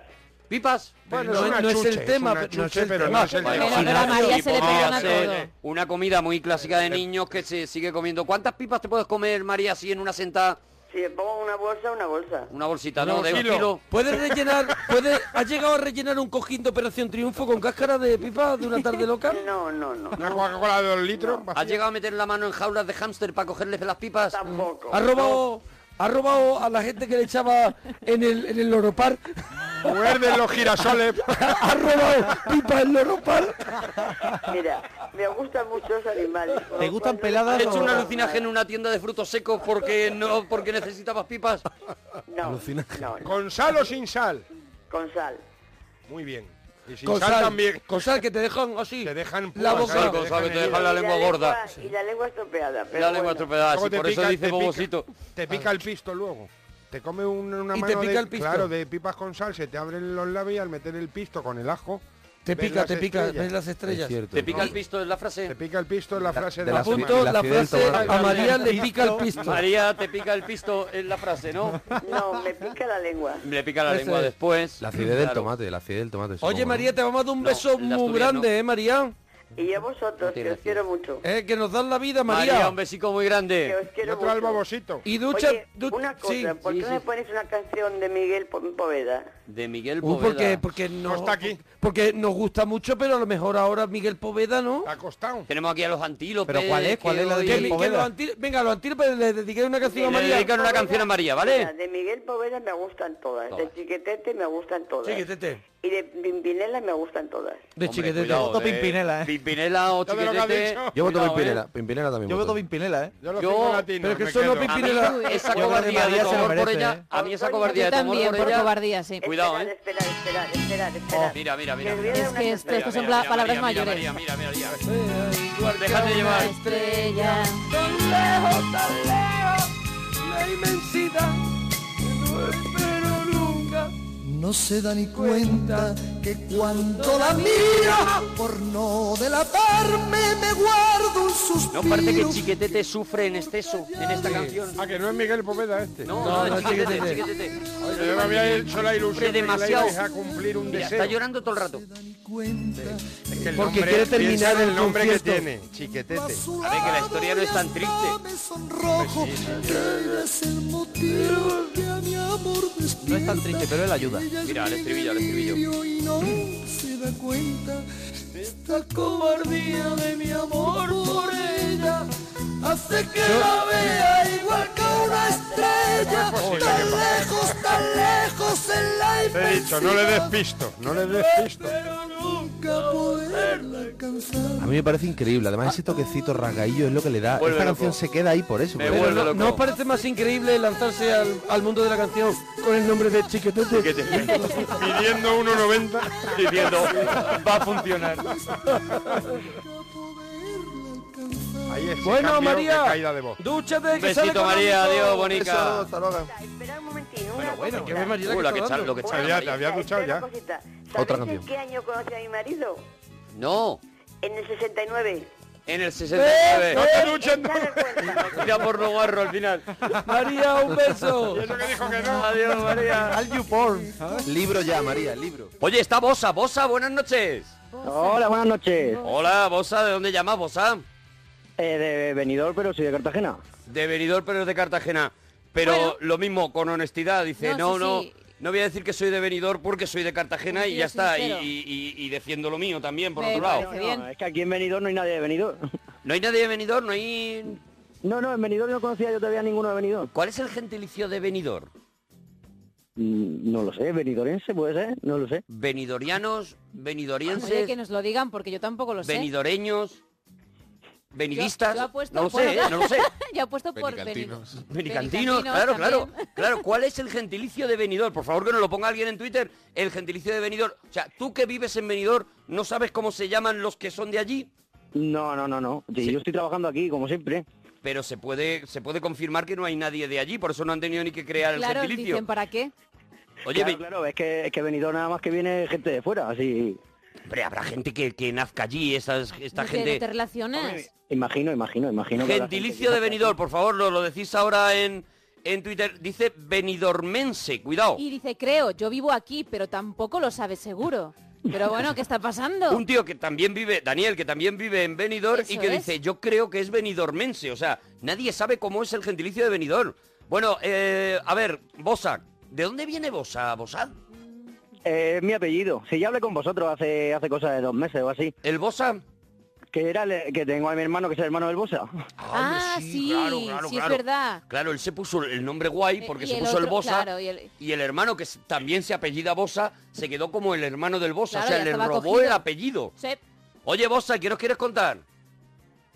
S6: Pipas.
S1: No
S11: Bueno,
S1: Pues,
S11: es,
S1: es-
S11: una
S1: no es el
S11: chuche,
S1: tema,
S11: una
S1: pero no es
S11: chuche,
S1: el
S11: pero
S1: tema.
S11: no es el
S5: Bueno,
S11: tema.
S5: pero a María se le
S6: podría
S5: perdona
S6: hacer
S5: todo.
S6: Una comida muy clásica
S11: Eh,
S6: de niños que se sigue comiendo. ¿Cuántas pipas te puedes comer, María, así en una sentada?
S10: Si le pongo una bolsa, una bolsa.
S6: Una bolsita,
S11: No,
S6: ¿no? De un
S11: kilo.
S6: kilo.
S1: ¿Puedes rellenar, puede, has llegado a rellenar un cojín de Operación Triunfo con cáscara de pipa de una tarde loca?
S10: No, no, no.
S11: Una Coca-Cola de dos litros.
S6: ¿Has
S11: vacía.
S6: llegado a meter la mano en jaulas de hámster para cogerles de las pipas?
S10: Tampoco.
S1: ¿Has robado, has robado a la gente que le echaba en el, en el loropar?
S11: Muerden los girasoles.
S1: ¿Has robado pipa en loropar?
S10: Mira, me gustan muchos animales. con
S13: ¿Te
S10: lo
S13: gustan
S10: cual-
S13: peladas
S6: ¿Has hecho un
S13: No.
S6: alucinaje en una tienda de frutos secos porque no porque necesitabas pipas?
S10: No, no, no,
S11: Con sal o sin sal.
S10: con sal.
S11: Muy bien. Y sin
S1: con
S11: sal
S1: sal,
S11: también.
S1: Con sal, que te dejan así. Te
S11: dejan
S1: la boca.
S6: Con sal, que te dejan la lengua gorda.
S10: Y la lengua estropeada. pero
S6: La
S10: bueno.
S6: lengua estropeada,
S11: Luego
S6: sí,
S11: te
S6: por
S11: pica-
S6: eso dice
S11: te pica-
S6: bobosito.
S11: Te pica el pisto luego. Te come un- una
S1: Y te
S11: mano
S1: pica
S11: de,
S1: el pisto.
S11: claro, de pipas con sal, se te abren los labios y al meter el pisto con el ajo.
S1: Te
S11: ves
S1: pica,
S11: las
S1: te pica,
S11: estrellas.
S1: ves las estrellas. Es cierto.
S6: Te pica el pisto es la frase.
S11: Te pica el pisto es la frase de la,
S1: apunto
S11: semana.
S1: la frase a María le pica el pisto.
S6: María, te pica el pisto es la frase, ¿no?
S10: No, me pica la lengua.
S6: Le pica la
S1: Ese
S6: lengua
S1: es.
S6: después.
S12: La acidez del
S6: Claro.
S12: tomate, la acidez del tomate. eso
S1: Oye,
S12: como, ¿no?
S1: María, te vamos a dar un beso
S6: el
S1: muy
S6: asturiano.
S1: grande, ¿eh, María?
S10: Y a vosotros, que os quiero mucho.
S1: Eh, que nos dan la vida, María.
S6: María, un besico muy
S10: Que
S6: grande.
S10: os quiero
S11: Otro al
S10: mucho.
S11: babosito.
S1: Y ducha...
S10: Oye,
S1: du-
S10: una cosa,
S1: sí.
S10: ¿por qué no me pones una canción de Miguel Po- Poveda?
S6: De Miguel
S1: Uh,
S6: Poveda.
S1: porque, porque no,
S11: está aquí.
S1: Porque nos gusta mucho, pero a lo mejor ahora Miguel Poveda, ¿no?
S11: Está acostado.
S6: Tenemos aquí a los antílopes.
S13: ¿Pero cuál es? ¿Cuál es la de
S6: hoy-
S1: Que,
S13: Miguel
S1: mi- que
S13: Poveda.
S1: los antil- venga, los antílopes le dediqué una canción a
S6: Le
S1: María.
S6: dedican una canción a María,
S10: Mira,
S6: ¿vale?
S10: De Miguel Poveda me gustan todas.
S6: Todas.
S10: De Chiquetete me gustan todas.
S1: Chiquitete.
S10: Y de Pimpinela me gustan todas.
S1: De
S6: Hombre,
S1: chiquitete.
S6: cuidado,
S13: Voto
S6: de-
S13: Pimpinela, ¿eh?
S6: Pimpinela o
S11: Ya ves lo que has
S6: chiquitete.
S11: dicho.
S12: Yo voto
S6: Cuidado,
S12: Pimpinela,
S6: ¿eh?
S12: Pimpinela también.
S13: Yo voto Pimpinela, ¿eh?
S11: Yo lo
S6: Yo-
S11: tengo latino.
S1: pero que
S11: me
S1: eso no
S11: quedo.
S6: A mí
S1: Pimpinela-
S6: esa
S13: Yo creo que
S6: cobardía de
S13: María se lo
S6: tomar por
S13: merece,
S6: ella,
S13: ¿eh?
S6: a mí esa
S10: Yo
S6: cobardía
S5: Yo
S6: de tomar
S5: también,
S6: por
S5: por
S6: ella.
S5: cobardía, sí.
S6: Cuidado,
S10: esperad,
S6: ¿eh?
S10: esperad, esperad, esperad, esperad.
S6: Mira, mira, mira.
S10: Que os voy a
S6: mira.
S10: dar
S5: Es
S10: una
S5: que esto-
S10: canción.
S5: estos son pla- palabras
S6: mira, mira,
S5: mayores.
S6: Mira, mira, mira, mira.
S1: Eh,
S6: Duarte, Déjate llevar.
S5: estrella.
S1: Tan lejos, tan lejos, la inmensidad, no espero nunca.
S14: No se da ni cuenta que cuando la miro, por no delatarme, me guardo un suspiro.
S6: No parece que Chiquetete sufre en exceso en esta canción.
S11: Ah, que no es Miguel Poveda este.
S6: No,
S1: No,
S6: no,
S1: no,
S6: Chiquetete,
S1: Chiquetete.
S6: Chiquetete.
S11: Pero yo me había hecho la ilusión de que la
S6: demasiado.
S11: ibais a cumplir un
S6: Mira,
S11: deseo.
S6: está llorando todo el rato.
S11: Es que
S1: Porque
S11: el nombre-
S1: quiere terminar
S11: piensa en
S1: el
S11: el nombre que
S1: concierto.
S11: tiene, chiquetete.
S6: A ver, que la historia no es tan triste. Pues
S14: Me sonrojo, eres el motivo que a mi amor
S13: No es
S14: despierta.
S13: tan triste, pero él ayuda.
S6: Mira, al estribillo, al estribillo.
S14: delirio Y no se da cuenta de esta cobardía de mi amor por ella. Hace que la vea igual que una estrella. Tan lejos, tan lejos en la
S11: Te he dicho, no le des pisto, no le des pisto.
S14: Nunca poderla alcanzar.
S12: A mí me parece increíble. Además, ese toquecito rasgaillo es lo que le da.
S6: Vuelve
S12: Esta
S6: loco.
S12: canción se queda ahí por eso.
S6: Me
S12: por eso.
S6: vuelve
S1: Pero no,
S6: loco.
S1: ¿no os parece más increíble lanzarse al, al mundo de la canción con el nombre de Chiquetete?
S11: Pidiendo 1,90.
S6: Diciendo, va a funcionar.
S11: Ahí es.
S1: Bueno, María,
S11: Caída de voz.
S1: dúchate, que sale
S6: Besito, María.
S1: económico.
S6: Adiós,
S13: Eso,
S6: bonica.
S13: hasta luego.
S10: Espera un momentito, una cosita.
S1: que ve María la
S6: Uh,
S1: que
S6: la
S1: está
S6: que está-
S1: dando.
S6: lo que está
S11: Te había- te había
S10: Espera
S11: duchado
S10: una
S11: ya.
S10: cosita. ¿Sabéis
S12: Otra
S10: en
S12: canción.
S10: qué año conocí a mi marido?
S6: No,
S10: En el 69.
S6: en el
S1: ¡Eh,
S6: 69.
S11: te duches, no.
S10: Daros cuenta, ¿no?
S6: Mira por lo guarro al final.
S1: María, un beso.
S11: Eso que dijo que no.
S6: Adiós, María.
S13: Al YouPorn.
S12: Libro ya, María, libro.
S6: Oye, está Bosa. Bosa, buenas noches.
S15: Hola, buenas noches.
S6: Hola, Bosa. ¿De dónde llamas, Bosa?
S15: Eh, de venidor, pero soy de Cartagena.
S6: De Benidorm, pero es de Cartagena. Pero
S5: Bueno.
S6: lo mismo, con honestidad, dice, no,
S5: No,
S6: no,
S5: sí, sí.
S6: no voy a decir que soy de Benidorm porque soy de Cartagena y
S5: Yo
S6: ya está, y,
S5: sincero.
S6: y- y- y defiendo lo mío también, por
S5: Me
S6: otro lado.
S5: parece bien.
S15: es que aquí en venidor no hay nadie de venidor.
S6: No hay nadie de Benidorm, no hay...
S15: No, no, en venidor no conocía yo todavía ninguno de venidor.
S6: ¿Cuál es el gentilicio de Benidorm?
S15: Mm, No lo sé, venidorense puede ser, no lo sé.
S6: Benidorianos,
S5: Oye, que
S6: benidorienses,
S5: nos lo digan porque yo tampoco lo sé.
S6: benidoreños,
S5: Yo- yo
S6: benidistas,
S5: apuesto-
S6: no lo sé,
S5: bueno,
S6: ¿eh? no lo sé.
S5: Yo apuesto por
S12: Benicantinos.
S5: Benidorm.
S6: Benicantinos, claro, claro, claro. ¿Cuál es el gentilicio de Benidorm? Por favor, que nos lo ponga alguien en Twitter. El gentilicio de Benidorm. O sea, tú que vives en Benidorm, ¿no sabes cómo se llaman los que son de allí?
S15: No, no, no, no. Sí,
S6: Sí.
S15: Yo estoy trabajando aquí, como siempre.
S6: Pero se puede, se puede confirmar que no hay nadie de allí, por eso no han tenido ni que crear
S5: Claro,
S6: el gentilicio.
S5: dicen para qué.
S6: Oye,
S15: claro,
S6: ve-
S15: claro, es que, es que venidor nada más que viene gente de fuera, así...
S6: hombre, habrá gente que, que nazca allí, esas- esta
S5: Dice,
S6: gente.
S5: No te relacionas.
S15: Imagino, imagino, imagino. que habrá gente
S6: Gentilicio
S15: que-
S6: de Benidorm, por favor, lo, lo decís ahora en, en Twitter. Dice Benidormense, cuidado.
S5: Y dice, creo, yo vivo aquí, pero tampoco lo sabes seguro. Pero bueno, ¿qué está pasando?
S6: Un tío que también vive, Daniel, que también vive en Benidorm y
S5: Eso
S6: que
S5: es.
S6: dice, yo creo que es benidormense, o sea, nadie sabe cómo es el gentilicio de Benidorm. Bueno, eh, a ver, Bosa, ¿de dónde viene Bosa, Bosa?
S15: Eh, mi apellido. Si ya hablé con vosotros hace hace cosa de dos meses o así,
S6: ¿El Bosa?
S15: que era el- que tengo a mi hermano que es el hermano del Bosa.
S5: Ah,
S6: hombre,
S5: sí, sí, es verdad.
S6: Claro, él se puso el nombre guay porque
S5: Eh, y
S6: se
S5: el
S6: puso el
S5: otro,
S6: Bosa
S5: claro, y el-
S6: y el hermano que s- también se apellida Bosa se quedó como el hermano del Bosa,
S5: Claro,
S6: o sea,
S5: ya
S6: le
S5: estaba
S6: robó
S5: cogido.
S6: el apellido.
S5: Sí.
S6: Oye, Bosa, ¿qué nos quieres contar?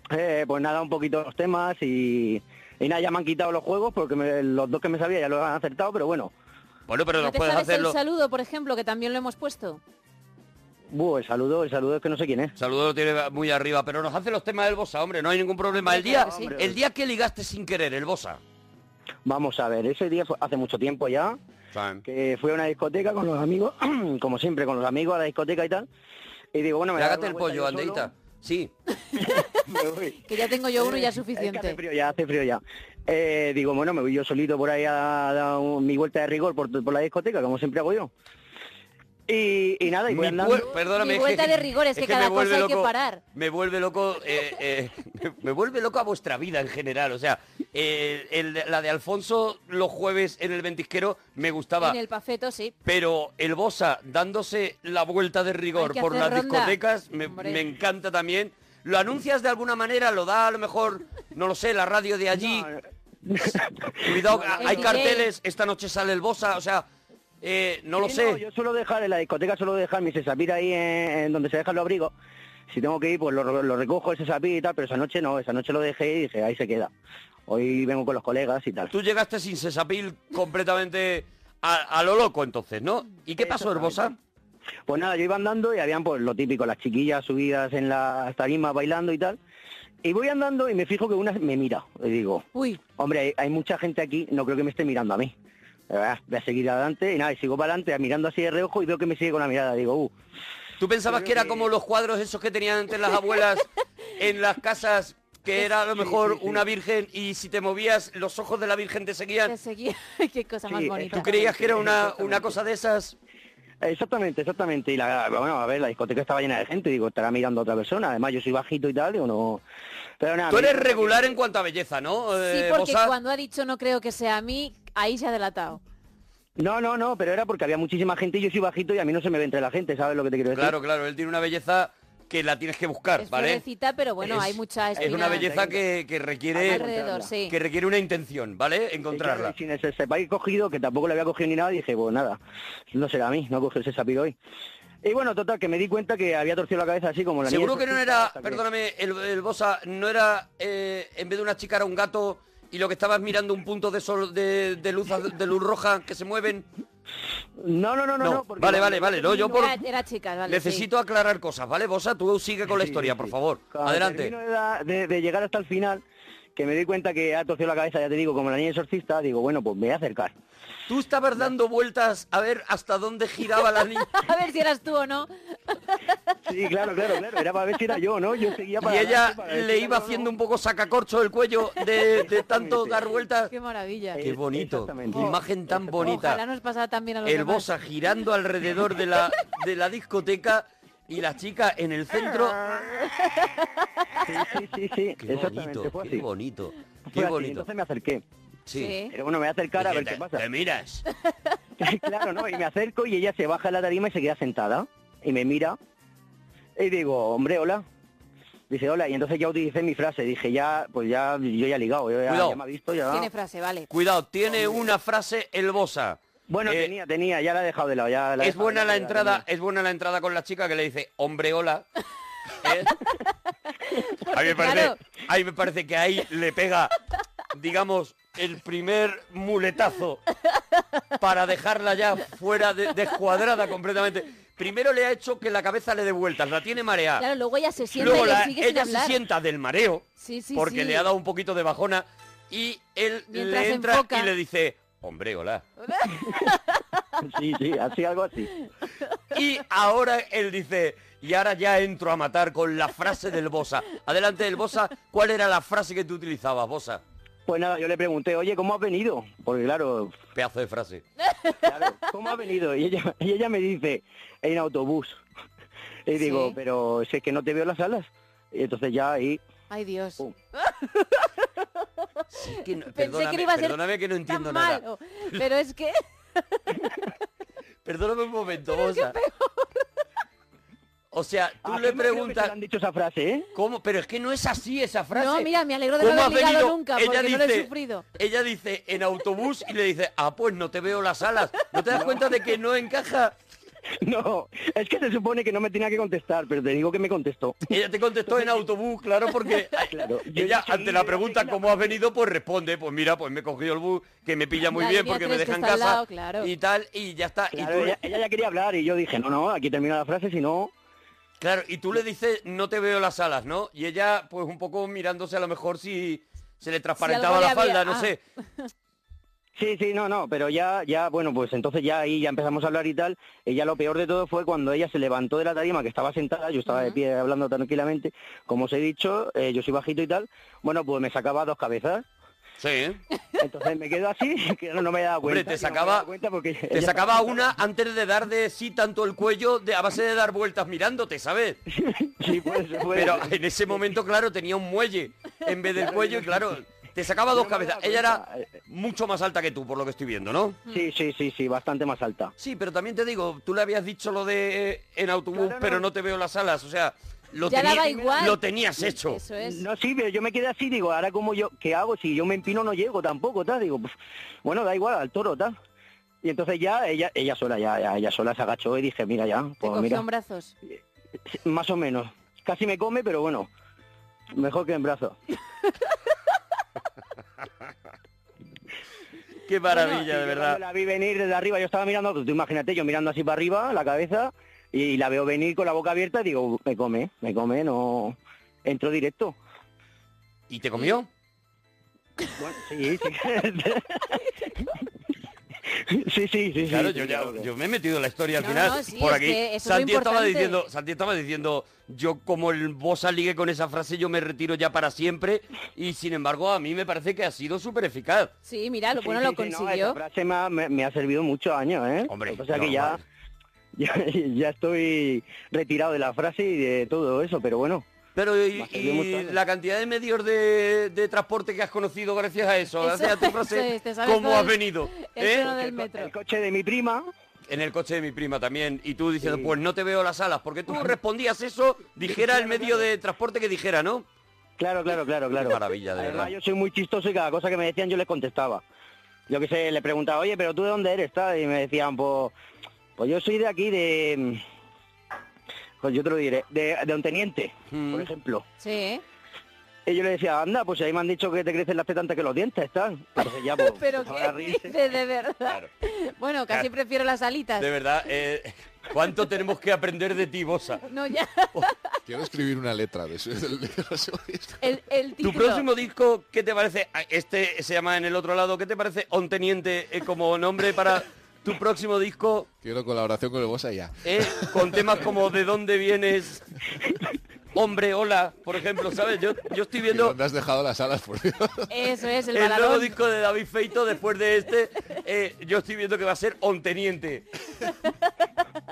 S15: Eh, pues nada, un poquito los temas y, y nada, ya me han quitado los juegos porque me- los dos que me sabía ya los han acertado, pero bueno.
S6: Bueno, pero
S5: ¿No
S6: nos
S5: te
S6: puedes
S5: sabes el
S6: hacerlo.
S5: saludo, por ejemplo, que también lo hemos puesto?
S15: Buh, el saludo, el saludo es que no sé quién es.
S6: Saludo lo tiene muy arriba, pero nos hace los temas del Bosa, hombre, no hay ningún problema. El día,
S15: Hombre,
S6: el día que ligaste sin querer, el Bosa.
S15: Vamos a ver, ese día fue hace mucho tiempo ya, que fui a una discoteca con los amigos, como siempre, con los amigos a la discoteca y tal. Y digo, bueno, me voy a dar
S6: Hágate el
S15: una vuelta yo
S6: pollo,
S15: solo.
S6: Andeita. Sí.
S15: Me voy.
S5: Que ya tengo yo uno y ya es
S15: Hace
S5: suficiente.
S15: frío ya, hace frío ya. Eh, digo, bueno, me voy yo solito por ahí a dar un- mi vuelta de rigor por, por la discoteca, como siempre hago yo. Y, y nada, y voy
S6: Mi
S15: andando.
S6: puer- perdóname,
S5: Mi
S6: es
S5: vuelta de rigor es que
S6: me
S5: cada cosa
S6: vuelve
S5: hay que parar.
S6: Me vuelve loco, eh, eh, me, me vuelve loco a vuestra vida en general. O sea, eh, el de- la de Alfonso los jueves en el ventisquero me gustaba.
S5: En el pafeto, sí.
S6: Pero el Bosa dándose la vuelta de rigor
S5: Hay que
S6: por
S5: hacer
S6: las
S5: ronda.
S6: discotecas me,
S5: Hombre.
S6: me encanta también. ¿Lo anuncias de alguna manera? ¿Lo da a lo mejor, no lo sé, la radio de allí? Cuidado,
S15: No,
S6: hay
S15: no.
S6: carteles, esta noche sale el Bosa, o sea, eh, no lo
S15: Sí,
S6: sé.
S15: yo suelo dejar en la discoteca, suelo dejar mi sesapir ahí en, en donde se dejan los abrigos. Si tengo que ir, pues lo, lo recojo ese sesapir y tal, pero esa noche no, esa noche lo dejé y dije, ahí se queda. Hoy vengo con los colegas y tal.
S6: Tú llegaste sin sesapil completamente a, a lo loco entonces, ¿no? ¿Y qué pasó, Herbosa?
S15: Pues nada, yo iba andando y habían pues lo típico, las chiquillas subidas en las tarimas bailando y tal. Y voy andando y me fijo que una me mira. Y digo,
S5: Uy.
S15: hombre, hay, hay mucha gente aquí, no creo que me esté mirando a mí. Pero, ah, Voy a seguir adelante y nada, y sigo para adelante, mirando así de reojo y veo que me sigue con la mirada. Digo, uh,
S6: ¿Tú pensabas que era como los cuadros esos que tenían antes las abuelas en las casas, que era a lo mejor una virgen y si te movías los ojos de la virgen te seguían?
S5: Te seguía. Qué cosa más
S15: Sí,
S5: bonita.
S6: ¿Tú creías que era una, una cosa de esas?
S15: Exactamente, exactamente. Y la, bueno, a ver, la discoteca estaba llena de gente, digo, estará mirando a otra persona. Además, yo soy bajito y tal, digo, no. Pero nada.
S6: Tú eres
S15: me-
S6: regular en cuanto a belleza, ¿no?
S5: Sí,
S6: eh,
S5: porque
S6: Bosa?
S5: cuando ha dicho no creo que sea a mí, ahí se ha delatado.
S15: No, no, no, pero era porque había muchísima gente y yo soy bajito y a mí no se me ve entre la gente, ¿sabes lo que te quiero decir?
S6: Claro, claro, él tiene una belleza que la tienes que buscar,
S5: Es
S6: ¿vale?
S5: florecita, pero bueno,
S6: Es-
S5: hay mucha
S6: Es una
S5: espina.
S6: belleza que, que requiere
S5: Alrededor, sí.
S6: que requiere una intención, ¿vale? Encontrarla.
S15: Sin ese país cogido, que tampoco le había cogido ni nada, dije, pues nada, no será a mí, no cogió ese sapiro hoy. Y bueno, total, que me di cuenta que había torcido la cabeza así como la niña
S6: Seguro que no
S15: exorcista,
S6: era,
S15: hasta que-
S6: perdóname, el, el Bosa, no era, eh, en vez de una chica era un gato y lo que estabas mirando un punto de sol, de, de luz, az- de luz roja que se mueven.
S15: No, no, no, no.
S6: No,
S15: no, porque
S6: vale,
S15: cuando-
S6: vale, vale, no, yo por-
S5: Era, era chica, vale.
S6: Necesito aclarar cosas, ¿vale? Bosa, tú sigue con la historia, por favor.
S15: Cuando
S6: Adelante.
S15: termino de, da- de- de llegar hasta el final, que me doy cuenta que ha torcido la cabeza, ya te digo, como la niña exorcista, digo, bueno, pues me voy a acercar.
S6: Tú estabas dando vueltas a ver hasta dónde giraba la niña.
S5: sí. A ver si eras tú o no.
S15: Sí, claro, claro, claro, era para ver si era yo, ¿no? Yo seguía para
S6: Y ella
S15: adelante, para ver
S6: le
S15: si era
S6: iba
S15: yo,
S6: haciendo un poco sacacorcho el cuello de, de tanto dar vueltas.
S5: Qué maravilla.
S6: Qué bonito, qué
S15: Oh,
S6: imagen tan bonita.
S5: Ojalá nos pasara también a los
S6: el
S5: demás.
S6: Bosa girando alrededor de la, de la discoteca y la chica en el centro.
S15: Sí, sí, sí,
S6: Qué
S15: exactamente,
S6: bonito,
S15: fue
S6: qué
S15: así.
S6: bonito,
S15: Fue
S6: qué
S15: así,
S6: bonito.
S15: Entonces me acerqué.
S6: Sí.
S15: Pero bueno, me voy a acercar a ver
S6: Dice,
S15: qué
S6: "Te-
S15: pasa.
S6: Te miras.
S15: claro, ¿no? Y me acerco y ella se baja de la tarima y se queda sentada. Y me mira. Y digo, hombre, hola. Dice, hola. Y entonces ya utilicé mi frase. Dije, ya, pues ya, yo ya he ligado. Yo ya,
S6: Cuidado.
S15: ya me ha visto, ya.
S5: Tiene frase, vale.
S6: Cuidado, tiene una frase el Bosa.
S15: Bueno,
S6: Eh,
S15: tenía, tenía, ya la he dejado de lado. Ya la he
S6: es
S15: dejado
S6: buena
S15: de
S6: la
S15: lado, ya
S6: entrada, es buena la entrada con la chica que le dice, hombre, hola. ¿Eh? a, mí me parece,
S5: claro.
S6: a mí me parece que ahí le pega, digamos, el primer muletazo para dejarla ya fuera de- descuadrada completamente. Primero le ha hecho que la cabeza le dé vueltas, la tiene mareada.
S5: Claro, luego ella se sienta
S6: Luego
S5: y le
S6: la-
S5: sigue sin
S6: ella se
S5: hablar.
S6: sienta del mareo
S5: Sí, sí,
S6: porque
S5: sí.
S6: le ha dado un poquito de bajona y él
S5: Mientras
S6: le
S5: se
S6: entra
S5: enfoca.
S6: y le dice, hombre, hola.
S15: tenía. Sí, sí, así, algo así.
S6: Y ahora él dice, y ahora ya entro a matar con la frase del Bosa. Adelante del Bosa, ¿cuál era la frase que tú utilizabas, Bosa?
S15: Pues nada, yo le pregunté, oye, ¿cómo has venido? Porque claro,
S6: Pedazo de frase.
S15: ¿cómo has venido? Y ella, y ella me dice, en autobús. Y digo,
S5: Sí.
S15: pero si es que no te veo en las alas. Y entonces ya ahí...
S5: Ay, Dios.
S6: Que no-
S5: Pensé que
S6: perdóname,
S5: le iba a ser
S6: perdóname que no entiendo
S5: Tan
S6: nada.
S5: malo. Pero es que...
S6: Perdóname un momento, Bosa. O sea,
S15: Ah,
S6: tú le preguntas...
S15: han dicho esa frase, ¿eh?
S6: ¿Cómo? Pero es que no es así esa frase.
S5: No, mira, me alegro de
S6: ¿Cómo
S5: no
S6: has
S5: haber ligado
S6: venido?
S5: nunca
S6: Ella
S5: porque no lo he
S6: dice-
S5: sufrido.
S6: Ella dice en autobús y le dice, ah, pues no te veo las alas. ¿No te das cuenta de que no encaja?
S15: No, es que se supone que no me tenía que contestar, pero te digo que me contestó.
S6: Ella te contestó en autobús, claro, porque ella ante la pregunta cómo has venido, pues responde, pues mira, pues me he cogido el bus, que me pilla muy
S15: La
S6: bien
S15: línea
S6: porque me
S15: tres que
S6: deja en
S15: está al
S6: casa
S15: lado, claro.
S6: y tal, y ya está. Y
S15: Claro,
S6: tú-
S15: ella, ella ya quería hablar y yo dije, no, no, aquí termina la frase, si no...
S6: Claro, y tú le dices, no te veo las alas, ¿no? Y ella, pues un poco mirándose a lo mejor si se le transparentaba
S15: algo le
S6: la falda,
S15: había-
S6: no
S15: ah.
S6: sé.
S15: Sí, sí, no, no, pero ya, ya, bueno, pues entonces ya ahí ya empezamos a hablar y tal. Ella lo peor de todo fue cuando ella se levantó de la tarima, que estaba sentada, yo estaba de pie hablando tranquilamente, como os he dicho, eh, yo soy bajito y tal. Bueno, pues me sacaba dos cabezas.
S6: Sí.
S15: Entonces me quedo así, que no, no me he dado cuenta.
S6: Hombre, te
S15: que no me he
S6: sacaba,
S15: dado cuenta porque
S6: te
S15: ella-
S6: sacaba una antes de dar de sí tanto el cuello de, a base de dar vueltas mirándote, ¿sabes? Pero en ese momento, claro, tenía un muelle en vez del cuello y claro, te sacaba dos cabezas. Ella era mucho más alta que tú, por lo que estoy viendo, ¿no?
S15: Sí, sí, sí, sí, bastante más alta.
S6: Sí, pero también te digo, tú le habías dicho lo de eh, en autobús, pero no te veo las alas, o sea, lo,
S5: Ya
S6: tenía-
S5: daba igual.
S6: lo tenías hecho.
S15: No, sí, pero yo me quedé así, digo, ahora como yo, ¿qué hago? Si yo me empino no llego tampoco, tal, digo, pues, bueno, da igual, al toro, tal. Y entonces ya, ella, ella sola, ya, ya, ella sola se agachó y dije, mira ya,
S5: Te
S15: pues
S5: cogió
S15: mira,
S5: en brazos.
S15: más o menos. Casi me come, pero bueno, mejor que en brazos.
S6: Qué maravilla,
S15: Bueno,
S6: de
S15: y yo cuando
S6: verdad.
S15: La vi venir desde arriba, yo estaba mirando, pues, tú imagínate, yo mirando así para arriba, la cabeza, y la veo venir con la boca abierta, y digo, me come, me come, no... Entro directo.
S6: ¿Y te comió?
S15: Bueno, sí, sí. sí, sí, sí.
S6: Claro,
S15: sí,
S6: yo,
S15: sí,
S6: ya-
S15: claro.
S6: yo me he metido en la historia al
S15: No,
S6: final.
S15: no, sí,
S6: por
S15: es
S6: aquí.
S15: que eso es lo
S6: Santi estaba
S15: importante.
S6: diciendo, Santi estaba diciendo, yo como el vos ligue con esa frase, yo me retiro ya para siempre. Y sin embargo, a mí me parece que ha sido súper eficaz.
S5: Sí, mira, lo
S15: Sí,
S5: bueno
S15: sí,
S5: lo
S15: sí, no,
S5: consiguió.
S15: esa frase me ha, me- me ha servido muchos años, ¿eh? Hombre, o sea que ya, ya, ya estoy retirado de la frase y de todo eso, pero bueno.
S6: Pero
S15: Me
S6: y,
S15: ha servido mucho.
S6: y la cantidad de medios de, de transporte que has conocido gracias a eso,
S15: Eso
S6: gracias a tu
S15: es,
S6: frase,
S15: te sabes
S6: ¿cómo
S15: todo
S6: has
S15: el-
S6: venido?
S15: el
S6: ¿Eh?
S15: tono del metro. El coche de mi prima.
S6: En el coche de mi prima también. Y tú dices, pues no te veo las alas. Porque tú respondías eso, dijera el medio de transporte que dijera, ¿no?
S15: Claro, claro, claro, claro.
S6: Qué maravilla, de
S15: Además,
S6: verdad.
S15: yo soy muy chistoso y cada cosa que me decían yo les contestaba. Yo que sé, le preguntaba, oye, pero tú de dónde eres, tal, y me decían, pues, pues yo soy de aquí, de, pues yo te lo diré, de, de un teniente,
S6: Mm.
S15: por ejemplo.
S5: Sí. ¿eh?
S15: Y yo le decía, anda, pues ahí me han dicho que te crecen las tetas antes que los dientes, tal. Entonces ya, pues,
S5: Pero
S15: empezaba a
S5: qué
S15: reír.
S5: dices, de verdad. Bueno, casi
S6: Claro.
S5: prefiero las alitas.
S6: De verdad, eh, ¿cuánto tenemos que aprender de ti, Bosa?
S5: No, ya.
S16: Quiero escribir una letra de ese- del- del próximo disco.
S5: El, el
S6: ¿Tu
S5: título.
S6: próximo disco qué te parece? Ah, Este se llama En el otro lado. ¿Qué te parece On Teniente eh, como nombre para tu próximo disco
S16: Quiero colaboración con el Bosa ya.
S6: eh, con temas como ¿De dónde vienes? Hombre, hola, por ejemplo, ¿sabes? Yo, yo estoy
S16: Que
S6: viendo
S16: ¿Dónde has dejado las alas, por Dios?
S5: Eso es, el,
S6: el nuevo
S5: baladón.
S6: disco de David Feito después de este. eh, yo estoy viendo que va a ser On Teniente.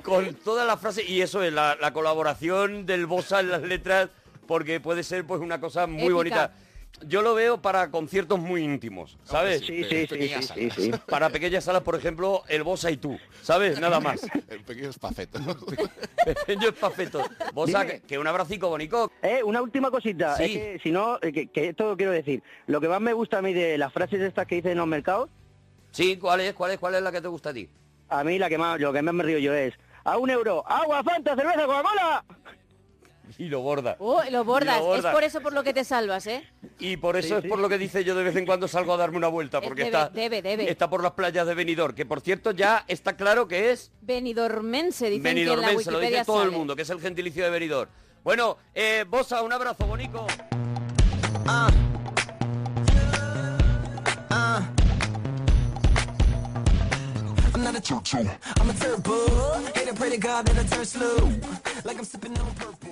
S6: Con todas las frases y eso es la, la colaboración del Bosa en las letras porque puede ser pues una cosa muy
S15: Épica.
S6: bonita. Yo lo veo para conciertos muy íntimos, ¿sabes?
S15: sí, sí, sí, Pequeñas sí, sí, salas. sí.
S6: Para pequeñas salas, por ejemplo, el Bosa y tú, ¿sabes? Nada más.
S16: En pequeños pafetos.
S6: Pequeños pafetos. Bosa,
S15: Dime.
S6: que un abracico bonito.
S15: Eh, una última cosita,
S6: Sí.
S15: es que si no, eh, que, que esto lo quiero decir. Lo que más me gusta a mí de las frases estas que dicen en los mercados,
S6: Sí, ¿cuál es? ¿Cuál es? ¿Cuál es la que te gusta a ti?
S15: a mí la que más, lo que más me río yo es, a un euro, agua, fanta, cerveza, Coca-Cola.
S6: Y lo borda.
S5: Oh, lo bordas.
S6: Y lo bordas.
S5: Es por eso por lo que te salvas, ¿eh?
S6: Y por eso es por lo que dice yo de vez en cuando salgo a darme una vuelta, porque
S5: debe,
S6: está,
S5: debe, debe.
S6: está por las playas de Benidorm, que por cierto ya está claro que es
S5: Benidormense, dicen que en la
S6: Benidormense, lo
S5: Wikipedia
S6: dice todo el
S5: sale.
S6: mundo, que es el gentilicio de Benidorm. Bueno, eh, Bosa, un abrazo, bonito.
S14: Ah. Ah. I'm not a choo-choo, I'm a turbo. Hate and pray to God that I turn slow. Like I'm sipping on purple.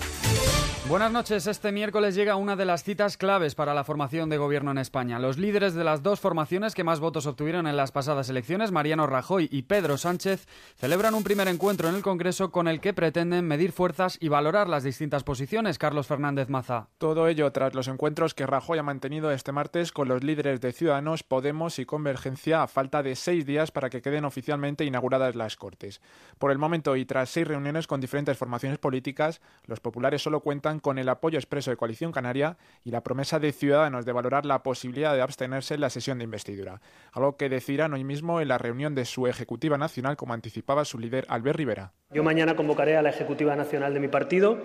S17: Buenas noches. Este miércoles llega una de las citas claves para la formación de gobierno en España. Los líderes de las dos formaciones que más votos obtuvieron en las pasadas elecciones, Mariano Rajoy y Pedro Sánchez, celebran un primer encuentro en el Congreso con el que pretenden medir fuerzas y valorar las distintas posiciones. Carlos Fernández Maza.
S18: Todo ello tras los encuentros que Rajoy ha mantenido este martes con los líderes de Ciudadanos, Podemos y Convergencia a falta de seis días para que queden oficialmente inauguradas las Cortes. Por el momento y tras seis reuniones con diferentes formaciones políticas, los populares solo cuentan cuentan con el apoyo expreso de Coalición Canaria y la promesa de Ciudadanos de valorar la posibilidad de abstenerse en la sesión de investidura, algo que decidirán hoy mismo en la reunión de su Ejecutiva Nacional, como anticipaba su líder Albert Rivera.
S19: Yo mañana convocaré a la Ejecutiva Nacional de mi partido.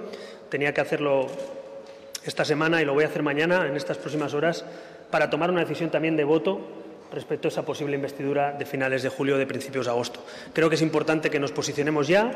S19: Tenía que hacerlo esta semana y lo voy a hacer mañana, en estas próximas horas, para tomar una decisión también de voto respecto a esa posible investidura de finales de julio o de principios de agosto. Creo que es importante que nos posicionemos ya.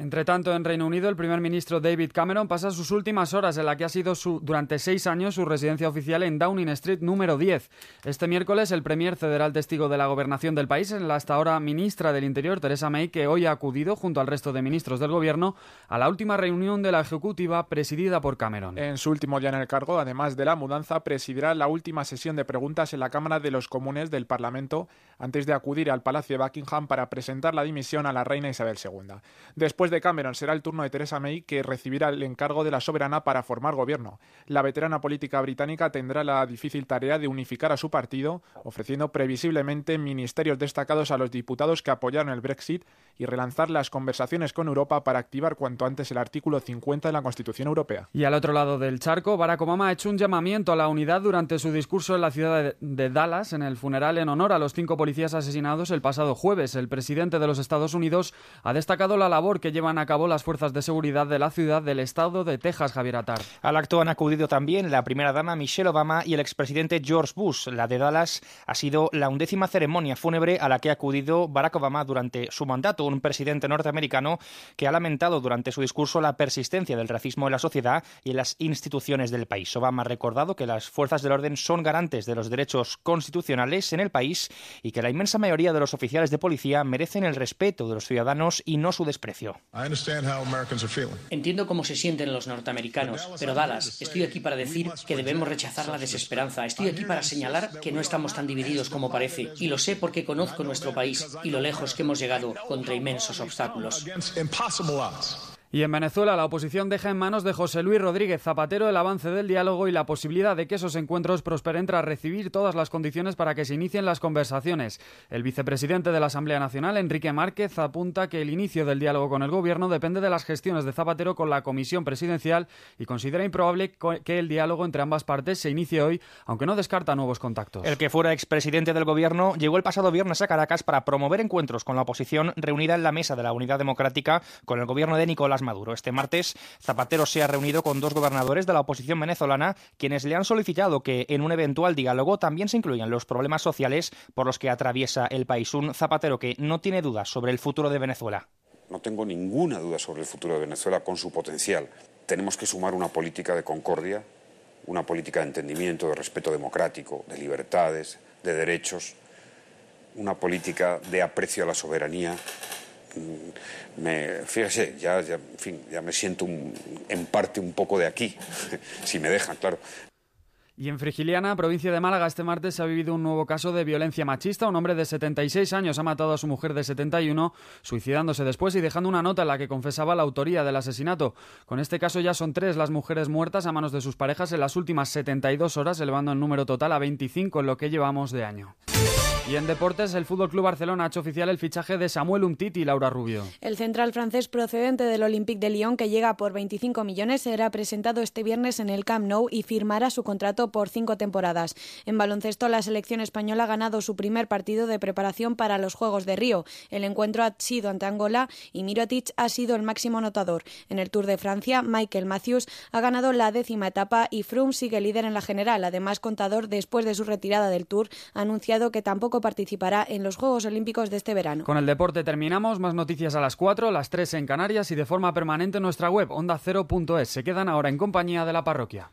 S17: Entre tanto, en Reino Unido, el primer ministro David Cameron pasa sus últimas horas en la que ha sido su, durante seis años su residencia oficial en Downing Street número 10. Este miércoles, el premier cederá el testigo de la gobernación del país en la hasta ahora ministra del Interior, Teresa May, que hoy ha acudido, junto al resto de ministros del gobierno, a la última reunión de la ejecutiva presidida por Cameron.
S18: En su último día en el cargo, además de la mudanza, presidirá la última sesión de preguntas en la Cámara de los Comunes del Parlamento antes de acudir al Palacio de Buckingham para presentar la dimisión a la reina Isabel II. Después de Cameron será el turno de Theresa May, que recibirá el encargo de la soberana para formar gobierno. La veterana política británica tendrá la difícil tarea de unificar a su partido, ofreciendo previsiblemente ministerios destacados a los diputados que apoyaron el Brexit y relanzar las conversaciones con Europa para activar cuanto antes el artículo 50 de la Constitución Europea.
S17: Y al otro lado del charco, Barack Obama ha hecho un llamamiento a la unidad durante su discurso en la ciudad de- de Dallas en el funeral en honor a los cinco policías asesinados el pasado jueves. El presidente de los Estados Unidos ha destacado la labor que llevan a cabo las fuerzas de seguridad de la ciudad del estado de Texas, Javier Atar.
S20: Al acto han acudido también la primera dama Michelle Obama y el expresidente George Bush. La de Dallas ha sido la undécima ceremonia fúnebre a la que ha acudido Barack Obama durante su mandato, un presidente norteamericano que ha lamentado durante su discurso la persistencia del racismo en la sociedad y en las instituciones del país. Obama ha recordado que las fuerzas del orden son garantes de los derechos constitucionales en el país y que la inmensa mayoría de los oficiales de policía merecen el respeto de los ciudadanos y no su desprecio.
S21: I understand how Americans are feeling.
S22: Entiendo cómo se sienten los norteamericanos, pero Dallas, estoy aquí para decir que debemos rechazar la desesperanza. Estoy aquí para señalar que no estamos tan divididos como parece. Y lo sé porque conozco nuestro país y lo lejos que hemos llegado contra inmensos obstáculos.
S21: Impossible odds.
S17: Y en Venezuela, la oposición deja en manos de José Luis Rodríguez Zapatero el avance del diálogo y la posibilidad de que esos encuentros prosperen tras recibir todas las condiciones para que se inicien las conversaciones. El vicepresidente de la Asamblea Nacional, Enrique Márquez, apunta que el inicio del diálogo con el gobierno depende de las gestiones de Zapatero con la comisión presidencial y considera improbable co- que el diálogo entre ambas partes se inicie hoy, aunque no descarta nuevos contactos.
S20: El que fuera expresidente del gobierno llegó el pasado viernes a Caracas para promover encuentros con la oposición reunida en la mesa de la Unidad Democrática con el gobierno de Nicolás Maduro. Este martes, Zapatero se ha reunido con dos gobernadores de la oposición venezolana, quienes le han solicitado que en un eventual diálogo también se incluyan los problemas sociales por los que atraviesa el país. Un Zapatero que no tiene dudas sobre el futuro de Venezuela.
S23: No tengo ninguna duda sobre el futuro de Venezuela con su potencial. Tenemos que sumar una política de concordia, una política de entendimiento, de respeto democrático, de libertades, de derechos, una política de aprecio a la soberanía. Mm, Me, fíjese, ya, ya, en fin, ya me siento un- en parte un poco de aquí, si me dejan, claro.
S17: Y en Frigiliana, provincia de Málaga, este martes se ha vivido un nuevo caso de violencia machista. Un hombre de 76 años ha matado a su mujer de 71, suicidándose después y dejando una nota en la que confesaba la autoría del asesinato. Con este caso ya son tres las mujeres muertas a manos de sus parejas en las últimas 72 horas, elevando el número total a 25 en lo que llevamos de año. Y en deportes, el Fútbol Club Barcelona ha hecho oficial el fichaje de Samuel Umtiti y Laura Rubio.
S24: El central francés procedente del Olympique de Lyon, que llega por 25 millones, será presentado este viernes en el Camp Nou y firmará su contrato por cinco temporadas. En baloncesto, la selección española ha ganado su primer partido de preparación para los Juegos de Río. El encuentro ha sido ante Angola y Mirotic ha sido el máximo anotador. En el Tour de Francia, Michael Matthews ha ganado la décima etapa y Froome sigue líder en la general. Además, contador, después de su retirada del Tour, ha anunciado que tampoco participará en los Juegos Olímpicos de este verano.
S17: Con el deporte terminamos, más noticias a las 4, las 3 en Canarias y de forma permanente en nuestra web onda0.es. Se quedan ahora en compañía de la parroquia.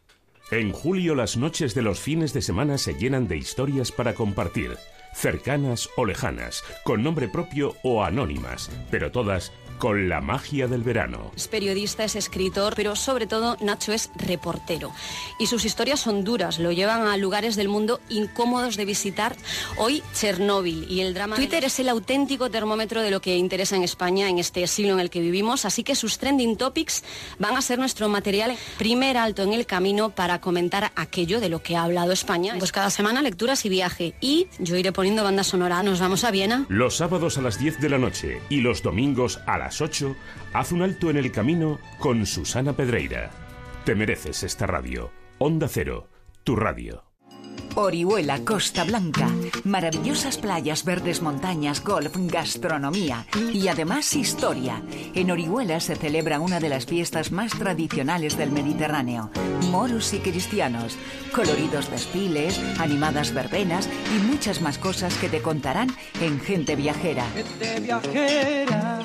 S7: En julio las noches de los fines de semana se llenan de historias para compartir, cercanas o lejanas, con nombre propio o anónimas, pero todas con la magia del verano.
S25: Es periodista, es escritor, pero sobre todo Nacho es reportero. Y sus historias son duras, lo llevan a lugares del mundo incómodos de visitar. Hoy Chernóbil y el drama... Twitter es el auténtico termómetro de lo que interesa en España en este siglo en el que vivimos, así que sus trending topics van a ser nuestro material primer alto en el camino para comentar aquello de lo que ha hablado España. Pues cada semana lecturas y viaje. Y yo iré poniendo banda sonora, nos vamos a Viena.
S7: Los sábados a las 10 de la noche y los domingos a las 8, haz un alto en el camino con Susana Pedreira. Te mereces esta radio. Onda Cero, tu radio.
S3: Orihuela, Costa Blanca, maravillosas playas, verdes montañas, golf, gastronomía y además historia. En Orihuela se celebra una de las fiestas más tradicionales del Mediterráneo, moros y cristianos, coloridos desfiles, animadas verbenas y muchas más cosas que te contarán en Gente Viajera.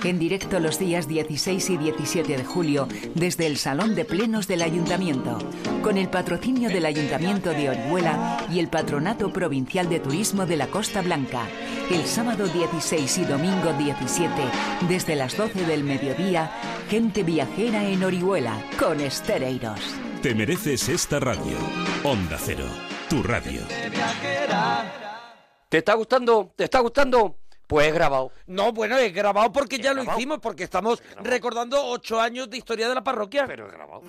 S3: En directo los días 16 y 17 de julio desde el Salón de Plenos del Ayuntamiento, con el patrocinio del Ayuntamiento de Orihuela y el Patronato Provincial de Turismo de la Costa Blanca. El sábado 16 y domingo 17 desde las 12 del mediodía, gente viajera en Orihuela con Estereiros.
S7: Te mereces esta radio. Onda Cero, tu radio.
S6: ¿Te está gustando? ¿Te está gustando? Pues es grabado.
S1: No, bueno, es grabado porque ya lo hicimos, porque estamos recordando ocho años de historia de la parroquia. Pero
S6: es grabado.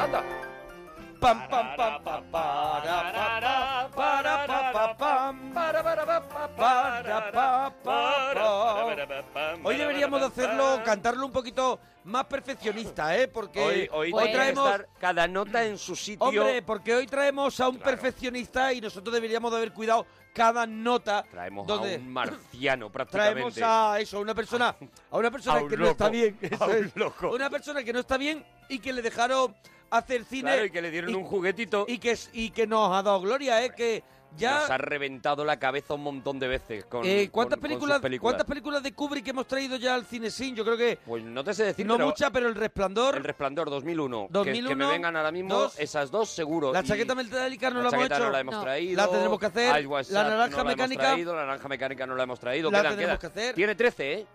S1: Anda. Pam, pam, pam, pam, para, para, para, pa, pa, pam, para, para, pa, pa, para, pa, pa, pa. Hoy deberíamos de hacerlo, cantarlo un poquito más perfeccionista, ¿eh? Porque
S6: Hoy, hoy tiene que
S1: traemos...
S6: estar cada nota en su sitio.
S1: Hombre, porque hoy traemos a un perfeccionista y nosotros deberíamos de haber cuidado cada nota.
S6: traemos
S1: donde-
S6: a un marciano prácticamente.
S1: Traemos a eso, a una persona, a una persona
S6: A un
S1: que no
S6: loco,
S1: está bien.
S6: a
S1: eso
S6: un
S1: es.
S6: loco.
S1: Una persona que no está bien y que le dejaron hacer cine.
S6: Claro, y que le dieron un juguetito.
S1: Y que, es- y que nos ha dado gloria, ¿eh? Que
S6: Nos ha
S1: ya...
S6: reventado la cabeza un montón de veces con,
S1: eh, ¿cuántas,
S6: con- con sus
S1: películas,
S6: películas.
S1: ¿Cuántas películas de Kubrick hemos traído ya al cine sin? Yo creo que...
S6: Pues no te sé decir,
S1: No
S6: pero
S1: muchas, pero El Resplandor...
S6: El Resplandor 2001. que- Que,
S1: 2001,
S6: me vengan ahora mismo
S1: dos.
S6: esas dos seguro.
S1: La
S6: y
S1: chaqueta metálica no
S6: la
S1: la, hemos
S6: chaqueta
S1: hecho.
S6: no la hemos traído.
S1: La tendremos que hacer.
S6: Ice Watch
S1: la
S6: Up
S1: naranja
S6: no la hemos
S1: mecánica.
S6: traído, la naranja mecánica no la hemos traído.
S1: La
S6: quedan,
S1: tendremos
S6: quedan.
S1: que hacer.
S6: Tiene 13, ¿eh?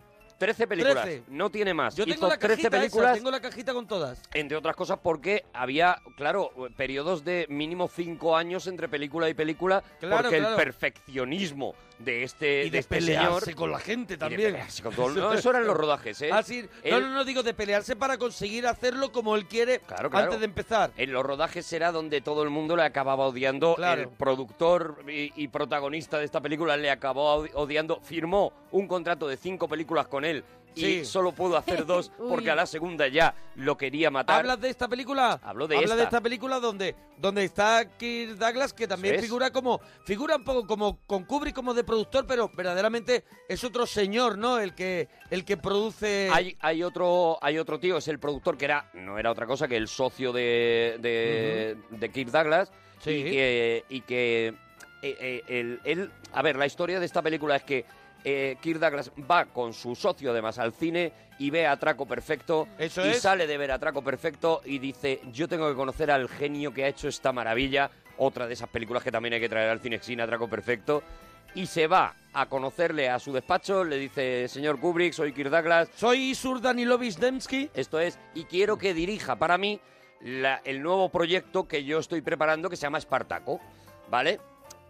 S6: 13 películas.
S1: 13.
S6: No tiene más.
S1: Yo tengo
S6: Hizo
S1: la
S6: 13
S1: cajita esa,
S6: películas.
S1: tengo la cajita con todas.
S6: Entre otras cosas porque había, claro, periodos de mínimo cinco años entre película y película
S1: Claro,
S6: porque
S1: claro.
S6: el perfeccionismo de este,
S1: Y de
S6: de este
S1: pelearse
S6: señor-
S1: con la gente
S6: y de
S1: también.
S6: pelearse con todo el- no, eso eran los rodajes, ¿eh?
S1: Ah, sí. No,
S6: Él-
S1: no, no, digo de pelearse para conseguir hacerlo como él quiere
S6: claro.
S1: antes de empezar.
S6: En los rodajes era donde todo el mundo le acababa odiando.
S1: Claro.
S6: El productor y, y protagonista de esta película le acabó odi- odiando. Firmó un contrato de cinco películas con él y
S1: Sí.
S6: solo pudo hacer dos
S1: Uy.
S6: porque a la segunda ya lo quería matar.
S1: ¿Hablas de esta película? Hablo
S6: de
S1: Habla
S6: esta.
S1: de esta película donde, donde está Kirk Douglas, que también
S6: Eso es.
S1: figura como. Figura un poco como con Kubrick como de productor, pero verdaderamente es otro señor, ¿no? El que, el que produce.
S6: Hay, hay otro hay otro tío, es el productor que era no era otra cosa que el socio de, de, de Kirk Douglas y que, y que, eh, eh, el- él- a ver, la historia de esta película es que eh, Kirk Douglas va con su socio además al cine y ve Atraco Perfecto
S1: Eso
S6: y
S1: es.
S6: sale de ver Atraco Perfecto y dice yo tengo que conocer al genio que ha hecho esta maravilla, otra de esas películas que también hay que traer al cine sin Atraco Perfecto y se va a conocerle a su despacho, le dice, señor Kubrick, soy Kirk Douglas.
S1: Soy Isur Danilovich Dembski.
S6: Esto es, y quiero que dirija para mí la- el nuevo proyecto que yo estoy preparando que se llama Espartaco, ¿vale?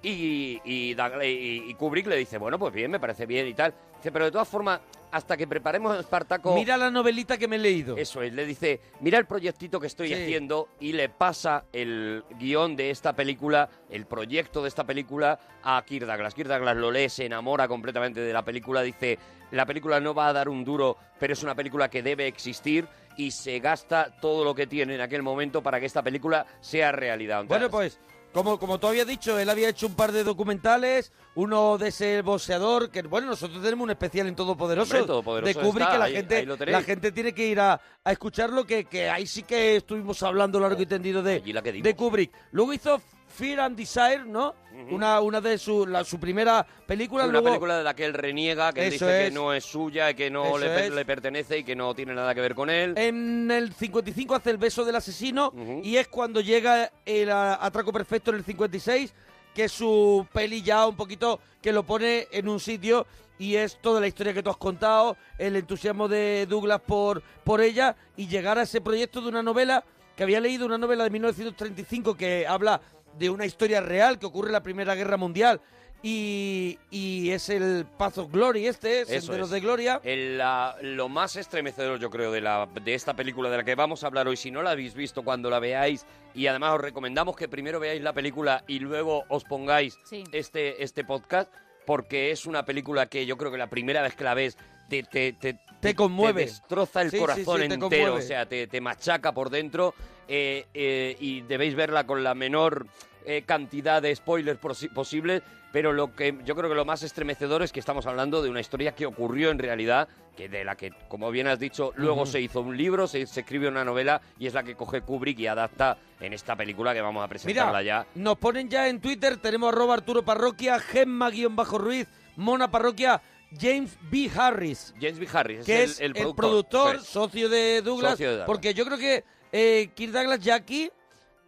S6: Y, y Douglas- y- y Kubrick le dice, bueno, pues bien, me parece bien y tal. Dice, pero de todas formas, hasta que preparemos Espartaco...
S1: Mira la novelita que me he leído.
S6: Eso es, le dice, mira el proyectito que estoy
S1: Sí.
S6: haciendo y le pasa el guión de esta película, el proyecto de esta película a Kirk Douglas. Kirk Douglas lo lee, se enamora completamente de la película, dice, la película no va a dar un duro, pero es una película que debe existir y se gasta todo lo que tiene en aquel momento para que esta película sea realidad.
S1: Bueno, pues, como, como tú habías dicho, él había hecho un par de documentales, uno de ese boxeador, que bueno, nosotros tenemos un especial en Todopoderoso,
S6: Hombre, Todopoderoso
S1: de Kubrick,
S6: está,
S1: que la,
S6: ahí-
S1: gente,
S6: ahí lo tenéis.
S1: la gente tiene que ir a, a escucharlo, que, que ahí sí que estuvimos hablando largo y tendido de, de Kubrick. Luego hizo Fear and Desire, ¿no? Una una de su, la- su primera película,
S6: una
S1: luego...
S6: película de la que él reniega, que él
S1: Eso
S6: dice que
S1: es.
S6: no es suya, que no
S1: Eso
S6: le, per-
S1: es. Eh,
S6: le pertenece y que no tiene nada que ver con él.
S1: En el 55 hace el beso del asesino y es cuando llega el a- atraco perfecto en el 56, que es su peli ya un poquito que lo pone en un sitio y es toda la historia que tú has contado, el entusiasmo de Douglas por, por ella y llegar a ese proyecto de una novela que había leído, una novela de 1935 que habla de una historia real que ocurre en la Primera Guerra Mundial. Y, y es el Path of Glory este,
S6: Eso
S1: Senderos
S6: es.
S1: de Gloria.
S6: El, la- lo más estremecedor, yo creo, de, la, de esta película de la que vamos a hablar hoy, si no la habéis visto cuando la veáis, y además os recomendamos que primero veáis la película y luego os pongáis
S5: Sí.
S6: este, este podcast, porque es una película que yo creo que la primera vez que la ves te, te- te-
S1: Te conmueve.
S6: destroza el
S1: Sí, sí, sí,
S6: corazón
S1: te
S6: entero, o
S1: conmueve.
S6: sea, te, te machaca por dentro eh, eh, y debéis verla con la menor eh, cantidad de spoilers posi- posibles, pero lo que yo creo que lo más estremecedor es que estamos hablando de una historia que ocurrió en realidad, que de la que, como bien has dicho, luego
S1: Ujú.
S6: se hizo un libro, se, se escribe una novela y es la que coge Kubrick y adapta en esta película que vamos a presentarla
S1: Mira,
S6: ya.
S1: nos ponen ya en Twitter, tenemos arroba Arturo Parroquia, Gemma-Ruiz, Mona Parroquia, James B. Harris.
S6: James B. Harris,
S1: que es el, productor,
S6: eso es.
S1: socio de Douglas,
S6: Socio de Douglas.
S1: porque yo creo que eh, Kirk Douglas ya aquí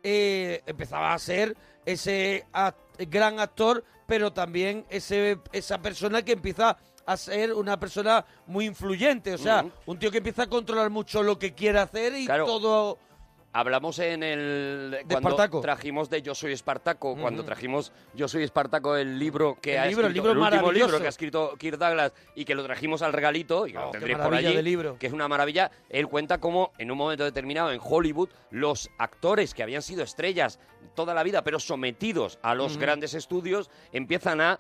S1: eh, empezaba a ser ese act- gran actor, pero también ese, esa persona que empieza a ser una persona muy influyente, o sea,
S6: Ujú.
S1: un tío que empieza a controlar mucho lo que quiere hacer y
S6: Claro.
S1: todo...
S6: Hablamos en el... cuando
S1: Espartaco.
S6: trajimos de Yo soy Espartaco, cuando
S1: Ujú.
S6: trajimos Yo soy Espartaco, el libro que
S1: El
S6: ha
S1: libro, el
S6: escrito,
S1: libro
S6: último
S1: maravilloso. Oh,
S6: libro que ha escrito Kirk Douglas y que lo trajimos al regalito, y que lo tendréis por
S1: maravilla
S6: allí,
S1: de libro.
S6: que es una maravilla, él cuenta cómo en un momento determinado en Hollywood los actores que habían sido estrellas toda la vida, pero sometidos a los
S1: Ujú.
S6: grandes estudios, empiezan a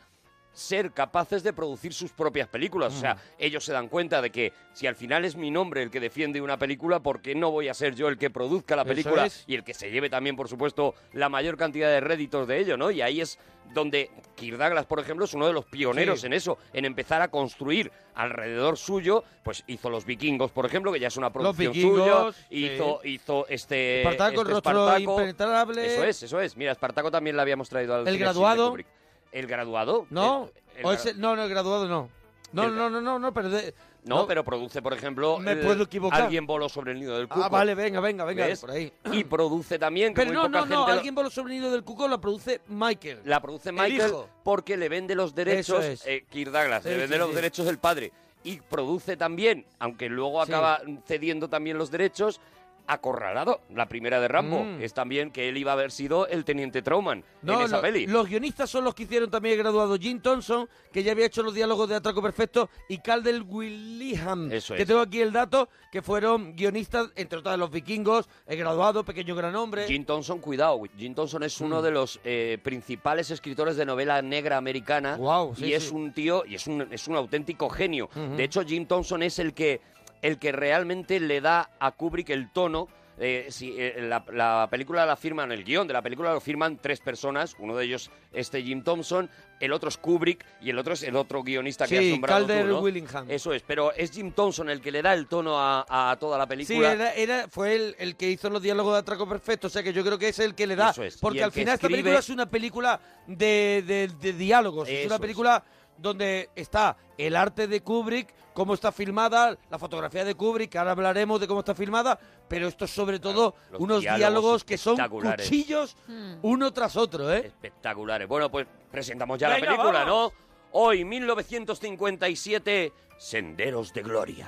S6: ser capaces de producir sus propias películas. O
S1: Mm.
S6: sea, ellos se dan cuenta de que si al final es mi nombre el que defiende una película, ¿por qué no voy a ser yo el que produzca la
S1: Eso
S6: película
S1: es.
S6: y el que se lleve también, por supuesto, la mayor cantidad de réditos de ello, ¿no? Y ahí es donde Kirk Douglas, por ejemplo, es uno de los pioneros
S1: Sí.
S6: en eso, en empezar a construir alrededor suyo, pues hizo Los Vikingos, por ejemplo, que ya es una producción suya,
S1: Vikingos,
S6: hizo, hizo este...
S1: Espartaco,
S6: este
S1: el rostro
S6: Espartaco.
S1: impenetrable.
S6: Eso es, eso es. Mira, Espartaco también la habíamos traído al
S1: El
S6: cine de
S1: graduado.
S6: Kubrick. El graduado.
S1: No,
S6: El- el
S1: o
S6: gra-
S1: ese- no, no, el graduado no. No,
S6: El-
S1: no, no, no, no, pero... de-
S6: no, pero produce, por ejemplo,
S1: Me
S6: el-
S1: puedo equivocar.
S6: Alguien voló sobre el nido del cuco.
S1: Ah, vale, venga, venga, venga,
S6: ¿Ves?
S1: por ahí.
S6: Y produce también, que
S1: Pero
S6: muy
S1: no,
S6: poca
S1: no, no,
S6: gente lo-
S1: alguien por los sobrenidos del cuco la produce Michael.
S6: la produce
S1: El
S6: Michael
S1: hijo.
S6: porque le vende los
S1: Eso
S6: derechos
S1: es.
S6: eh, Kirk Douglas, le
S1: Sí,
S6: vende
S1: sí,
S6: los
S1: sí.
S6: derechos del padre y produce también, aunque luego acaba cediendo también los derechos Acorralado, la primera de Rambo,
S1: Mm.
S6: es también que él iba a haber sido el teniente Trauman
S1: No,
S6: en esa
S1: lo-
S6: peli.
S1: los guionistas son los que hicieron también el graduado Jim Thompson, que ya había hecho los diálogos de Atraco Perfecto, y Caldel William,
S6: Eso
S1: que
S6: es.
S1: tengo aquí el dato, que fueron guionistas, entre otras de los vikingos, el graduado, Pequeño Gran Hombre.
S6: Jim Thompson, cuidado. Jim Thompson es
S1: Mm.
S6: uno de los eh, principales escritores de novela negra americana.
S1: Guau, sí,
S6: y es
S1: sí.
S6: un tío, y es un, es un auténtico genio.
S1: Ujú.
S6: De hecho, Jim Thompson es el que, el que realmente le da a Kubrick el tono. eh, si, eh, la, la película la firman, el guión de la película lo firman tres personas. Uno de ellos, este Jim Thompson, el otro es Kubrick y el otro es el otro guionista que
S1: Sí,
S6: has nombrado. tú,
S1: Calder
S6: ¿no?
S1: Willingham.
S6: Eso es, pero es Jim Thompson el que le da el tono a, a toda la
S1: Sí,
S6: película.
S1: era, era- fue el, el que hizo los diálogos de Atraco Perfecto, o sea que yo creo que es el que le da.
S6: Eso es, y
S1: Porque
S6: el
S1: al
S6: que
S1: final esta
S6: escribe-
S1: película es una película de, de- de diálogos, es
S6: Eso
S1: una
S6: es.
S1: película donde está el arte de Kubrick, cómo está filmada, la fotografía de Kubrick, que ahora hablaremos de cómo está filmada, pero esto es sobre todo
S6: los
S1: unos
S6: diálogos
S1: diálogos, que son
S6: espectaculares.
S1: cuchillos uno tras otro, ¿eh?
S6: espectaculares. Bueno, pues presentamos ya
S1: Venga,
S6: la película,
S1: vamos.
S6: ¿no? Hoy, 1957, Senderos de Gloria.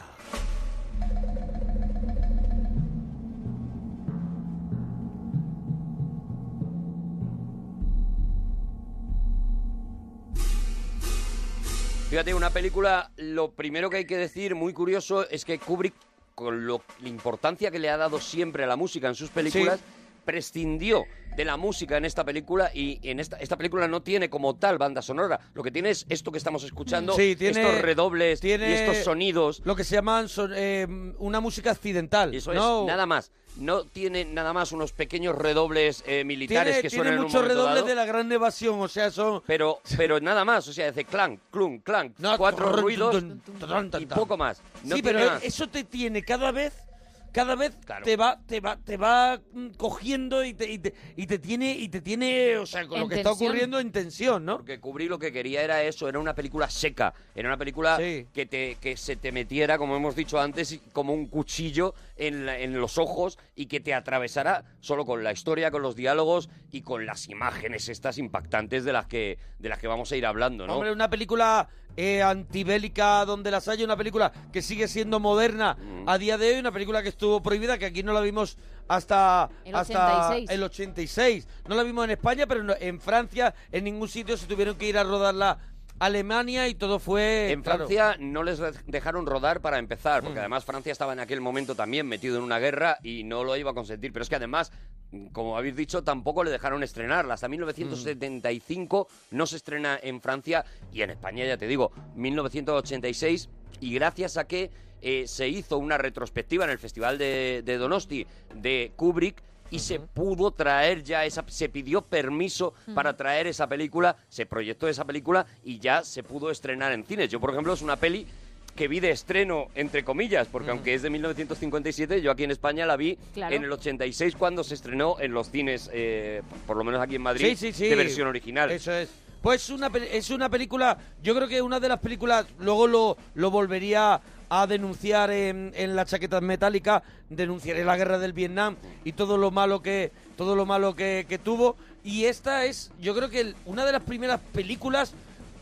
S6: Fíjate, una película, lo primero que hay que decir, muy curioso, es que Kubrick, con lo- la importancia que le ha dado siempre a la música en sus películas, prescindió de la música en esta película y en esta, esta película no tiene como tal banda sonora. Lo que tiene es esto que estamos escuchando,
S1: Sí, tiene-
S6: estos redobles
S1: tiene-
S6: y estos sonidos.
S1: Lo que se llaman son, eh, una música accidental.
S6: Eso
S1: ¿no?
S6: es, nada más. No tiene nada más unos pequeños redobles eh, militares
S1: Tiene,
S6: que
S1: tiene
S6: suenan en un
S1: muchos
S6: momento
S1: redobles
S6: dado.
S1: de la gran evasión, o sea, son...
S6: Pero, pero nada más, o sea, dice clank, clunk, clank, cuatro
S1: trun,
S6: ruidos
S1: tun, tun, tun,
S6: y
S1: tun.
S6: poco más. No
S1: sí,
S6: tiene
S1: pero
S6: más.
S1: eso te tiene cada vez, cada vez te va, te va, te va mm, cogiendo y te, y te, y te tiene, y te tiene, o sea, con lo que está ocurriendo en tensión, ¿no?
S6: Porque Kubrick lo que quería era eso, era una película seca, era una película que, te, que se te metiera, como hemos dicho antes, y como un cuchillo en, la- en los ojos y que te atravesara solo con la historia, con los diálogos y con las imágenes estas impactantes de las que, de las que vamos a ir hablando, ¿no?
S1: Hombre, una película eh, antibélica donde las hay, una película que sigue siendo moderna
S6: Mm.
S1: a día de hoy, una película que estuvo prohibida, que aquí no la vimos hasta
S5: El
S1: hasta
S5: 86.
S1: el 86. No la vimos en España, pero no- en Francia, en ningún sitio se tuvieron que ir a rodarla a Alemania y todo fue...
S6: En
S1: claro. Mm.
S6: Francia no les re- dejaron rodar para empezar, porque además Francia estaba en aquel momento también metido en una guerra y no lo iba a consentir. Pero es que además, como habéis dicho, tampoco le dejaron estrenarla. Hasta
S1: Mm.
S6: 1975 no se estrena en Francia y en España, ya te digo, 1986. Y gracias a que eh, se hizo una retrospectiva en el Festival de, de Donosti de Kubrick y se pudo traer ya esa, se pidió permiso
S1: Ujú.
S6: para traer esa película, se proyectó esa película y ya se pudo estrenar en cines. Yo, por ejemplo, es una peli que vi de estreno, entre comillas, porque aunque es de 1957, yo aquí en España la vi
S1: Claro.
S6: en el 86 cuando se estrenó en los cines, eh, por lo menos aquí en Madrid,
S1: Sí, sí, sí.
S6: de versión original.
S1: Eso es. Pues una, pel- es una película, yo creo que una de las películas, luego lo, lo volvería a denunciar en, en las chaquetas metálicas, denunciaré la guerra del Vietnam y todo lo malo que, todo lo malo que, que tuvo. Y esta es, yo creo que el- una de las primeras películas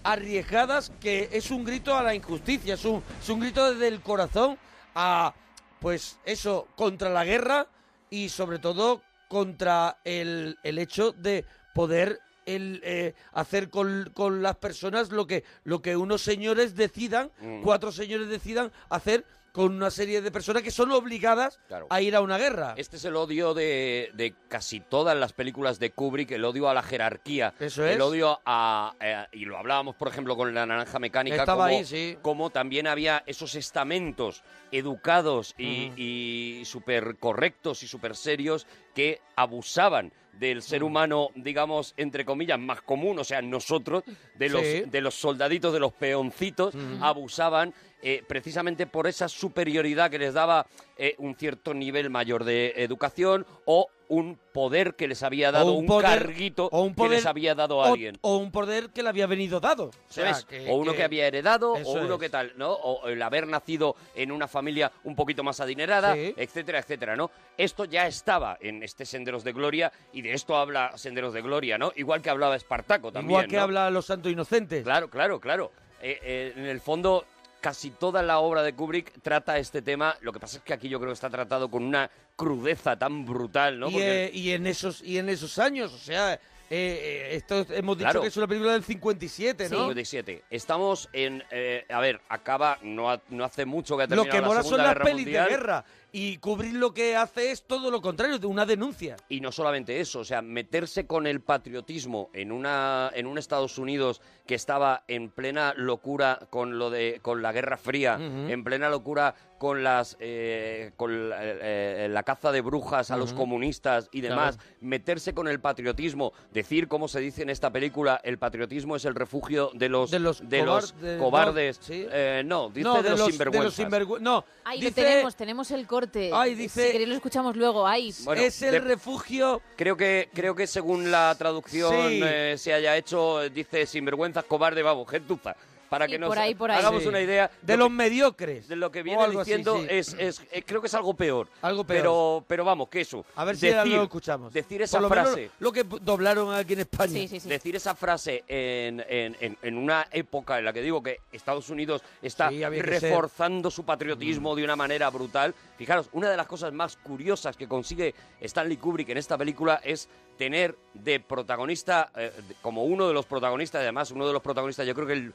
S1: arriesgadas que es un grito a la injusticia, es un, es un grito desde el corazón a, pues eso, contra la guerra y sobre todo contra el, el hecho de poder el, eh, hacer con, con las personas lo que, lo que unos señores decidan,
S6: Mm.
S1: cuatro señores decidan hacer con una serie de personas que son obligadas
S6: Claro.
S1: a ir a una guerra.
S6: Este es el odio de, de casi todas las películas de Kubrick, el odio a la jerarquía,
S1: Eso es.
S6: el odio a... eh, y lo hablábamos, por ejemplo, con la naranja mecánica,
S1: Estaba
S6: como,
S1: ahí, sí.
S6: como también había esos estamentos educados y, y súper correctos y súper serios que abusaban del ser humano, digamos, entre comillas, más común, o sea, nosotros, de los,
S1: Sí.
S6: de los soldaditos, de los peoncitos, abusaban eh, precisamente por esa superioridad que les daba eh, un cierto nivel mayor de educación o un poder que les había dado,
S1: O
S6: un, carguito
S1: o
S6: que les había dado
S1: o-
S6: a alguien.
S1: O, un poder que le había venido dado. O, sea,
S6: ¿Sabes? o uno que, había heredado, o
S1: Eso
S6: uno
S1: es.
S6: que tal, ¿no? O el haber nacido en una familia un poquito más adinerada,
S1: Sí.
S6: etcétera, etcétera, ¿no? Esto ya estaba en este Senderos de Gloria, y de esto habla Senderos de Gloria, ¿no? Igual que hablaba Espartaco también.
S1: Igual que
S6: ¿no?
S1: habla los santos inocentes.
S6: Claro, claro, claro. Eh, eh, en el fondo, casi toda la obra de Kubrick trata este tema. Lo que pasa es que aquí yo creo que está tratado con una crudeza tan brutal, ¿no?
S1: y,
S6: Porque-
S1: eh, y en esos y en esos años, o sea, eh, eh, esto hemos dicho
S6: Claro.
S1: que es una película del 57, ¿no?
S6: 57. Estamos en. eh, a ver, acaba. No, ha- no hace mucho que ha
S1: Lo
S6: terminado
S1: que
S6: la
S1: mola son
S6: Segunda
S1: las
S6: Guerra
S1: pelis
S6: Mundial.
S1: de guerra y cubrir lo que hace es todo lo contrario, de una denuncia.
S6: Y no solamente eso, o sea, meterse con el patriotismo en una en un Estados Unidos que estaba en plena locura con lo de con la Guerra Fría,
S1: Ujú.
S6: en plena locura con las eh, con la, eh, eh, la caza de brujas a los
S1: Ujú.
S6: comunistas y
S1: Claro.
S6: demás, meterse con el patriotismo, decir como se dice en esta película, el patriotismo es el refugio de los de los,
S1: cobar- de- no,
S6: cobardes,
S1: sí.
S6: Eh, no, dice de, los,
S1: de los
S6: sinvergüenzas.
S1: sinvergü- no,
S5: Ahí
S1: dice,
S5: lo tenemos, tenemos el corte.
S1: Ay,
S5: Si
S1: dice-
S5: queréis lo escuchamos luego. Ahí.
S6: Bueno,
S1: es el
S6: de-
S1: refugio
S6: Creo que, creo que según la traducción
S1: Sí.
S6: eh, se haya hecho, eh, dice sinvergüenzas, cobarde, vamos, gentuza. Para
S5: Sí,
S6: que nos
S5: por ahí, por ahí.
S6: hagamos
S5: Sí.
S6: una idea
S1: de los mediocres.
S6: de lo que
S1: o
S6: viene
S1: algo así,
S6: diciendo.
S1: sí.
S6: es, es- eh, creo que es algo peor.
S1: Algo peor.
S6: Pero, pero vamos, que eso.
S1: A ver si ahora lo escuchamos.
S6: Decir
S1: Por
S6: esa
S1: lo menos
S6: frase.
S1: lo que doblaron aquí en España.
S6: Decir esa frase en, en- en- en una época en la que digo que Estados Unidos está
S1: Sí, había que ser. Mm.
S6: reforzando su patriotismo de una manera brutal. Fijaros, una de las cosas más curiosas que consigue Stanley Kubrick en esta película es tener de protagonista, eh, de- como uno de los protagonistas, y además uno de los protagonistas, yo creo que el,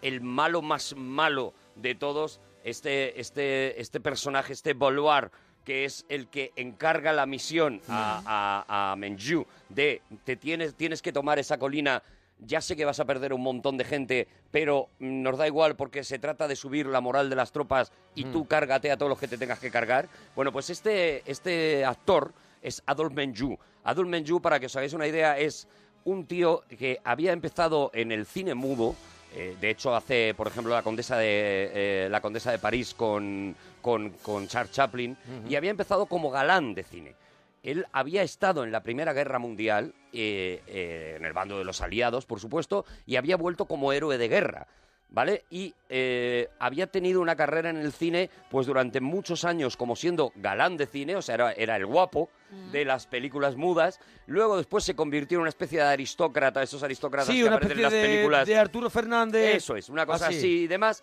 S6: el malo más malo de todos, este, este, este personaje, este Boluar, que es el que encarga la misión a, a, a Menju de te tienes, tienes que tomar esa colina. Ya sé que vas a perder un montón de gente, pero mm, nos da igual porque se trata de subir la moral de las tropas y
S1: Mm.
S6: tú cárgate a todos los que te tengas que cargar. Bueno, pues este, este actor es Adolf Menju. Adolf Menju, para que os hagáis una idea, es un tío que había empezado en el cine mudo. eh, de hecho, hace, por ejemplo, la condesa de, eh, la condesa de París con, con, con Charles Chaplin.
S1: Ujú.
S6: Y había empezado como galán de cine. Él había estado en la Primera Guerra Mundial, eh, eh, en el bando de los aliados, por supuesto, y había vuelto como héroe de guerra. ¿Vale? Y eh, había tenido una carrera en el cine, pues durante muchos años, como siendo galán de cine, o sea, era, era el guapo de las películas mudas. Luego, después se convirtió en una especie de aristócrata, esos aristócratas
S1: Sí,
S6: que
S1: una
S6: aparecen en
S1: especie
S6: las
S1: de,
S6: películas.
S1: de Arturo Fernández.
S6: Eso es, una cosa así y demás.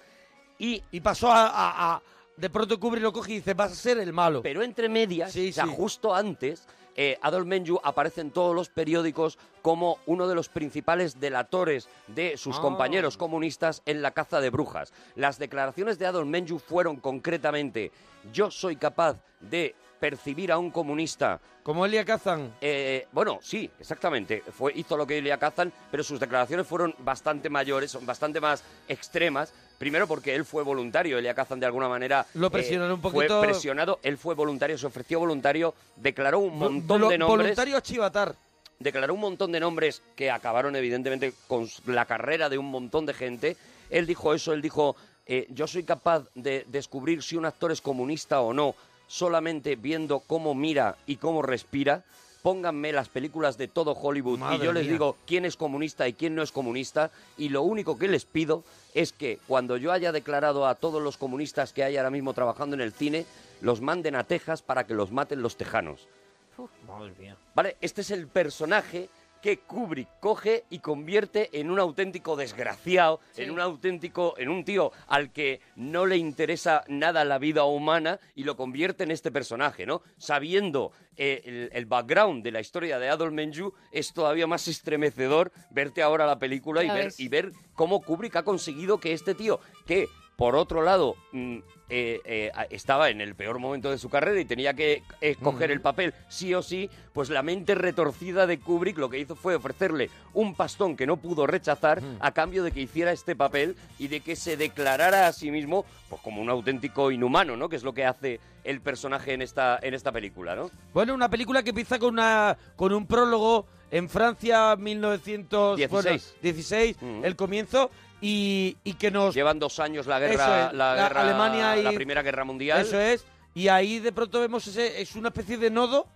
S6: Y,
S1: pasó a, a- a- De pronto Kubrick lo coge y dice, vas a ser el malo.
S6: Pero entre medias, o sea, justo antes, eh, Adolf Menju aparece en todos los periódicos como uno de los principales delatores de sus
S1: Ah.
S6: compañeros comunistas en la caza de brujas. Las declaraciones de Adolf Menju fueron concretamente, yo soy capaz de percibir a un comunista. Eh,
S1: ¿Como Elia Kazan?
S6: bueno, sí, exactamente. Fue, hizo lo que Elia Kazan, pero sus declaraciones fueron bastante mayores, son bastante más extremas. Primero porque él fue voluntario, Elia Kazan de alguna manera... eh,
S1: Lo presionaron un poquito.
S6: Fue presionado, él fue voluntario, se ofreció voluntario, declaró un
S1: Vo-
S6: montón
S1: volu-
S6: de nombres
S1: voluntario a chivatar.
S6: declaró un montón de nombres que acabaron evidentemente con la carrera de un montón de gente. Él dijo eso, él dijo, eh, yo soy capaz de descubrir si un actor es comunista o no solamente viendo cómo mira y cómo respira. Pónganme las películas de todo Hollywood y
S1: Madre
S6: yo les
S1: mía.
S6: digo quién es comunista y quién no es comunista. Y lo único que les pido es que cuando yo haya declarado a todos los comunistas que hay ahora mismo trabajando en el cine, los manden a Texas para que los maten los tejanos.
S1: Madre mía.
S6: ¿Vale? Este es el personaje que Kubrick coge y convierte en un auténtico desgraciado, en un auténtico, en un tío al que no le interesa nada la vida humana y lo convierte en este personaje, ¿no? Sabiendo eh, el, el background de la historia de Adolf Menjú, es todavía más estremecedor verte ahora la película y
S1: Ya
S6: ver,
S1: ves.
S6: y ver cómo Kubrick ha conseguido que este tío, que por otro lado mm, eh, eh, a- estaba en el peor momento de su carrera y tenía que escoger el papel sí o sí, pues la mente retorcida de Kubrick lo que hizo fue ofrecerle un pastón que no pudo rechazar a cambio de que hiciera este papel y de que se declarara a sí mismo pues como un auténtico inhumano, ¿no? Que es lo que hace el personaje en esta, en esta película, ¿no?
S1: Bueno, una película que empieza con una con un prólogo en Francia 1916,
S6: Dieciséis. Mm.
S1: el comienzo y, y que nos
S6: Llevan dos años la
S1: Eso
S6: guerra,
S1: es,
S6: la,
S1: la
S6: guerra-
S1: Alemania y-
S6: la Primera Guerra Mundial.
S1: Eso es. Y ahí de pronto vemos ese es una especie de nodo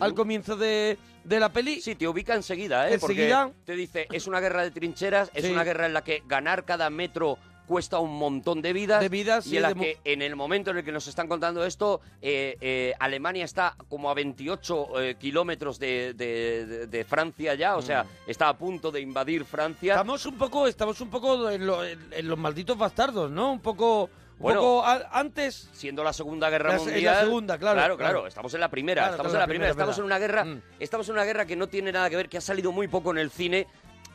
S1: al comienzo de, de la peli.
S6: Sí, te ubica enseguida, ¿eh?
S1: Enseguida.
S6: Porque te dice, es una guerra de trincheras, es
S1: Sí.
S6: una guerra en la que ganar cada metro cuesta un montón de vidas.
S1: De vidas,
S6: Y
S1: sí,
S6: en la
S1: de mu-
S6: que en el momento en el que nos están contando esto, eh, eh, Alemania está como a 28 eh, kilómetros de, de- de- de Francia ya, o
S1: Mm.
S6: sea, está a punto de invadir Francia.
S1: Estamos un poco, estamos un poco en, lo- en- en los malditos bastardos, ¿no? Un poco, un
S6: Bueno,
S1: poco a- antes.
S6: Siendo la Segunda Guerra
S1: La se- es la
S6: Mundial.
S1: segunda, claro,
S6: Claro,
S1: claro.
S6: claro, estamos en la primera,
S1: Claro,
S6: estamos
S1: claro,
S6: en la
S1: la
S6: primera,
S1: primera, Mm.
S6: estamos en una guerra, estamos en una guerra que no tiene nada que ver, que ha salido muy poco en el cine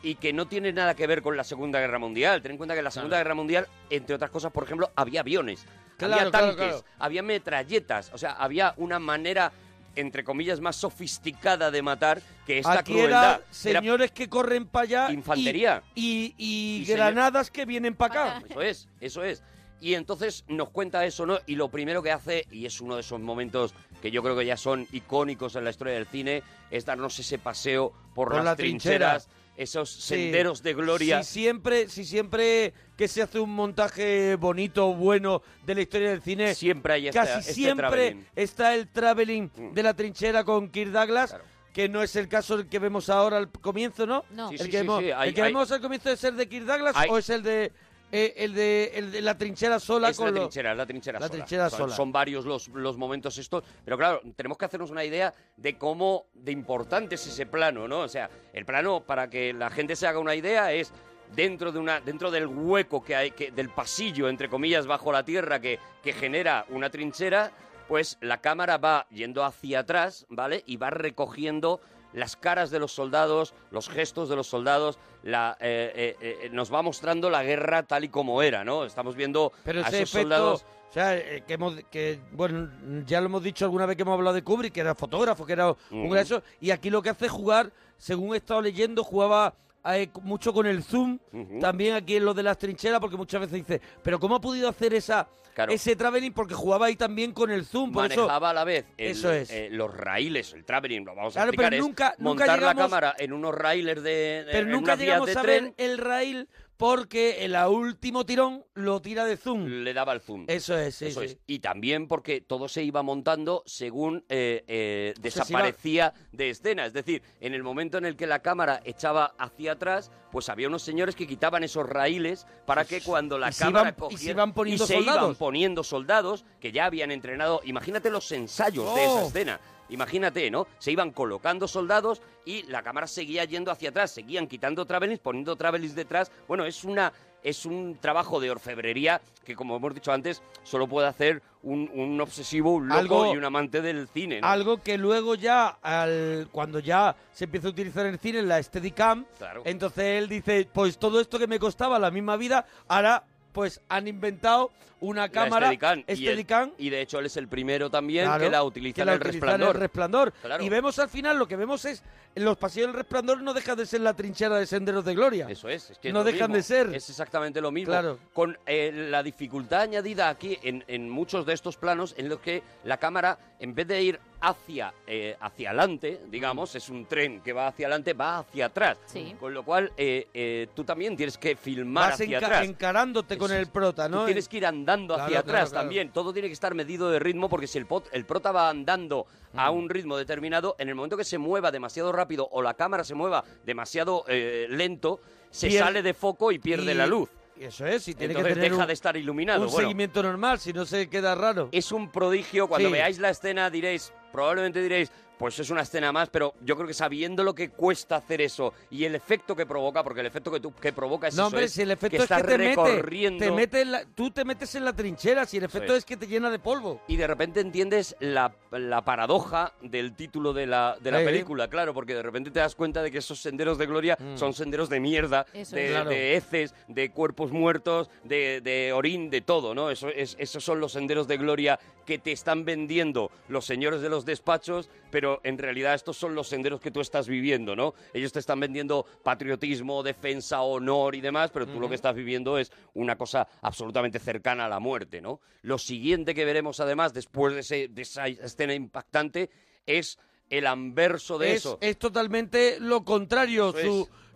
S6: y que no tiene nada que ver con la Segunda Guerra Mundial. Ten en cuenta que en la Segunda Guerra Mundial, entre otras cosas, por ejemplo, había aviones,
S1: Claro,
S6: había
S1: claro,
S6: tanques,
S1: claro.
S6: había metralletas, o sea, había una manera entre comillas más sofisticada de matar que esta
S1: Aquí
S6: crueldad.
S1: eran señores que corren para allá. y-
S6: Infantería.
S1: Y, y
S6: Y señor-
S1: granadas que vienen para acá.
S6: Eso es, eso es. Y entonces nos cuenta eso, ¿no? Y lo primero que hace, y es uno de esos momentos que yo creo que ya son icónicos en la historia del cine, es darnos ese paseo por,
S1: Por
S6: las
S1: la trinchera.
S6: trincheras, esos
S1: Sí.
S6: senderos de gloria.
S1: Si siempre, si siempre que se hace un montaje bonito, bueno de la historia del cine,
S6: Siempre hay este-
S1: casi
S6: este Mm.
S1: siempre
S6: travelling.
S1: está el traveling de la trinchera con Kirk Douglas. Que no es el caso el que vemos ahora al comienzo, ¿no?
S6: No. Sí,
S1: el
S6: sí,
S1: que,
S6: sí,
S1: vemos,
S6: sí, hay-
S1: el que
S6: hay-
S1: vemos al comienzo es el de Kirk Douglas
S6: Hay-
S1: o es el de, eh, el de el de la trinchera sola
S6: es
S1: con
S6: la
S1: los-
S6: trinchera, es la trinchera
S1: la
S6: sola.
S1: trinchera
S6: son,
S1: sola.
S6: son varios los, los momentos estos, pero claro, tenemos que hacernos una idea de cómo de importante es ese plano, ¿no? O sea, el plano para que la gente se haga una idea es dentro de una dentro del hueco que hay que del pasillo entre comillas bajo la tierra que que genera una trinchera, pues la cámara va yendo hacia atrás, ¿vale? Y va recogiendo las caras de los soldados, los gestos de los soldados, la, eh, eh, eh, nos va mostrando la guerra tal y como era, ¿no? Estamos viendo
S1: Pero
S6: a
S1: ese
S6: esos
S1: efecto,
S6: soldados
S1: o sea, eh, que hemos, que, bueno, ya lo hemos dicho alguna vez que hemos hablado de Kubrick, que era fotógrafo, que era un
S6: Ujú.
S1: gran eso, y aquí lo que hace es jugar, según he estado leyendo, jugaba eh, mucho con el zoom, también aquí en lo de las trincheras, porque muchas veces dice, pero ¿cómo ha podido hacer esa ese traveling? Porque jugaba ahí también con el zoom, por eso-
S6: manejaba a la vez el-
S1: eso es.
S6: eh, los raíles, el traveling, lo vamos a
S1: Claro,
S6: explicar,
S1: pero
S6: es
S1: nunca- nunca
S6: montar la
S1: llegamos-
S6: cámara en unos raíles de
S1: pero
S6: en
S1: nunca
S6: unas vías
S1: llegamos
S6: de
S1: a
S6: tren,
S1: ver el rail porque el último tirón lo tira de zoom.
S6: le daba el zoom.
S1: Eso es, sí,
S6: Eso
S1: sí.
S6: es. Y también porque todo se iba montando según eh, eh,
S1: Pues se iba-
S6: desaparecía de escena. Es decir, en el momento en el que la cámara echaba hacia atrás, pues había unos señores que quitaban esos raíles para que cuando la
S1: Pues Y se
S6: cámara
S1: iban- y se
S6: cogiera-
S1: iban poniendo
S6: y se iban
S1: soldados.
S6: poniendo soldados que ya habían entrenado. Imagínate los ensayos de
S1: Oh.
S6: esa escena. Imagínate, ¿no? Se iban colocando soldados y la cámara seguía yendo hacia atrás, seguían quitando travelings, poniendo travelings detrás. Bueno, es una es un trabajo de orfebrería que, como hemos dicho antes, solo puede hacer un, un obsesivo, un loco
S1: Algo-
S6: y un amante del cine. ¿no?
S1: Algo que luego ya, al, cuando ya se empieza a utilizar en el cine, la Steadicam,
S6: Claro.
S1: entonces él dice, pues todo esto que me costaba la misma vida, ahora pues han inventado una
S6: La
S1: cámara
S6: Steadicam. Y el-
S1: Steadicam
S6: Y, de hecho él es el primero también
S1: Claro,
S6: que la utiliza
S1: que
S6: en
S1: la
S6: el
S1: utiliza en
S6: resplandor.
S1: el resplandor.
S6: Claro.
S1: Y vemos al final, lo que vemos es, los pasillos del resplandor no dejan de ser la trinchera de Senderos de Gloria.
S6: Eso es, es que es
S1: no
S6: lo
S1: dejan
S6: mismo,
S1: de ser.
S6: Es exactamente lo mismo.
S1: Claro.
S6: Con eh, la dificultad añadida aquí en, en muchos de estos planos en los que la cámara, en vez de ir hacia, eh, hacia adelante, digamos, es un tren que va hacia adelante, va hacia atrás.
S1: Sí.
S6: Con lo cual, eh, eh, tú también tienes que filmar
S1: Vas
S6: hacia
S1: enca-
S6: atrás.
S1: encarándote con el prota,
S6: Tú
S1: ¿no?
S6: tienes que ir andando hacia
S1: Claro,
S6: atrás
S1: claro, claro.
S6: también. Todo tiene que estar medido de ritmo porque si el, pot- el prota va andando a
S1: Mm.
S6: un ritmo determinado, en el momento que se mueva demasiado rápido o la cámara se mueva demasiado eh, lento, se
S1: Pier-
S6: sale de foco y pierde
S1: Y-
S6: la luz.
S1: y Eso es, y tiene
S6: Entonces
S1: que tener
S6: deja
S1: un-
S6: de estar iluminado.
S1: Un
S6: Bueno,
S1: seguimiento normal, si no se queda raro.
S6: Es un prodigio. cuando
S1: Sí.
S6: veáis la escena diréis, probablemente diréis, pues es una escena más, pero yo creo que sabiendo lo que cuesta hacer eso y el efecto que provoca, porque el efecto que, tú- que provoca es
S1: No,
S6: eso,
S1: hombre,
S6: es
S1: si el efecto
S6: que
S1: es que
S6: estás
S1: te mete,
S6: recorriendo
S1: te mete en la- tú te metes en la trinchera, si el efecto
S6: es.
S1: es. que te llena de polvo.
S6: Y de repente entiendes la, la paradoja del título de la, de la
S1: Sí.
S6: película, claro, porque de repente te das cuenta de que esos senderos de gloria son senderos de mierda,
S1: Eso
S6: de,
S1: es. Mm. Claro.
S6: de heces, de cuerpos muertos, de, de orín, de todo, ¿no? Eso es, esos son los senderos de gloria que te están vendiendo los señores de los despachos, pero en realidad estos son los senderos que tú estás viviendo, ¿no? Ellos te están vendiendo patriotismo, defensa, honor y demás, pero tú lo que estás viviendo es una cosa absolutamente cercana a la muerte, ¿no? Lo siguiente que veremos además después de, ese- de esa escena impactante es el anverso de
S1: es,
S6: eso.
S1: es totalmente lo contrario,
S6: Eso
S1: su,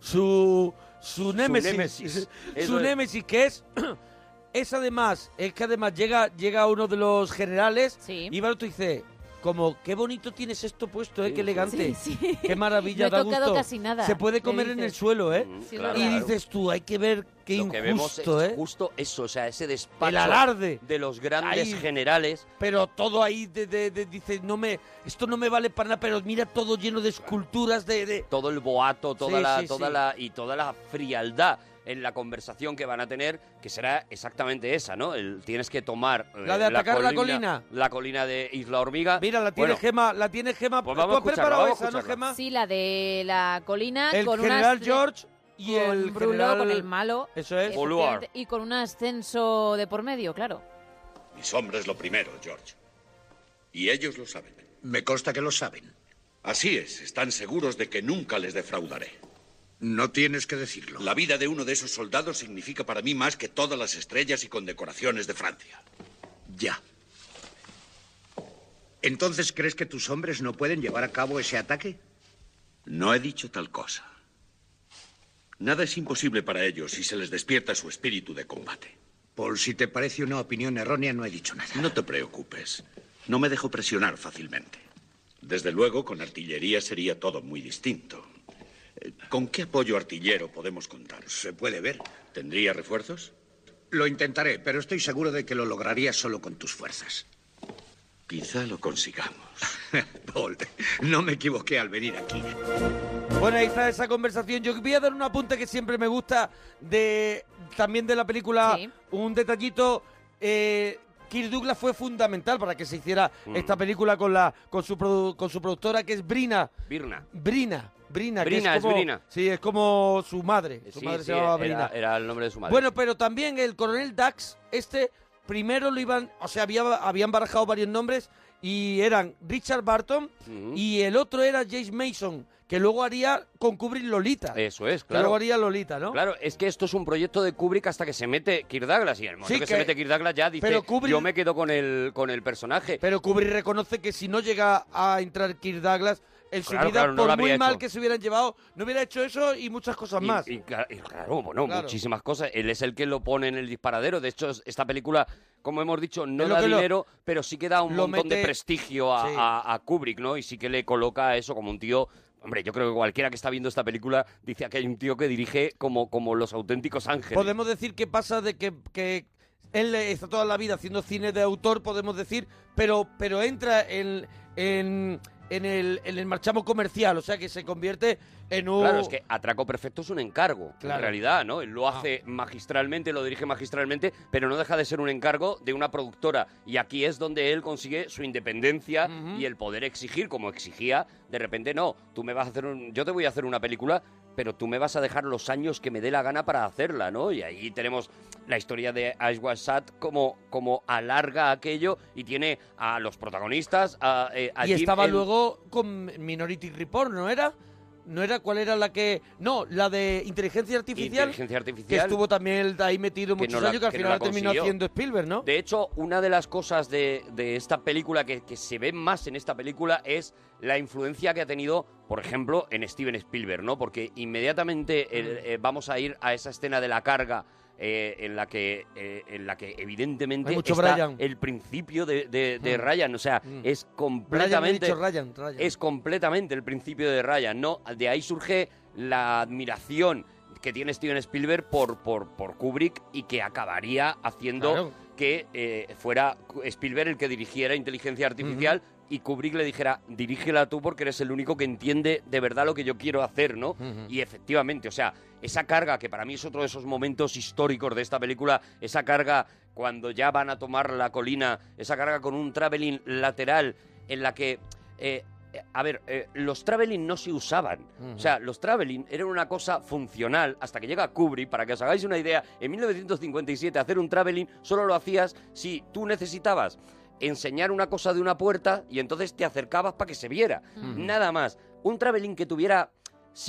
S1: su, su némesis.
S6: némesis. Eso
S1: Su
S6: es.
S1: némesis, que es. Es además, es que además llega, llega uno de los generales y Baruto dice, como, qué bonito tienes esto puesto, ¿eh? qué elegante, qué maravilla,
S5: No he
S1: da
S5: tocado
S1: gusto".
S5: casi nada,
S1: Se
S5: le
S1: puede comer en
S5: dices.
S1: el suelo, ¿eh?
S5: Sí, es verdad.
S1: y
S6: Mm, claro.
S1: dices tú, hay que ver qué
S6: lo que vemos
S1: injusto,
S6: es
S1: ¿eh?
S6: justo eso, o sea, ese despacho
S1: El alarde.
S6: de los grandes
S1: Ahí.
S6: generales
S1: pero todo ahí de, de- de- dice no me esto no me vale para nada pero mira todo lleno de esculturas de, de-
S6: todo el boato, toda
S1: Sí,
S6: la,
S1: sí,
S6: toda
S1: sí.
S6: la y toda la frialdad en la conversación que van a tener, que será exactamente esa, ¿no? El- tienes que tomar eh,
S1: La de atacar la colina.
S6: la colina de Isla Hormiga.
S1: mira la tiene
S6: Bueno,
S1: Gema Ah, la tiene Gema
S6: pues
S1: ¿Tú
S6: vamos a
S1: has
S6: escucharla,
S1: preparado
S6: vamos a
S1: esa no
S6: escucharla.
S1: Gema
S5: Sí, la de la colina
S1: el
S5: con
S1: general
S5: unas...
S1: George y
S5: con
S1: el
S5: Brulo,
S1: general
S5: con el malo.
S1: eso es
S5: efectivamente, Y con un ascenso de por medio, claro.
S4: Mis hombres lo primero, George. Y ellos lo saben. Me consta que lo saben. Así es, están seguros de que nunca les defraudaré. No tienes que decirlo. La vida de uno de esos soldados significa para mí más que todas las estrellas y condecoraciones de Francia. Ya. ¿Entonces crees que tus hombres no pueden llevar a cabo ese ataque? No he dicho tal cosa. Nada es imposible para ellos si se les despierta su espíritu de combate. Paul, si te parece una opinión errónea, no he dicho nada. No te preocupes. No me dejo presionar fácilmente. Desde luego, con artillería sería todo muy distinto. Eh, ¿Con qué apoyo artillero podemos contar? Se puede ver. ¿Tendría refuerzos? Lo intentaré, pero estoy seguro de que lo lograría solo con tus fuerzas. Quizá lo consigamos. Paul, no me equivoqué al venir aquí.
S1: Bueno, ahí está esa conversación. Yo voy a dar un apunte que siempre me gusta de también de la película. Un detallito. Eh, Kirk Douglas fue fundamental para que se hiciera
S6: Mm.
S1: esta película con la con su produ- con su productora que es Brina.
S6: Birna.
S1: Brina. Brina. que
S6: Brina, es
S1: como-
S6: Brina.
S1: Sí, es como su madre. Su
S6: sí,
S1: madre
S6: sí,
S1: se llamaba Brina.
S6: era, era el nombre de su madre.
S1: Bueno, pero también el coronel Dax, este primero lo iban, o sea, había, habían barajado varios nombres y eran Richard Barton y el otro era James Mason, que luego haría con Kubrick Lolita.
S6: eso es,
S1: Que luego
S6: claro.
S1: haría Lolita, ¿no?
S6: Claro, es que esto es un proyecto de Kubrick hasta que se mete Kirk Douglas y en el momento
S1: Sí,
S6: que,
S1: que-
S6: se mete Kirk Douglas ya dice,
S1: pero Kubrick-
S6: yo me quedo con el con el personaje.
S1: Pero Kubrick reconoce que si no llega a entrar Kirk Douglas en su
S6: Claro,
S1: vida,
S6: claro, no lo
S1: por
S6: habría
S1: muy mal
S6: hecho.
S1: que se hubieran llevado, no hubiera hecho eso y muchas cosas
S6: Y-
S1: más.
S6: Y, cla- y claro, bueno,
S1: Claro.
S6: muchísimas cosas. Él es el que lo pone en el disparadero. De hecho, es- esta película, como hemos dicho, no
S1: Es lo
S6: da
S1: que lo-
S6: dinero, pero sí que da un
S1: lo
S6: montón de
S1: mete-
S6: prestigio a,
S1: Sí.
S6: a- a Kubrick, ¿no? Y sí que le coloca eso como un tío. Hombre, yo creo que cualquiera que está viendo esta película dice que hay un tío que dirige como, como los auténticos ángeles.
S1: Podemos decir que pasa de que, que él está toda la vida haciendo cine de autor, podemos decir, pero, pero entra en, en, en el, en el marchamo comercial, o sea que se convierte en un...
S6: Claro, es que Atraco Perfecto es un encargo,
S1: Claro. Ah.
S6: en realidad, ¿no? Él lo hace magistralmente, lo dirige magistralmente, pero no deja de ser un encargo de una productora. Y aquí es donde él consigue su independencia y el poder exigir, como exigía, de repente, no, tú me vas a hacer un... Yo te voy a hacer una película pero tú me vas a dejar los años que me dé la gana para hacerla, ¿no? Y ahí tenemos la historia de Ashwa Sat como, como alarga aquello y tiene a los protagonistas, a, eh, a
S1: y
S6: Jim
S1: estaba
S6: en-
S1: luego con Minority Report, ¿no era? ¿No era cuál era la que.? No, la de inteligencia artificial.
S6: Inteligencia
S1: Que
S6: artificial.
S1: estuvo también él ahí metido
S6: que
S1: muchos
S6: no la-
S1: años, que al
S6: que no
S1: final
S6: la
S1: terminó
S6: consiguió.
S1: haciendo Spielberg, ¿no?
S6: De hecho, una de las cosas de, de esta película que, que se ve más en esta película es la influencia que ha tenido, por ejemplo, en Steven Spielberg, ¿no? Porque
S1: Mm.
S6: inmediatamente el- eh, vamos a ir a esa escena de la carga. eh, en la que eh, en la que evidentemente
S1: Hay mucho
S6: está
S1: Brian.
S6: el principio de, de- de
S1: Mm.
S6: Ryan o sea
S1: Mm.
S6: es
S1: Brian, he
S6: completamente
S1: dicho Ryan, Ryan.
S6: es completamente el principio de Ryan, ¿no? De ahí surge la admiración que tiene Steven Spielberg por, por, por Kubrick y que acabaría haciendo
S1: Claro.
S6: que eh, fuera Spielberg el que dirigiera Inteligencia Artificial y Kubrick le dijera, dirígela tú porque eres el único que entiende de verdad lo que yo quiero hacer, ¿no?
S1: Ujú.
S6: Y efectivamente, o sea, esa carga que para mí es otro de esos momentos históricos de esta película, esa carga cuando ya van a tomar la colina, esa carga con un traveling lateral en la que... eh, eh, a ver, eh, los traveling no se usaban.
S1: Mm.
S6: O sea, los traveling eran una cosa funcional hasta que llega Kubrick. Para que os hagáis una idea, en 1957 hacer un traveling solo lo hacías si tú necesitabas enseñar una cosa de una puerta y entonces te acercabas para que se viera.
S1: Ujú.
S6: Nada más. Un traveling que tuviera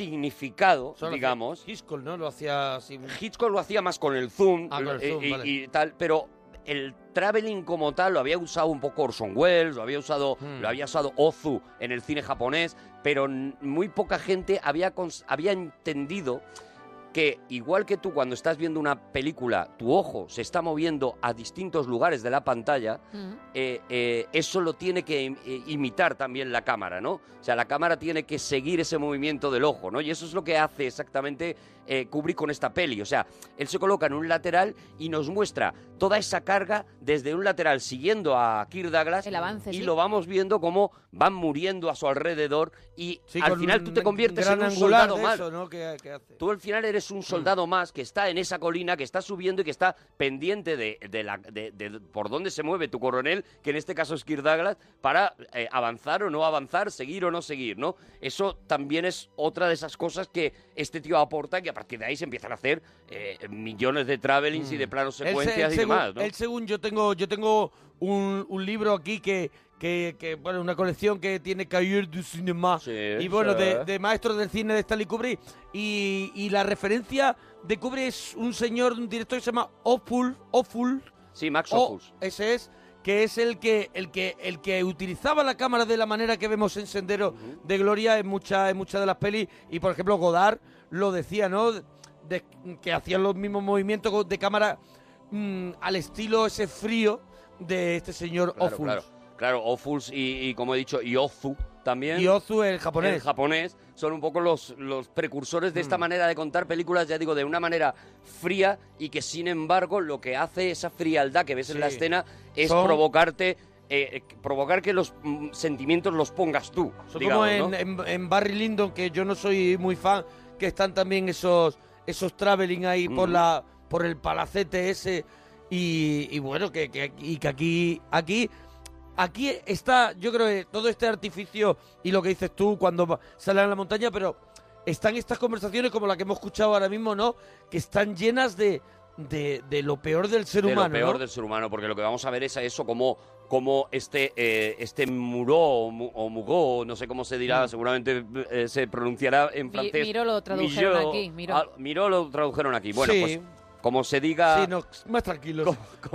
S6: significado,
S1: Solo hacía
S6: digamos.
S1: Hitchcock, ¿no? Lo hacía así.
S6: Hitchcock lo hacía más con el zoom,
S1: Ah, con el
S6: eh,
S1: zoom,
S6: y,
S1: vale.
S6: y tal, pero el traveling como tal lo había usado un poco Orson Welles, lo había usado,
S1: Hmm.
S6: lo había usado Ozu en el cine japonés, pero n- muy poca gente había, cons- había entendido que igual que tú cuando estás viendo una película, tu ojo se está moviendo a distintos lugares de la pantalla, eh, eh, eso lo tiene que im- eh, imitar también la cámara, ¿no? O sea, la cámara tiene que seguir ese movimiento del ojo, ¿no? Y eso es lo que hace exactamente eh, Kubrick con esta peli. O sea, él se coloca en un lateral y nos muestra toda esa carga desde un lateral, siguiendo a Kirk Douglas.
S5: El avance,
S6: Y
S5: sí.
S6: lo vamos viendo cómo van muriendo a su alrededor y
S1: Sí,
S6: al
S1: con
S6: final tú te
S1: un
S6: conviertes
S1: gran
S6: en un
S1: angular
S6: soldado
S1: de
S6: más.
S1: eso, ¿no? Que- que hace. Mm.
S6: Tú al final eres un soldado más que está en esa colina, que está subiendo y que está pendiente de, de la, de- de por dónde se mueve tu coronel, que en este caso es Kirk Douglas, para eh, avanzar o no avanzar, seguir o no seguir, ¿no? Eso también es otra de esas cosas que este tío aporta, que a partir de ahí se empiezan a hacer eh, millones de travelings y de planos
S1: Mm. Él se-
S6: secuencias
S1: él
S6: y
S1: según,
S6: demás, ¿no?
S1: él según yo tengo, yo tengo un, un libro aquí que, que, que, bueno, una colección que tiene Cahiers du Cinéma. y bueno,
S6: sí.
S1: de, de maestros del cine de Stanley Kubrick. Y, y la referencia de Kubrick es un señor, un director que se llama Opul. Opul
S6: sí, Max
S1: o-
S6: Ophuls.
S1: Ese es que es el que el que el que utilizaba la cámara de la manera que vemos en Sendero de Gloria en muchas en muchas de las pelis y por ejemplo Godard lo decía, ¿no? De- que hacían los mismos movimientos co- de cámara mm, al estilo ese frío de este señor
S6: Claro,
S1: Ophuls.
S6: claro. Claro, Ophuls y, y, como he dicho, y Ozu también.
S1: Y Ozu, el japonés. Mm.
S6: El japonés son un poco los, los precursores de esta manera de contar películas, ya digo, de una manera fría y que sin embargo lo que hace esa frialdad que ves en la
S1: Sí.
S6: escena es
S1: Son-
S6: provocarte, eh, eh, provocar que los mm, sentimientos los pongas tú.
S1: Son
S6: digamos,
S1: como
S6: ¿no?
S1: en, en- en Barry Lyndon, que yo no soy muy fan, que están también esos esos traveling ahí por
S6: Ujú.
S1: la por el palacete ese y, y bueno que, que- y que aquí aquí aquí está yo creo que todo este artificio y lo que dices tú cuando va- salen a la montaña pero están estas conversaciones como la que hemos escuchado ahora mismo no que están llenas de de, de lo peor del ser
S6: de
S1: humano
S6: lo peor
S1: ¿no?
S6: del ser humano, porque lo que vamos a ver es a eso como, como este, eh, este muró o, mu- o mugó, no sé cómo se
S1: Mm.
S6: dirá, seguramente eh, se pronunciará en francés.
S5: miró lo tradujeron
S6: Milló,
S5: aquí, miró.
S6: ah, miró lo tradujeron aquí. Bueno,
S1: Sí.
S6: pues como se diga...
S1: Sí, no, más tranquilos
S6: Ah.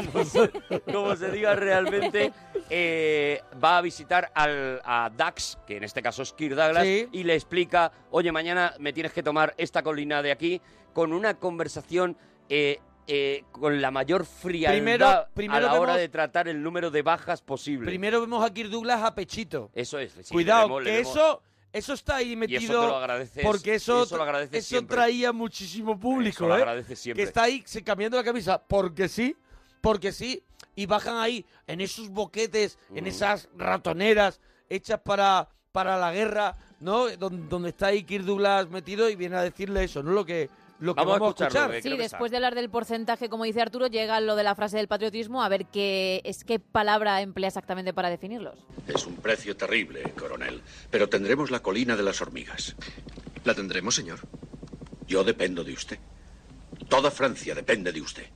S6: como se diga realmente, eh, va a visitar al, a Dax, que en este caso es Kirk Douglas,
S1: Sí.
S6: y le explica, oye, mañana me tienes que tomar esta colina de aquí, con una conversación eh, eh, con la mayor frialdad
S1: Primero- primero
S6: a la hora
S1: vemos-
S6: de tratar el número de bajas posible.
S1: primero vemos a Kirk Douglas a pechito
S6: eso es. sí,
S1: Cuidado,
S6: le vemos- le
S1: que
S6: vemos-
S1: eso, eso está ahí
S6: te
S1: metido.
S6: lo agradeces,
S1: porque eso,
S6: eso lo agradeces
S1: eso
S6: siempre.
S1: traía muchísimo público,
S6: Eso lo
S1: ¿eh?
S6: agradeces siempre.
S1: Que está ahí se- cambiando la camisa porque sí, porque sí. Y bajan ahí en esos boquetes, en
S6: Mm.
S1: esas ratoneras hechas para, para la guerra, ¿no? Don- donde está ahí Kirk Douglas metido y viene a decirle eso, ¿no? Lo que, lo que
S6: Vamos
S1: vamos,
S6: a
S1: a
S6: escucharlo, eh,
S1: escuchar.
S6: que
S5: Sí, después de hablar del porcentaje, como dice Arturo, llega lo de la frase del patriotismo, a ver qué es qué palabra emplea exactamente para definirlos.
S4: Es un precio terrible, coronel. Pero tendremos la colina de las hormigas. ¿La tendremos, señor? Yo dependo de usted. Toda Francia depende de usted.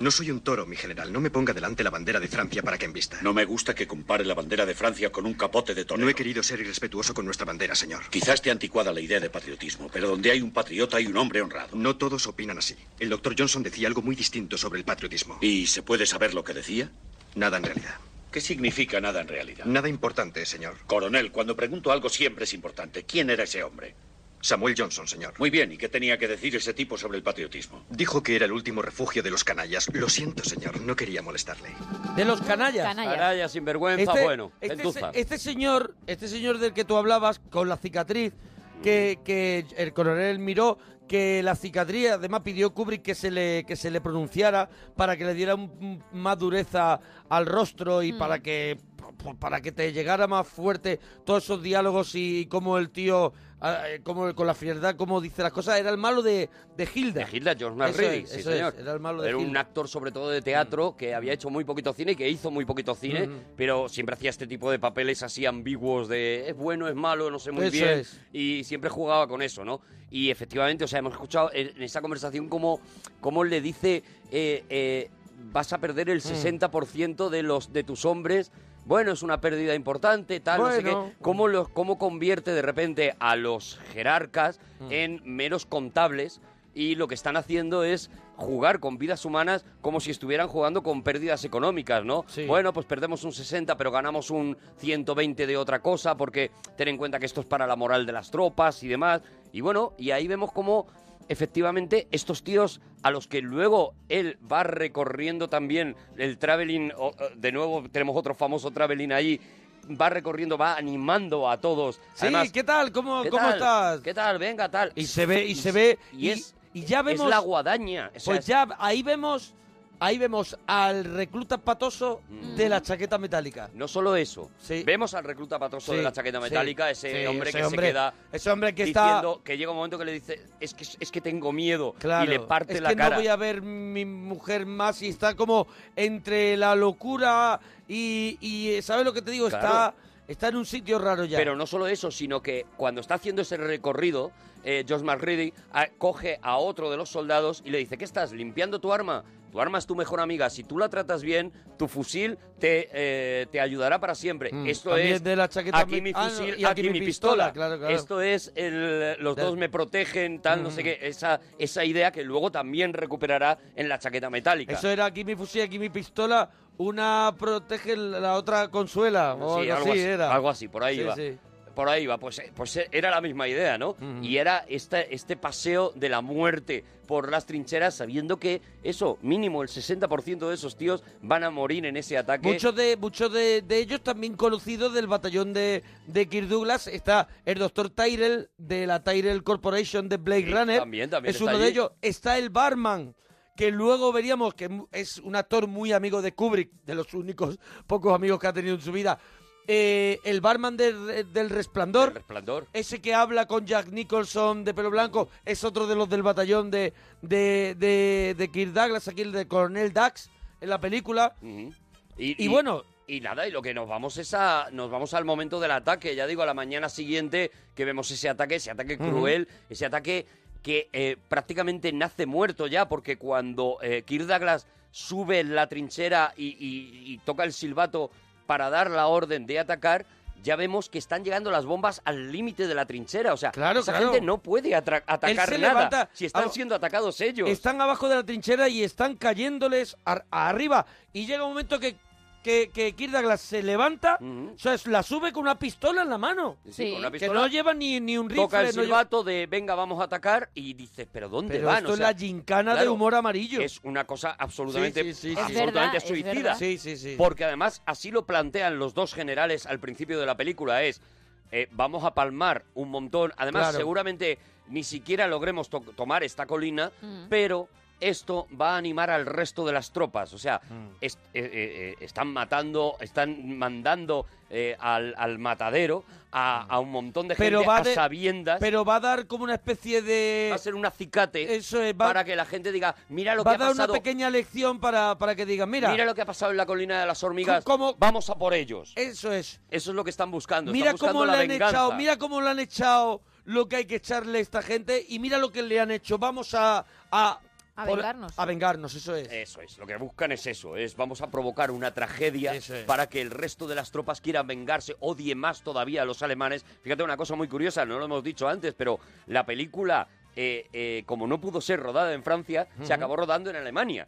S4: No soy un toro, mi general. No me ponga delante la bandera de Francia para que envista. No me gusta que compare la bandera de Francia con un capote de torero. No he querido ser irrespetuoso con nuestra bandera, señor. Quizás esté anticuada la idea de patriotismo, pero donde hay un patriota hay un hombre honrado. No todos opinan así. El doctor Johnson decía algo muy distinto sobre el patriotismo. ¿Y se puede saber lo que decía? Nada en realidad. ¿Qué significa nada en realidad? Nada importante, señor. Coronel, cuando pregunto algo siempre es importante. ¿Quién era ese hombre? Samuel Johnson, señor. Muy bien, ¿y qué tenía que decir ese tipo sobre el patriotismo? Dijo que era el último refugio de los canallas. Lo siento, señor, no quería molestarle.
S1: De los canallas.
S6: Canallas. Canallas, sinvergüenza, bueno, el
S1: Este,
S6: Dúzar.
S1: este señor, este señor del que tú hablabas, con la cicatriz, que, que el coronel miró, que la cicatriz, además pidió Kubrick que se le, que se le pronunciara para que le diera un- un- más dureza al rostro y para que p- para que te llegara más fuerte todos esos diálogos y cómo el tío ah, eh, cómo- con la frialdad cómo dice las cosas era el malo de, de Hilda de
S6: Hilda Jonas
S1: Eso
S6: Reading,
S1: es,
S6: sí,
S1: eso es,
S6: señor.
S1: era el malo de
S6: Era un
S1: Hilda.
S6: actor sobre todo de teatro que había hecho muy poquito cine y que hizo muy poquito cine,
S1: Mm.
S6: pero siempre hacía este tipo de papeles así ambiguos de es bueno, es malo, no sé muy
S1: Eso
S6: bien.
S1: es.
S6: Y siempre jugaba con eso, ¿no? Y efectivamente, o sea, hemos escuchado en en esa conversación cómo, cómo le dice eh, eh, vas a perder
S1: Mm.
S6: el 60% de los de tus hombres. Bueno, es una pérdida importante, tal, no sé
S1: Bueno.
S6: qué. ¿Cómo, los, cómo convierte de repente a los jerarcas
S1: Mm.
S6: en meros contables y lo que están haciendo es jugar con vidas humanas como si estuvieran jugando con pérdidas económicas, ¿no? Bueno, pues perdemos un 60, pero ganamos un 120 de otra cosa, porque ten en cuenta que esto es para la moral de las tropas y demás. Y bueno, y ahí vemos cómo efectivamente estos tíos a los que luego él va recorriendo también el traveling, o, eh, de nuevo tenemos otro famoso traveling ahí, va recorriendo, va animando a todos.
S1: Sí,
S6: Además,
S1: ¿qué tal? ¿Cómo,
S6: ¿qué
S1: cómo
S6: tal?
S1: estás?
S6: ¿Qué tal? Venga, tal.
S1: Y se ve, y se ve.
S6: y es-
S1: y ya
S6: es
S1: vemos.
S6: la guadaña, o sea,
S1: pues
S6: es-
S1: ya ahí vemos. Ahí vemos al recluta patoso de la chaqueta metálica.
S6: Mm. No solo eso. Vemos al recluta patoso de la chaqueta metálica, ese hombre que se queda
S1: Ese hombre que está.
S6: diciendo que llega un momento que le dice, es que, es que tengo miedo
S1: Claro,
S6: y le parte
S1: es
S6: la
S1: que
S6: cara.
S1: no voy a ver mi mujer más y está como entre la locura y, y, ¿sabes lo que te digo?
S6: Claro.
S1: Está, está en un sitio raro ya.
S6: Pero no solo eso, sino que cuando está haciendo ese recorrido, eh, Josh McReady ah, coge a otro de los soldados y le dice, ¿qué estás? ¿Limpiando tu arma? Tu arma es tu mejor amiga. Si tú la tratas bien, tu fusil te, eh, te ayudará para siempre.
S1: Mm,
S6: Esto
S1: también
S6: es
S1: de la chaqueta
S6: aquí mi
S1: me- ah, no,
S6: fusil,
S1: y
S6: aquí, mi pistola.
S1: claro, claro. Mm.
S6: Esto es el, los
S1: De-
S6: dos me protegen, tal, no sé qué. Esa, esa idea que luego también recuperará en la chaqueta metálica.
S1: Eso era aquí mi fusil, aquí mi pistola, una protege, la otra consuela. O
S6: Sí,
S1: algo
S6: algo
S1: así,
S6: así,
S1: era.
S6: algo así, por ahí
S1: Sí,
S6: iba.
S1: sí.
S6: Por ahí va, pues, eh, pues eh, era la misma idea, ¿no? Y era esta, este paseo de la muerte por las trincheras, sabiendo que eso, mínimo el 60% de esos tíos van a morir en ese ataque.
S1: Muchos de, muchos de, de ellos también conocidos del batallón de, de Kirk Douglas. Está el doctor Tyrell de la Tyrell Corporation de Blade
S6: Sí,
S1: Runner.
S6: también, también
S1: es
S6: está
S1: uno de
S6: allí.
S1: ellos. Está el barman, que luego veríamos que mu- es un actor muy amigo de Kubrick, de los únicos pocos amigos que ha tenido en su vida. Eh, el barman del- del Resplandor.
S6: Resplandor.
S1: Ese que habla con Jack Nicholson de pelo blanco es otro de los del batallón de, de, de, de Kirk Douglas, aquí el de Coronel Dax en la película.
S6: Ujú.
S1: Y bueno-
S6: Y nada, y lo que nos vamos es a. Nos vamos al momento del ataque. Ya digo, a la mañana siguiente que vemos ese ataque, ese ataque
S1: Ujú.
S6: cruel, ese ataque que eh, prácticamente nace muerto ya, porque cuando eh, Kirk Douglas sube en la trinchera y, y- y toca el silbato para dar la orden de atacar. Ya vemos que están llegando las bombas al límite de la trinchera. O sea,
S1: Claro,
S6: esa
S1: claro.
S6: gente no puede atra- atacar
S1: se
S6: nada.
S1: levanta-
S6: si están
S1: Ah,
S6: siendo atacados ellos.
S1: Están abajo de la trinchera y están cayéndoles ar- arriba. Y llega un momento que, que, que Kirk Douglas se levanta, o sea, la sube con una pistola en la mano.
S6: Sí, con una
S1: Que
S6: pistola.
S1: no lleva ni, ni un rifle.
S6: toca el
S1: no lleva-
S6: silbato de venga, vamos a atacar y dices, pero ¿dónde
S1: Pero
S6: van?
S1: esto es la gincana de humor amarillo.
S6: Es una cosa absolutamente,
S1: Sí, sí, sí, sí. Es verdad,
S6: absolutamente
S1: es
S6: suicida.
S1: verdad. Sí, sí, sí.
S6: Porque además así lo plantean los dos generales al principio de la película, es eh, vamos a palmar un montón. Además,
S1: Claro.
S6: seguramente ni siquiera logremos to- tomar esta colina,
S1: Mm.
S6: pero esto va a animar al resto de las tropas. O sea,
S1: Mm.
S6: es- eh, eh, eh, están matando, están mandando eh, al, al matadero
S1: Mm.
S6: a, a un montón de gente a
S1: de-
S6: sabiendas.
S1: Pero va a dar como una especie de. Va a
S6: ser un acicate.
S1: Eso es, va,
S6: para que la gente diga, mira lo
S1: va
S6: que
S1: a
S6: ha
S1: dar
S6: pasado.
S1: una pequeña lección para, para que digan, mira.
S6: Mira, lo que ha pasado en la colina de las hormigas.
S1: ¿Cómo?
S6: Vamos a por ellos.
S1: Eso es.
S6: Eso es lo que están buscando.
S1: Mira
S6: están buscando
S1: cómo le
S6: la
S1: han
S6: venganza.
S1: echado, mira cómo le han echado lo que hay que echarle a esta gente y mira lo que le han hecho. Vamos a... A,
S5: A
S1: por-
S5: vengarnos.
S1: A vengarnos, eso es.
S6: Eso es, lo que buscan es eso, es vamos a provocar una tragedia para que el resto de las tropas quieran vengarse, odie más todavía a los alemanes. Fíjate una cosa muy curiosa, no lo hemos dicho antes, pero la película, eh, eh, como no pudo ser rodada en Francia,
S1: Ujú.
S6: se acabó rodando en Alemania.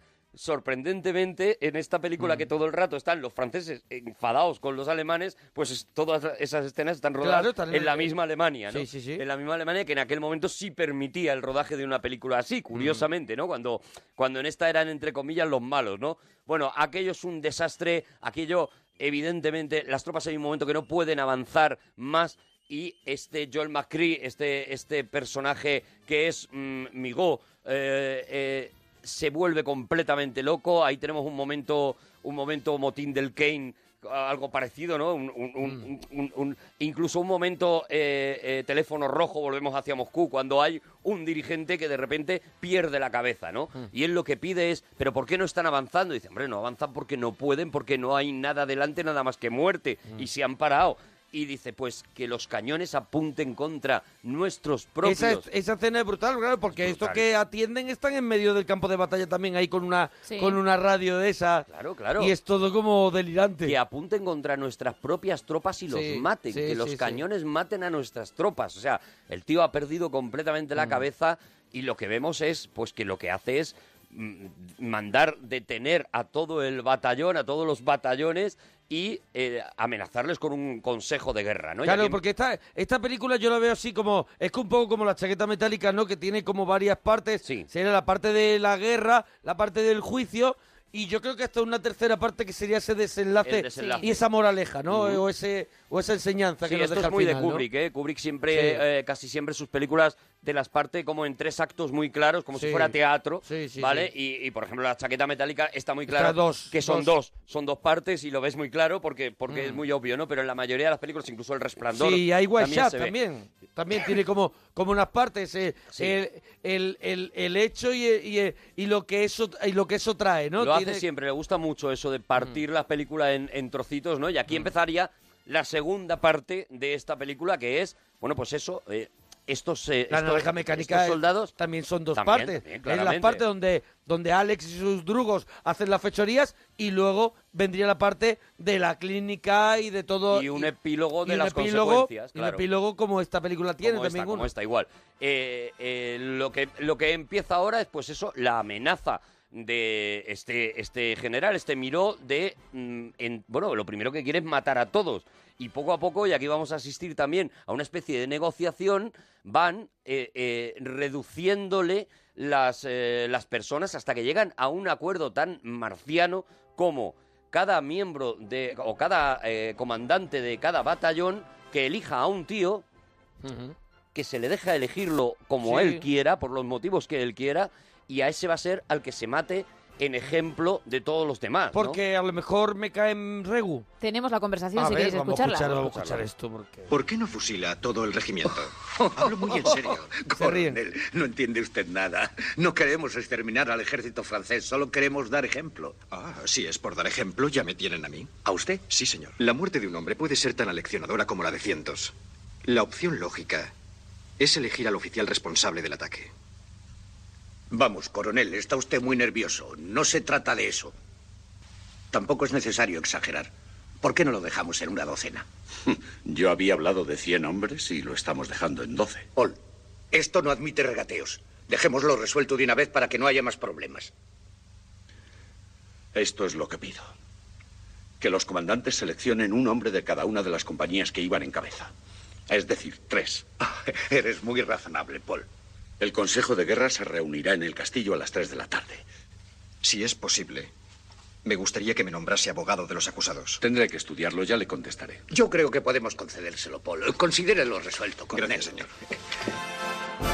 S6: Sorprendentemente, en esta película que todo el rato están los franceses enfadados con los alemanes, pues es- todas esas escenas están rodadas
S1: Claro, están en-
S6: en la misma Alemania, ¿no?
S1: Sí, sí, sí.
S6: En la misma Alemania que en aquel momento sí permitía el rodaje de una película así,
S1: Mm.
S6: curiosamente, ¿no? Cuando, cuando en esta eran, entre comillas, los malos, ¿no? Bueno, aquello es un desastre, aquello, evidentemente, las tropas hay un momento que no pueden avanzar más y este Joel McCree, este, este personaje que es mm, Migó, eh, eh, se vuelve completamente loco. Ahí tenemos un momento, un momento motín del Kane, algo parecido, ¿no? Un- un-
S1: Mm.
S6: un- un- un- incluso un momento eh, eh, teléfono rojo, volvemos hacia Moscú, cuando hay un dirigente que de repente pierde la cabeza, ¿no?
S1: Mm.
S6: Y él lo que pide es, ¿pero por qué no están avanzando? Y dice, hombre, no avanzan porque no pueden, porque no hay nada delante, nada más que muerte,
S1: Mm.
S6: y se han parado. Y dice, pues que los cañones apunten contra nuestros propios.
S1: Esa, es- esa escena es brutal, claro, porque estos que atienden están en medio del campo de batalla también ahí con una
S6: Sí.
S1: con una radio de esa.
S6: Claro, claro.
S1: Y es todo como delirante.
S6: Que apunten contra nuestras propias tropas y los
S1: Sí,
S6: maten,
S1: sí,
S6: que los
S1: sí, sí.
S6: cañones maten a nuestras tropas. O sea, el tío ha perdido completamente
S1: Mm.
S6: la cabeza y lo que vemos es, pues que lo que hace es mm, mandar detener a todo el batallón, a todos los batallones y eh, amenazarles con un consejo de guerra, ¿no? Y
S1: Claro,
S6: aquí-
S1: porque esta, esta película yo la veo así como. Es que un poco como la chaqueta metálica, ¿no? Que tiene como varias partes. Sería la parte de la guerra, la parte del juicio. Y yo creo que hasta una tercera parte que sería ese desenlace,
S6: El desenlace.
S1: y esa moraleja, ¿no?
S6: Ujú.
S1: o, ese, o esa enseñanza
S6: Sí,
S1: que nos
S6: esto
S1: deja
S6: es
S1: al
S6: muy
S1: final,
S6: de
S1: ¿no?
S6: Kubrick, ¿eh? Kubrick siempre,
S1: Sí.
S6: eh, casi siempre sus películas te las parte como en tres actos muy claros, como
S1: Sí.
S6: si fuera teatro,
S1: sí,
S6: ¿vale? Y, y, por ejemplo, la chaqueta metálica está muy
S1: Está
S6: clara,
S1: dos,
S6: que son
S1: dos.
S6: dos. son dos partes y lo ves muy claro porque, porque es
S1: Mm.
S6: muy obvio, ¿no? Pero en la mayoría de las películas, incluso El Resplandor,
S1: Sí, hay White
S6: también
S1: Shot
S6: se ve.
S1: también. También tiene como, como unas partes eh, el, el- el- el hecho y, y- y lo que eso y lo que eso trae, ¿no?
S6: Lo hace
S1: Tiene- Mm.
S6: siempre, le gusta mucho eso de partir las películas en, en trocitos, ¿no? Y aquí empezaría la segunda parte de esta película, que es, bueno, pues eso, eh, estos, eh,
S1: La
S6: estos-
S1: naranja mecánica
S6: estos
S1: es-
S6: soldados
S1: también son dos
S6: también,
S1: partes.
S6: también,
S1: es la
S6: claramente.
S1: parte donde, donde Alex y sus drugos hacen las fechorías y luego vendría la parte de la clínica y de todo.
S6: Y un epílogo de
S1: un
S6: las
S1: epílogo-
S6: consecuencias,
S1: y
S6: claro.
S1: un epílogo como esta película tiene
S6: como
S1: también
S6: esta, como
S1: uno.
S6: esta, igual. Eh, eh, lo, que, lo que empieza ahora es, pues eso, la amenaza de este, este general, este Miró, de, mm, en- bueno, lo primero que quiere es matar a todos. Y poco a poco, y aquí vamos a asistir también a una especie de negociación, van eh, eh, reduciéndole las, eh, las personas hasta que llegan a un acuerdo tan marciano como cada miembro de, o cada eh, comandante de cada batallón que elija a un tío que se le deja elegirlo como
S1: Sí.
S6: él quiera, por los motivos que él quiera, y a ese va a ser al que se mate en ejemplo de todos los demás. ¿no?
S1: Porque a lo mejor me cae en Regu.
S5: Tenemos la conversación
S1: A
S5: si
S1: ver,
S5: queréis
S1: vamos a
S5: escucharla.
S1: escuchar- vamos a escuchar esto. Porque...
S4: ¿Por qué no fusila a todo el regimiento? Hablo muy en serio. Coronel, no entiende usted nada. No queremos exterminar al ejército francés, solo queremos dar ejemplo.
S26: Ah, si es por dar ejemplo, ya me tienen a mí.
S4: ¿A usted?
S26: Sí, señor. La muerte de un hombre puede ser tan aleccionadora como la de cientos. La opción lógica es elegir al oficial responsable del ataque.
S4: Vamos, coronel, está usted muy nervioso. No se trata de eso. Tampoco es necesario exagerar. ¿Por qué no lo dejamos en una docena?
S26: Yo había hablado de 100 hombres y lo estamos dejando en 12.
S4: Paul, esto no admite regateos. Dejémoslo resuelto de una vez para que no haya más problemas.
S26: Esto es lo que pido. Que los comandantes seleccionen un hombre de cada una de las compañías que iban en cabeza. Es decir, tres. Eres muy razonable, Paul. El Consejo de Guerra se reunirá en el castillo a las tres de la tarde.
S4: Si es posible, me gustaría que me nombrase abogado de los acusados.
S26: Tendré que estudiarlo, ya le contestaré.
S4: Yo creo que podemos concedérselo, Paul. Considérelo resuelto, coronel. señor.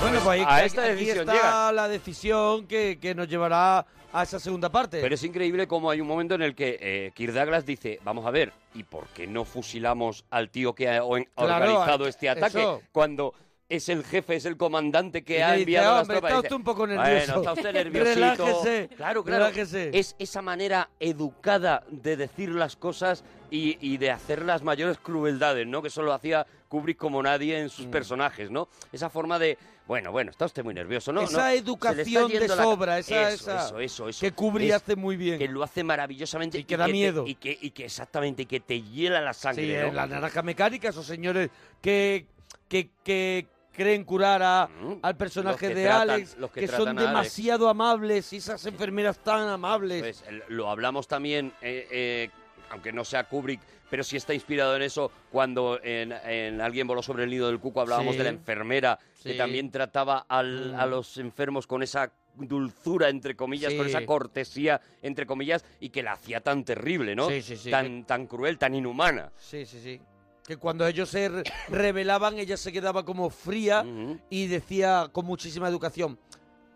S1: Bueno, pues ahí,
S6: A
S1: ahí-
S6: esta
S1: aquí
S6: decisión
S1: está
S6: llega.
S1: la decisión que, que nos llevará a esa segunda parte.
S6: Pero es increíble como hay un momento en el que eh, Kirk Douglas dice, vamos a ver, ¿y por qué no fusilamos al tío que ha o-
S1: Claro,
S6: organizado
S1: a-
S6: este ataque?
S1: eso.
S6: Cuando es el jefe, es el comandante que
S1: Y
S6: ha
S1: le dice, "Ah,
S6: enviado las
S1: "Hombre,
S6: tropas".
S1: está
S6: Dice,
S1: usted un poco
S6: "Bueno,
S1: nervioso".
S6: está usted nerviosito.
S1: Relájese,
S6: Claro, claro.
S1: relájese.
S6: Es esa manera educada de decir las cosas y, y de hacer las mayores crueldades, ¿no? Que eso lo hacía Kubrick como nadie en
S1: Mm.
S6: sus personajes, ¿no? Esa forma de, bueno, bueno, está usted muy nervioso, ¿no?
S1: Esa
S6: no, se le está
S1: educación de
S6: yendo la-
S1: sobra, esa-
S6: eso,
S1: esa-
S6: eso, eso, eso.
S1: que Kubrick
S6: Es-
S1: hace muy bien.
S6: Que lo hace maravillosamente. Y
S1: que da
S6: te-
S1: miedo.
S6: y, que, y que exactamente, que te hiela la sangre,
S1: Sí,
S6: ¿no?
S1: en la naranja mecánica, esos señores que, que, que creen curar a- al personaje
S6: que
S1: de
S6: tratan-
S1: Alex,
S6: Mm, los que
S1: que, son
S6: tratan a Alex.
S1: demasiado amables, y esas enfermeras tan amables.
S6: Pues, el- lo hablamos también, eh, eh, aunque no sea Kubrick, pero sí está inspirado en eso, cuando en, en Alguien voló sobre el nido del cuco hablábamos
S1: Sí.
S6: de la enfermera, que
S1: Sí.
S6: también trataba al-
S1: Mm.
S6: a los enfermos con esa dulzura, entre comillas, con
S1: Sí.
S6: esa cortesía, entre comillas, y que la hacía tan terrible, ¿no?
S1: Sí, sí, sí.
S6: Tan, tan cruel, tan inhumana.
S1: Sí, sí, sí. Que cuando ellos se re- revelaban, ella se quedaba como fría y decía con muchísima educación,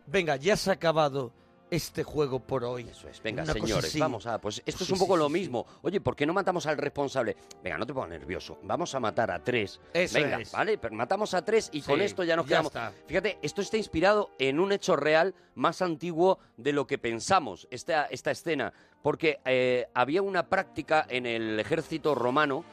S1: venga, ya se ha acabado este juego por hoy. Eso es,
S6: Venga, señores, vamos a... Pues esto es un poco lo mismo. Oye, ¿por qué no matamos al responsable? Venga, no te pongas nervioso. Vamos a matar a tres.
S1: Eso
S6: Venga,
S1: es.
S6: ¿vale? Pero matamos a tres y
S1: Sí,
S6: con esto ya nos
S1: ya
S6: quedamos.
S1: está.
S6: Fíjate, esto está inspirado en un hecho real más antiguo de lo que pensamos, esta, esta escena. Porque eh, había una práctica en el ejército romano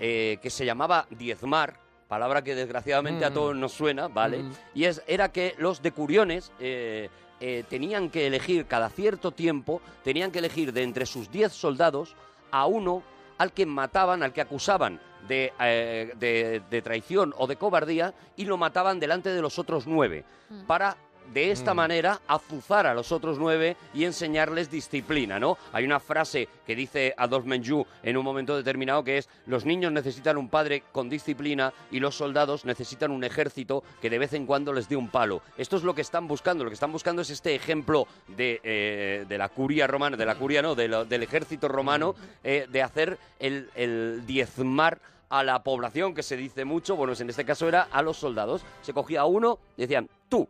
S6: eh, que se llamaba diezmar, palabra que desgraciadamente a
S1: Mm.
S6: todos nos suena, ¿vale?
S1: Mm.
S6: Y es, era que los decuriones eh, eh, tenían que elegir cada cierto tiempo, tenían que elegir de entre sus 10 soldados a uno al que mataban, al que acusaban de, eh, de- de traición o de cobardía y lo mataban delante de los otros nueve para de esta manera azuzar a los otros nueve y enseñarles disciplina, ¿no? Hay una frase que dice Adolf Menjú en un momento determinado que es los niños necesitan un padre con disciplina y los soldados necesitan un ejército que de vez en cuando les dé un palo. Esto es lo que están buscando, lo que están buscando es este ejemplo de, eh, de la curia romana, de la curia no, de lo- del ejército romano, eh, de hacer el- el diezmar a la población, que se dice mucho, bueno, en este caso era a los soldados. Se cogía a uno y decían, tú,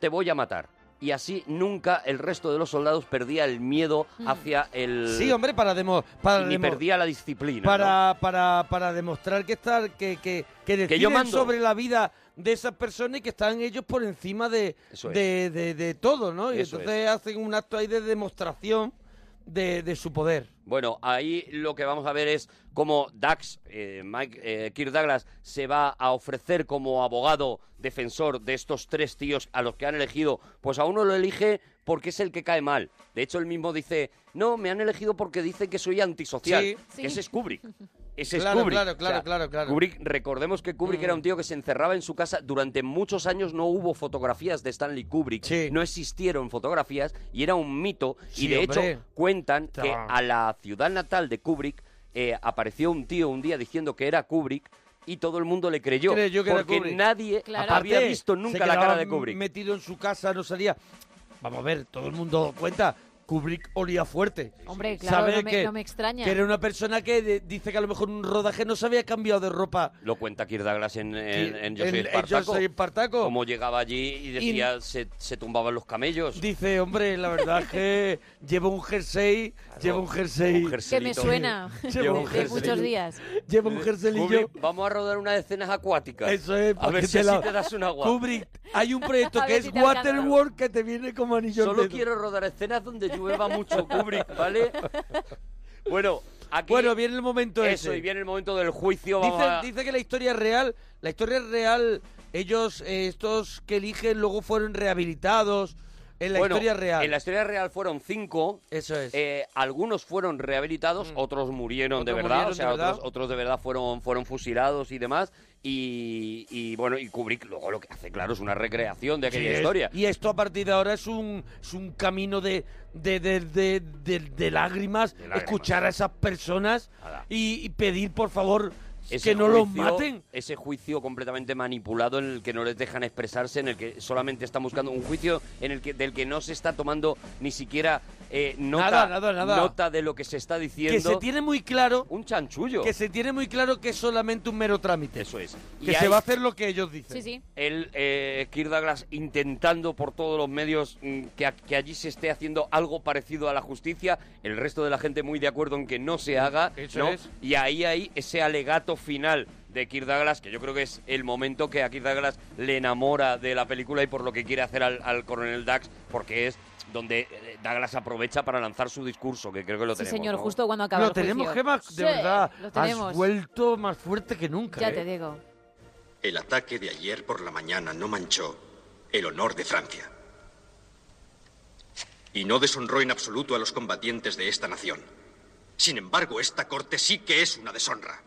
S6: te voy a matar. Y así nunca el resto de los soldados perdía el miedo hacia el...
S1: Sí, hombre, para demo, para
S6: Ni
S1: demo-
S6: perdía la disciplina. ¿no?
S1: para, para, para demostrar que estar que, que, que deciden
S6: yo mando.
S1: sobre la vida de esas personas y que están ellos por encima de,
S6: Eso es.
S1: de, de- de todo, ¿no? Y
S6: Eso
S1: entonces hacen un acto ahí de demostración de, de su poder.
S6: Bueno, ahí lo que vamos a ver es cómo Dax, eh, Mike, eh, Kirk Douglas, se va a ofrecer como abogado defensor de estos tres tíos a los que han elegido. Pues a uno lo elige porque es el que cae mal. De hecho, él mismo dice, no, me han elegido porque dicen que soy antisocial.
S1: Sí.
S6: Que ese es Kubrick. Ese
S1: Claro,
S6: es Kubrick.
S1: claro, claro, claro, claro. Mm.
S6: Kubrick, recordemos que Kubrick era un tío que se encerraba en su casa. Durante muchos años no hubo fotografías de Stanley Kubrick. No existieron fotografías y era un mito.
S1: Sí,
S6: y de
S1: hombre.
S6: hecho, cuentan que
S1: Ta.
S6: a la ciudad natal de Kubrick eh, apareció un tío un día diciendo que era Kubrick y todo el mundo le creyó.
S1: Creyó que era
S6: porque
S1: Kubrick.
S6: nadie había
S1: Aparte,
S6: visto
S1: se
S6: nunca la cara
S1: quedaba
S6: de Kubrick.
S1: metido en su casa, no salía. Vamos a ver, todo el mundo cuenta. Kubrick olía fuerte.
S5: Hombre, claro,
S1: Sabe
S5: no me,
S1: que-
S5: no me extraña.
S1: Que era una persona que de- dice que a lo mejor en un rodaje no se había cambiado de ropa.
S6: Lo cuenta Kirk Douglas en, en, en Yo
S1: en-
S6: soy
S1: en Yo
S6: Espartaco.
S1: soy Espartaco.
S6: Como llegaba allí y decía, se, se tumbaban los camellos.
S1: Dice, hombre, la verdad es que llevo un jersey, llevo un jersey.
S6: un
S5: que me suena
S1: Llevo un
S5: de, de muchos
S1: jerselillo.
S5: días.
S6: Hmm.
S1: Llevo un jerselillo.
S6: Kubrick, vamos a rodar unas escenas acuáticas.
S1: Eso es,
S6: A
S1: para
S6: ver
S1: que
S6: si
S1: la-
S6: así te das un agua.
S1: Kubrick, hay un proyecto
S6: A
S1: que
S6: ver
S1: es
S6: si te alcanza.
S1: Waterworld que te viene como anillo al
S6: Solo
S1: dedo.
S6: quiero rodar escenas donde llueva mucho Kubrick, ¿vale? Bueno, aquí...
S1: Bueno, viene el momento
S6: Eso,
S1: ese.
S6: y viene el momento del juicio.
S1: Dice,
S6: Vamos a-
S1: dice que la historia real, la historia real, ellos, eh, estos que eligen, luego fueron rehabilitados en la
S6: Bueno,
S1: historia real.
S6: En la Eh, historia real fueron cinco.
S1: Eso es. Mm.
S6: algunos fueron rehabilitados, otros murieron de
S1: Otros
S6: verdad.
S1: murieron
S6: o sea,
S1: de verdad.
S6: Otros, otros de verdad fueron, fueron fusilados y demás. Y, y, bueno, y Kubrick luego lo que hace, claro, es una recreación de aquella
S1: Sí, es-
S6: historia.
S1: y esto a partir de ahora es un, es un camino de, de, de, de- de- de lágrimas, escuchar a esas personas y, y pedir, por favor,
S6: Ese
S1: que no los
S6: juicio-
S1: maten.
S6: Ese juicio completamente manipulado en el que no les dejan expresarse, en el que solamente están buscando un juicio en el que, del que no se está tomando ni siquiera eh, nota,
S1: Nada, nada, nada.
S6: nota de lo que se está diciendo.
S1: Que se tiene muy claro...
S6: Un chanchullo.
S1: Que se tiene muy claro que es solamente un mero trámite.
S6: Eso es.
S1: Que
S6: Y
S1: se
S6: ahí-
S1: va a hacer lo que ellos dicen.
S6: El eh, Kirk Douglas intentando por todos los medios mm, que, a- que allí se esté haciendo algo parecido a la justicia, el resto de la gente muy de acuerdo en que no se haga,
S1: Eso
S6: ¿no?
S1: es.
S6: Y ahí hay ese alegato final de Kirk Douglas, que yo creo que es el momento que a Kirk Douglas le enamora de la película y por lo que quiere hacer al, al coronel Dax, porque es donde eh, Douglas aprovecha para lanzar su discurso, que creo que lo
S5: Sí,
S6: tenemos.
S5: señor,
S6: ¿no?
S5: justo cuando acaba
S6: Lo
S5: el juicio.
S6: tenemos, Gemma, de
S5: Sí,
S6: verdad.
S5: Lo
S6: Has
S5: tenemos.
S1: vuelto más fuerte que nunca.
S5: Ya
S26: ¿eh?
S5: te digo.
S26: El ataque de ayer por la mañana no manchó el honor de Francia. Y no deshonró en absoluto a los combatientes de esta nación. Sin embargo, esta corte sí que es una deshonra,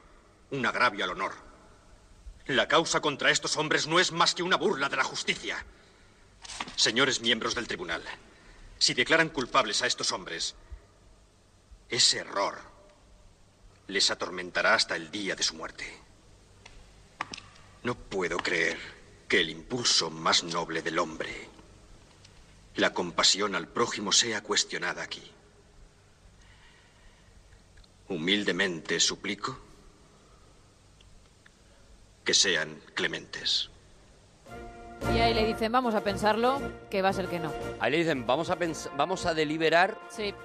S26: un agravio al honor. La causa contra estos hombres no es más que una burla de la justicia. Señores miembros del tribunal, si declaran culpables a estos hombres, ese error les atormentará hasta el día de su muerte. No puedo creer que el impulso más noble del hombre, la compasión al prójimo, sea cuestionada aquí. Humildemente suplico que sean clementes.
S5: Y ahí le dicen, vamos a pensarlo, que va a ser que no.
S6: Ahí le dicen, vamos a, pens- vamos a deliberar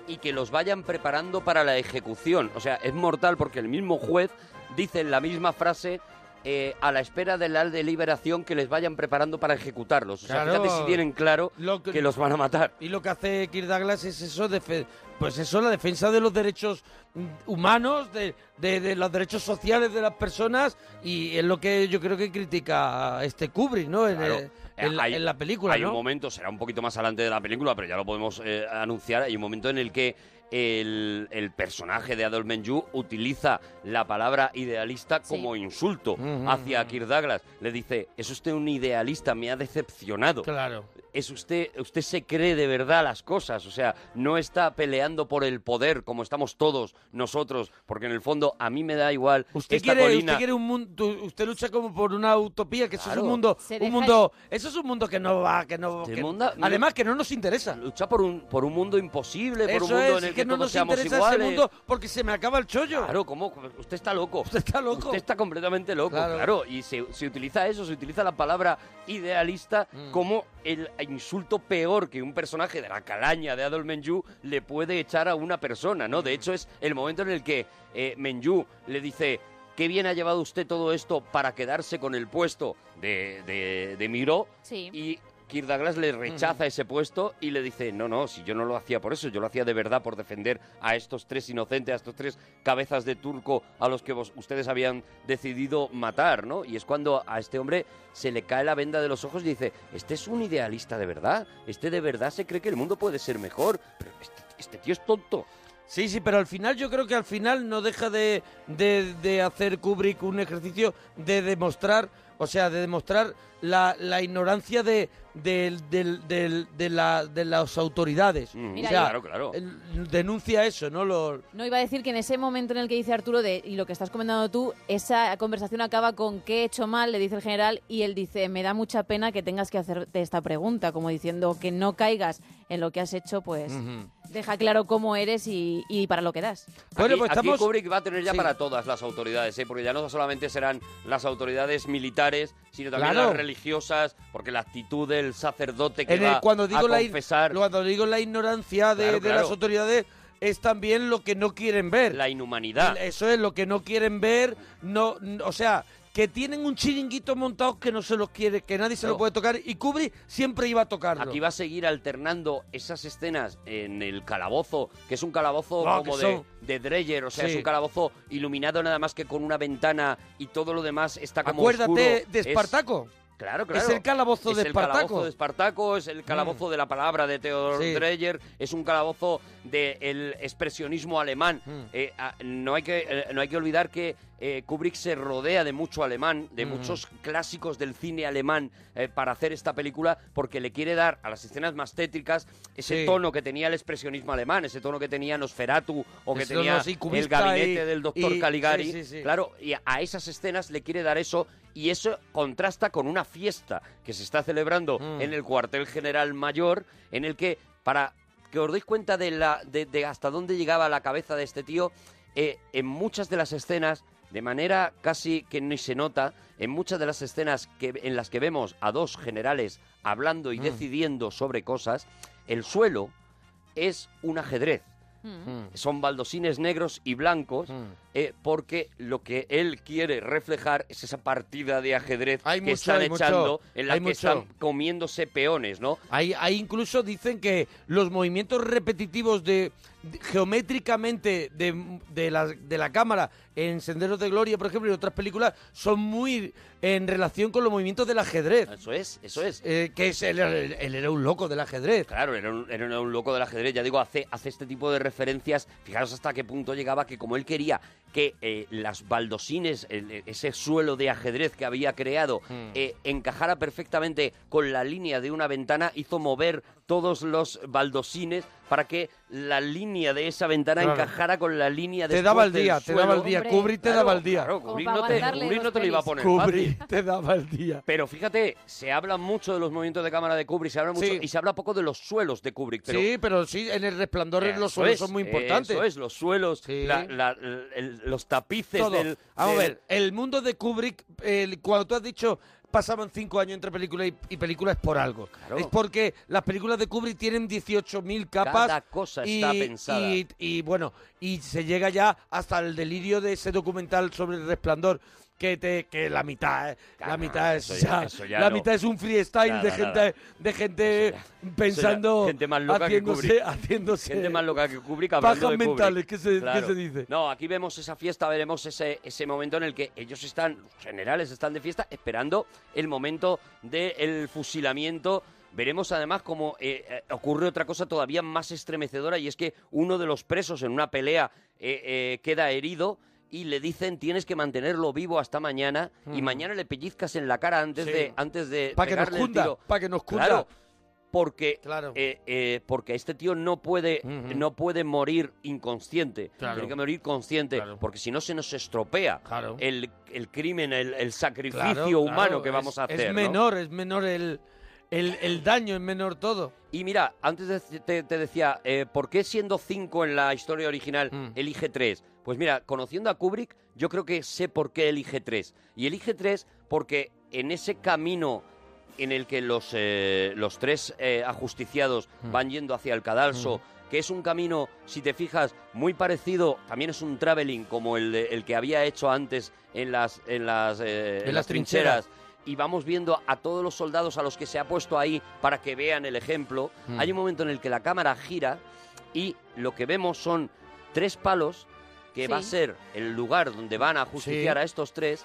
S6: y que los vayan preparando para la ejecución. O sea, es mortal porque el mismo juez dice en la misma frase eh, a la espera de la deliberación que les vayan preparando para ejecutarlos. O sea,
S1: Claro.
S6: fíjate si tienen claro que los van a matar.
S1: Y lo que hace Kirk Douglas es eso, defe- pues eso, la defensa de los derechos mm, humanos, de, de- de los derechos sociales de las personas, y es lo que yo creo que critica a este Kubrick, ¿no? En,
S6: Claro.
S1: eh, en la-
S6: Hay-
S1: en la película,
S6: Hay
S1: ¿no?
S6: un momento, será un poquito más adelante de la película, pero ya lo podemos eh, anunciar. Hay un momento en el que el, el personaje de Adol Menjú utiliza la palabra idealista como insulto
S1: Ujú.
S6: hacia Kirk Douglas. Le dice, es usted un idealista, me ha decepcionado.
S1: Claro.
S6: Es usted, usted se cree de verdad las cosas, o sea, no está peleando por el poder como estamos todos nosotros, porque en el fondo a mí me da igual.
S1: Usted
S6: esta
S1: quiere,
S6: colina.
S1: usted quiere un mundo, usted lucha como por una utopía, que eso es
S6: Claro.
S1: un mundo,
S6: Se
S1: un
S6: deja
S1: mundo, eso es un mundo que no va, que no,
S6: Este
S1: que-
S6: mundo-
S1: además que no nos interesa.
S6: Lucha por un, por un mundo imposible, por
S1: Eso
S6: un mundo
S1: es,
S6: en el
S1: es
S6: que,
S1: que no
S6: todos
S1: nos
S6: seamos
S1: interesa ese
S6: iguales.
S1: mundo porque se me acaba el chollo.
S6: Claro, ¿cómo? Usted está loco. Usted
S1: está loco.
S6: Usted está completamente loco,
S1: Claro.
S6: claro. Y se, se utiliza eso, se utiliza la palabra idealista
S1: Mm.
S6: como el insulto peor que un personaje de la calaña de Adol Menjú le puede echar a una persona, ¿no?
S1: Mm.
S6: De hecho, es el momento en el que eh, Menjú le dice... Qué bien ha llevado usted todo esto para quedarse con el puesto de, de, de Miró.
S5: Sí.
S6: Y Kirk Douglas le rechaza ese puesto y le dice, no, no, si yo no lo hacía por eso, yo lo hacía de verdad por defender a estos tres inocentes, a estos tres cabezas de turco a los que vos- ustedes habían decidido matar, ¿no? Y es cuando a este hombre se le cae la venda de los ojos y dice, este es un idealista de verdad, este de verdad se cree que el mundo puede ser mejor, pero este, este tío es tonto.
S1: Sí, sí, pero al final yo creo que al final no deja de, de- de hacer Kubrick un ejercicio de demostrar, o sea, de demostrar la, la ignorancia de, del- del- del- de, la- de las autoridades.
S5: Mira,
S1: o sea,
S6: Mm. claro, claro.
S1: él denuncia eso, ¿no? Lo,
S5: No iba a decir que en ese momento en el que dice Arturo de, y lo que estás comentando tú, esa conversación acaba con qué he hecho mal, le dice el general, y él dice, me da mucha pena que tengas que hacerte esta pregunta, como diciendo que no caigas en lo que has hecho, pues
S6: Ujú.
S5: deja claro cómo eres y, y para lo que das.
S6: aquí,
S1: pues
S6: aquí Kubrick va a tener ya para todas las autoridades, ¿eh? porque ya no solamente serán las autoridades militares, sino también
S1: Claro.
S6: las religiosas, porque la actitud del sacerdote que
S1: en
S6: va
S1: el- cuando digo
S6: a
S1: la
S6: confesar-
S1: ignorancia, cuando digo la ignorancia de,
S6: Claro,
S1: de
S6: claro.
S1: las autoridades es también lo que no quieren ver.
S6: La inhumanidad.
S1: Eso es lo que no quieren ver, no, n- o sea, que tienen un chiringuito montado que no se los quiere, que nadie se lo
S6: Claro.
S1: puede tocar y Kubrick siempre iba a tocarlo.
S6: Aquí va a seguir alternando esas escenas en el calabozo, que es un calabozo
S1: No,
S6: como
S1: que
S6: de,
S1: son-
S6: de Dreyer, o sea,
S1: Sí.
S6: es un calabozo iluminado nada más que con una ventana y todo lo demás está como
S1: Acuérdate
S6: oscuro.
S1: de
S6: Es-
S1: Espartaco.
S6: Claro, claro.
S1: Es el calabozo
S6: Es
S1: de
S6: el calabozo
S1: Espartaco. Mm.
S6: de Espartaco, es el calabozo de la palabra de Theodor
S1: Sí.
S6: Dreyer, es un calabozo del expresionismo alemán.
S1: Mm.
S6: Eh, ah, no, hay que, eh, no hay que olvidar que eh, Kubrick se rodea de mucho alemán, de
S1: Ujú.
S6: muchos clásicos del cine alemán eh, para hacer esta película, porque le quiere dar a las escenas más tétricas ese
S1: Sí.
S6: tono que tenía el expresionismo alemán, ese tono que tenía Nosferatu o que
S1: Ese tono
S6: tenía
S1: así
S6: el
S1: cubista
S6: gabinete
S1: y-
S6: del doctor
S1: y-
S6: Caligari.
S1: sí, sí, sí.
S6: Claro, y a esas escenas le quiere dar eso y eso contrasta con una fiesta que se está celebrando en el cuartel general mayor en el que para que os deis cuenta de la de, de hasta dónde llegaba la cabeza de este tío eh, en muchas de las escenas de manera casi que ni se nota en muchas de las escenas que en las que vemos a dos generales hablando y decidiendo sobre cosas el suelo es un ajedrez son baldosines negros y blancos,
S1: Mm.
S6: eh, porque lo que él quiere reflejar es esa partida de ajedrez que
S1: mucho,
S6: están
S1: hay mucho,
S6: echando, en la
S1: hay
S6: que
S1: mucho.
S6: están comiéndose peones, ¿no?
S1: Ahí, ahí incluso dicen que los movimientos repetitivos de, de- geométricamente de, de la, de la cámara en Senderos de Gloria, por ejemplo, y en otras películas, son muy en relación con los movimientos del ajedrez.
S6: Eso es, eso es.
S1: eh, que es, él, él- él era un loco del ajedrez.
S6: Claro, era un, era un loco del ajedrez. Ya digo, hace, hace este tipo de referencias. Fijaros hasta qué punto llegaba que como él quería que eh, las baldosines, el- e, ese suelo de ajedrez que había creado,
S1: Mm.
S6: eh, encajara perfectamente con la línea de una ventana, hizo mover todos los baldosines para que la línea de esa ventana
S1: Claro.
S6: encajara con la línea de
S1: Te daba el día, te daba el día. Kubrick te daba el día.
S6: Claro,
S1: Como
S6: Kubrick
S1: para
S6: no te,
S1: guardarle
S6: Kubrick
S1: dos
S6: no te lo iba a poner fácil.
S1: Kubrick te daba el día.
S6: Pero fíjate, se habla mucho de los movimientos de cámara de Kubrick, se habla mucho
S1: Sí.
S6: y se habla poco de los suelos de Kubrick. Pero
S1: sí, pero sí, en el resplandor
S6: Eso
S1: los suelos
S6: es,
S1: son muy importantes.
S6: Eso es, los suelos,
S1: Sí.
S6: la- la- la- el- los tapices
S1: Todo.
S6: del...
S1: Vamos a
S6: del-
S1: ver, el mundo de Kubrick, el- cuando tú has dicho pasaban cinco años entre película y, y película es por algo. Es porque las películas de Kubrick tienen 18.000 capas.
S6: Cada cosa está pensada.
S1: Y, y, bueno, y se llega ya hasta el delirio de ese documental sobre el resplandor. Que, te, que la mitad eh, la mitad es
S6: eso ya-
S1: ya-
S6: eso ya
S1: la
S6: no.
S1: mitad es un freestyle
S6: Nada,
S1: de gente
S6: nada.
S1: de gente pensando
S6: gente más loca que
S1: haciéndose-
S6: Kubrick.
S1: haciéndose
S6: Gente más loca que Kubrick hablando
S1: pajas
S6: de Kubrick.
S1: mentales que se,
S6: Claro.
S1: que se dice
S6: No, aquí vemos esa fiesta, veremos ese, ese momento en el que ellos están, los generales están de fiesta, esperando el momento del fusilamiento. Veremos además cómo eh, eh, ocurre otra cosa todavía más estremecedora y es que uno de los presos en una pelea eh, eh, queda herido y le dicen tienes que mantenerlo vivo hasta mañana y
S1: Mm.
S6: mañana le pellizcas en la cara antes
S1: Sí.
S6: de antes de
S1: para que nos
S6: pegarle el
S1: cunda
S6: tiro".
S1: para que nos cunda
S6: Claro, porque eh, eh, porque este tío no puede
S1: Ujú.
S6: no puede morir inconsciente
S1: Claro.
S6: tiene que morir consciente porque si no se nos estropea
S1: Claro.
S6: el, el crimen el, el sacrificio
S1: Claro,
S6: humano
S1: claro,
S6: que vamos
S1: es-
S6: a hacer
S1: Es
S6: ¿no?
S1: menor, es menor el, el, el daño, es menor todo.
S6: y mira antes de- te, te decía eh, por qué siendo 5 en la historia original elige 3 pues mira conociendo a Kubrick yo creo que sé por qué elige 3 y elige 3 porque en ese camino en el que los, eh, los tres eh, ajusticiados van yendo hacia el cadalso, que es un camino, si te fijas, muy parecido, también es un travelling como el, de- el que había hecho antes en las, en las, eh, en
S1: las
S6: las trincheras.
S1: trincheras.
S6: Y vamos viendo a todos los soldados a los que se ha puesto ahí para que vean el ejemplo.
S1: Mm.
S6: Hay un momento en el que la cámara gira y lo que vemos son tres palos que va a
S1: Sí.
S6: ser el lugar donde van a justiciar
S1: Sí.
S6: a estos tres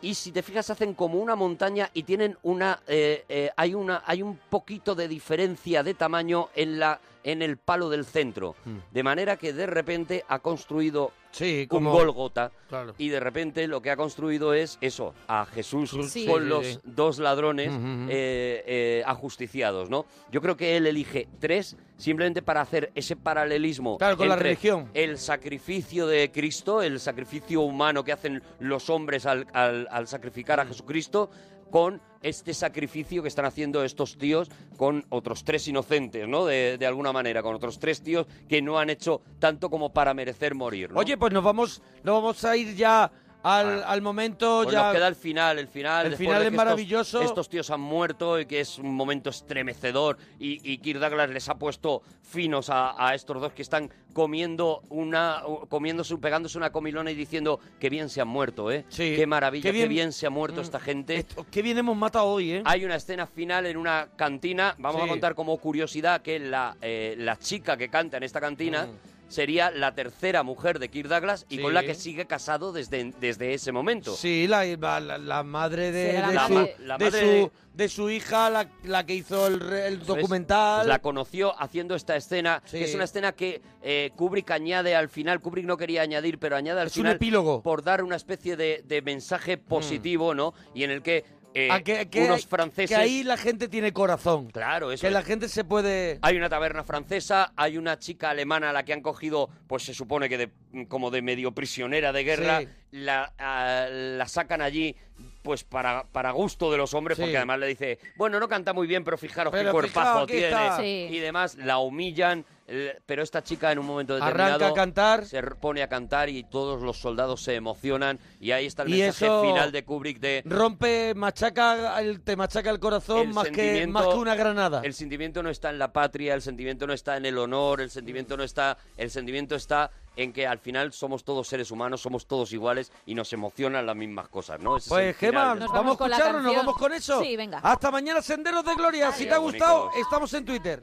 S6: y si te fijas hacen como una montaña y tienen una eh, eh, hay una hay un poquito de diferencia de tamaño en la en el palo del centro
S1: Mm.
S6: de manera que de repente ha construido
S1: Sí,
S6: un Golgota
S1: Claro.
S6: y de repente lo que ha construido es eso a Jesús
S1: Sí.
S6: con
S1: sí,
S6: los
S1: sí.
S6: dos ladrones
S1: Ujú, ujú.
S6: eh, eh, ajusticiados no yo creo que él elige tres simplemente para hacer ese paralelismo
S1: Claro, con la
S6: entre
S1: religión.
S6: el sacrificio de Cristo, el sacrificio humano que hacen los hombres al, al- al sacrificar
S1: Mm.
S6: a Jesucristo, con este sacrificio que están haciendo estos tíos con otros tres inocentes, ¿no? De, de alguna manera, con otros tres tíos que no han hecho tanto como para merecer morir, ¿no?
S1: Oye, pues nos vamos, nos vamos a ir ya al, al momento.
S6: Pues
S1: ya
S6: nos queda el final, el final.
S1: El
S6: después
S1: final
S6: de
S1: es
S6: que
S1: maravilloso.
S6: Estos, estos tíos han muerto y que es un momento estremecedor. Y, y Kirk Douglas les ha puesto finos a, a estos dos que están comiendo una, o comiéndose, pegándose una comilona y diciendo que bien se han muerto, ¿eh? Qué maravilla,
S1: qué
S6: qué bien,
S1: bien- Mm.
S6: se ha muerto esta gente.
S1: Qué bien hemos matado hoy, ¿eh?
S6: Hay una escena final en una cantina. Vamos
S1: Sí.
S6: a contar como curiosidad que la, eh, la chica que canta en esta cantina sería la tercera mujer de Kirk Douglas y
S1: Mm. Sí.
S6: con la que sigue casado desde, desde ese momento.
S1: Sí, la, la- la madre de,
S6: Sí, la
S1: de
S6: madre-
S1: su,
S6: la
S1: de
S6: madre
S1: su-
S6: de-
S1: de su hija, la, la que hizo el, re- el
S6: Eso es.
S1: documental.
S6: Pues la conoció haciendo esta escena, que es una escena que eh, Kubrick añade al final. Kubrick no quería añadir, pero añade al
S1: Es un
S6: final.
S1: epílogo. Mm.
S6: Por dar una especie de, de mensaje positivo, ¿no? Y en el que. eh,
S1: Ah, que- que-
S6: unos franceses
S1: Que ahí la gente tiene corazón.
S6: Claro, eso
S1: Que
S6: es.
S1: la gente se puede.
S6: hay una taberna francesa, hay una chica alemana a la que han cogido, pues se supone que de- como de medio prisionera de guerra,
S1: Sí.
S6: la, a- la sacan allí, pues para, para gusto de los hombres,
S1: Sí.
S6: porque además le dice, bueno, no canta muy bien, pero fijaros
S1: Pero
S6: qué cuerpazo
S1: fijaos, aquí
S6: tiene
S1: está.
S6: y demás, la humillan, El- pero esta chica en un momento
S1: Arranca
S6: determinado
S1: a cantar.
S6: se r- pone a cantar y todos los soldados se emocionan y ahí está el
S1: Y
S6: mensaje
S1: eso
S6: final de Kubrick de
S1: Rompe, machaca, el- te machaca el corazón
S6: el
S1: más, que, más que
S6: sentimiento-
S1: una granada.
S6: El sentimiento no está en la patria, el sentimiento no está en el honor, el sentimiento no está, el sentimiento está en que al final somos todos seres humanos, somos todos iguales y nos emocionan las mismas cosas, ¿no? Ese es el
S1: Pues Gemma,
S6: final.
S1: ¿vamos, a escucharlo? ¿Nos vamos con eso?
S5: Sí, venga.
S1: Hasta mañana, Senderos de Gloria. Si
S6: Adiós,
S1: te ha gustado,
S6: bonicos.
S1: estamos en Twitter.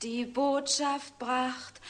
S11: die Botschaft bracht,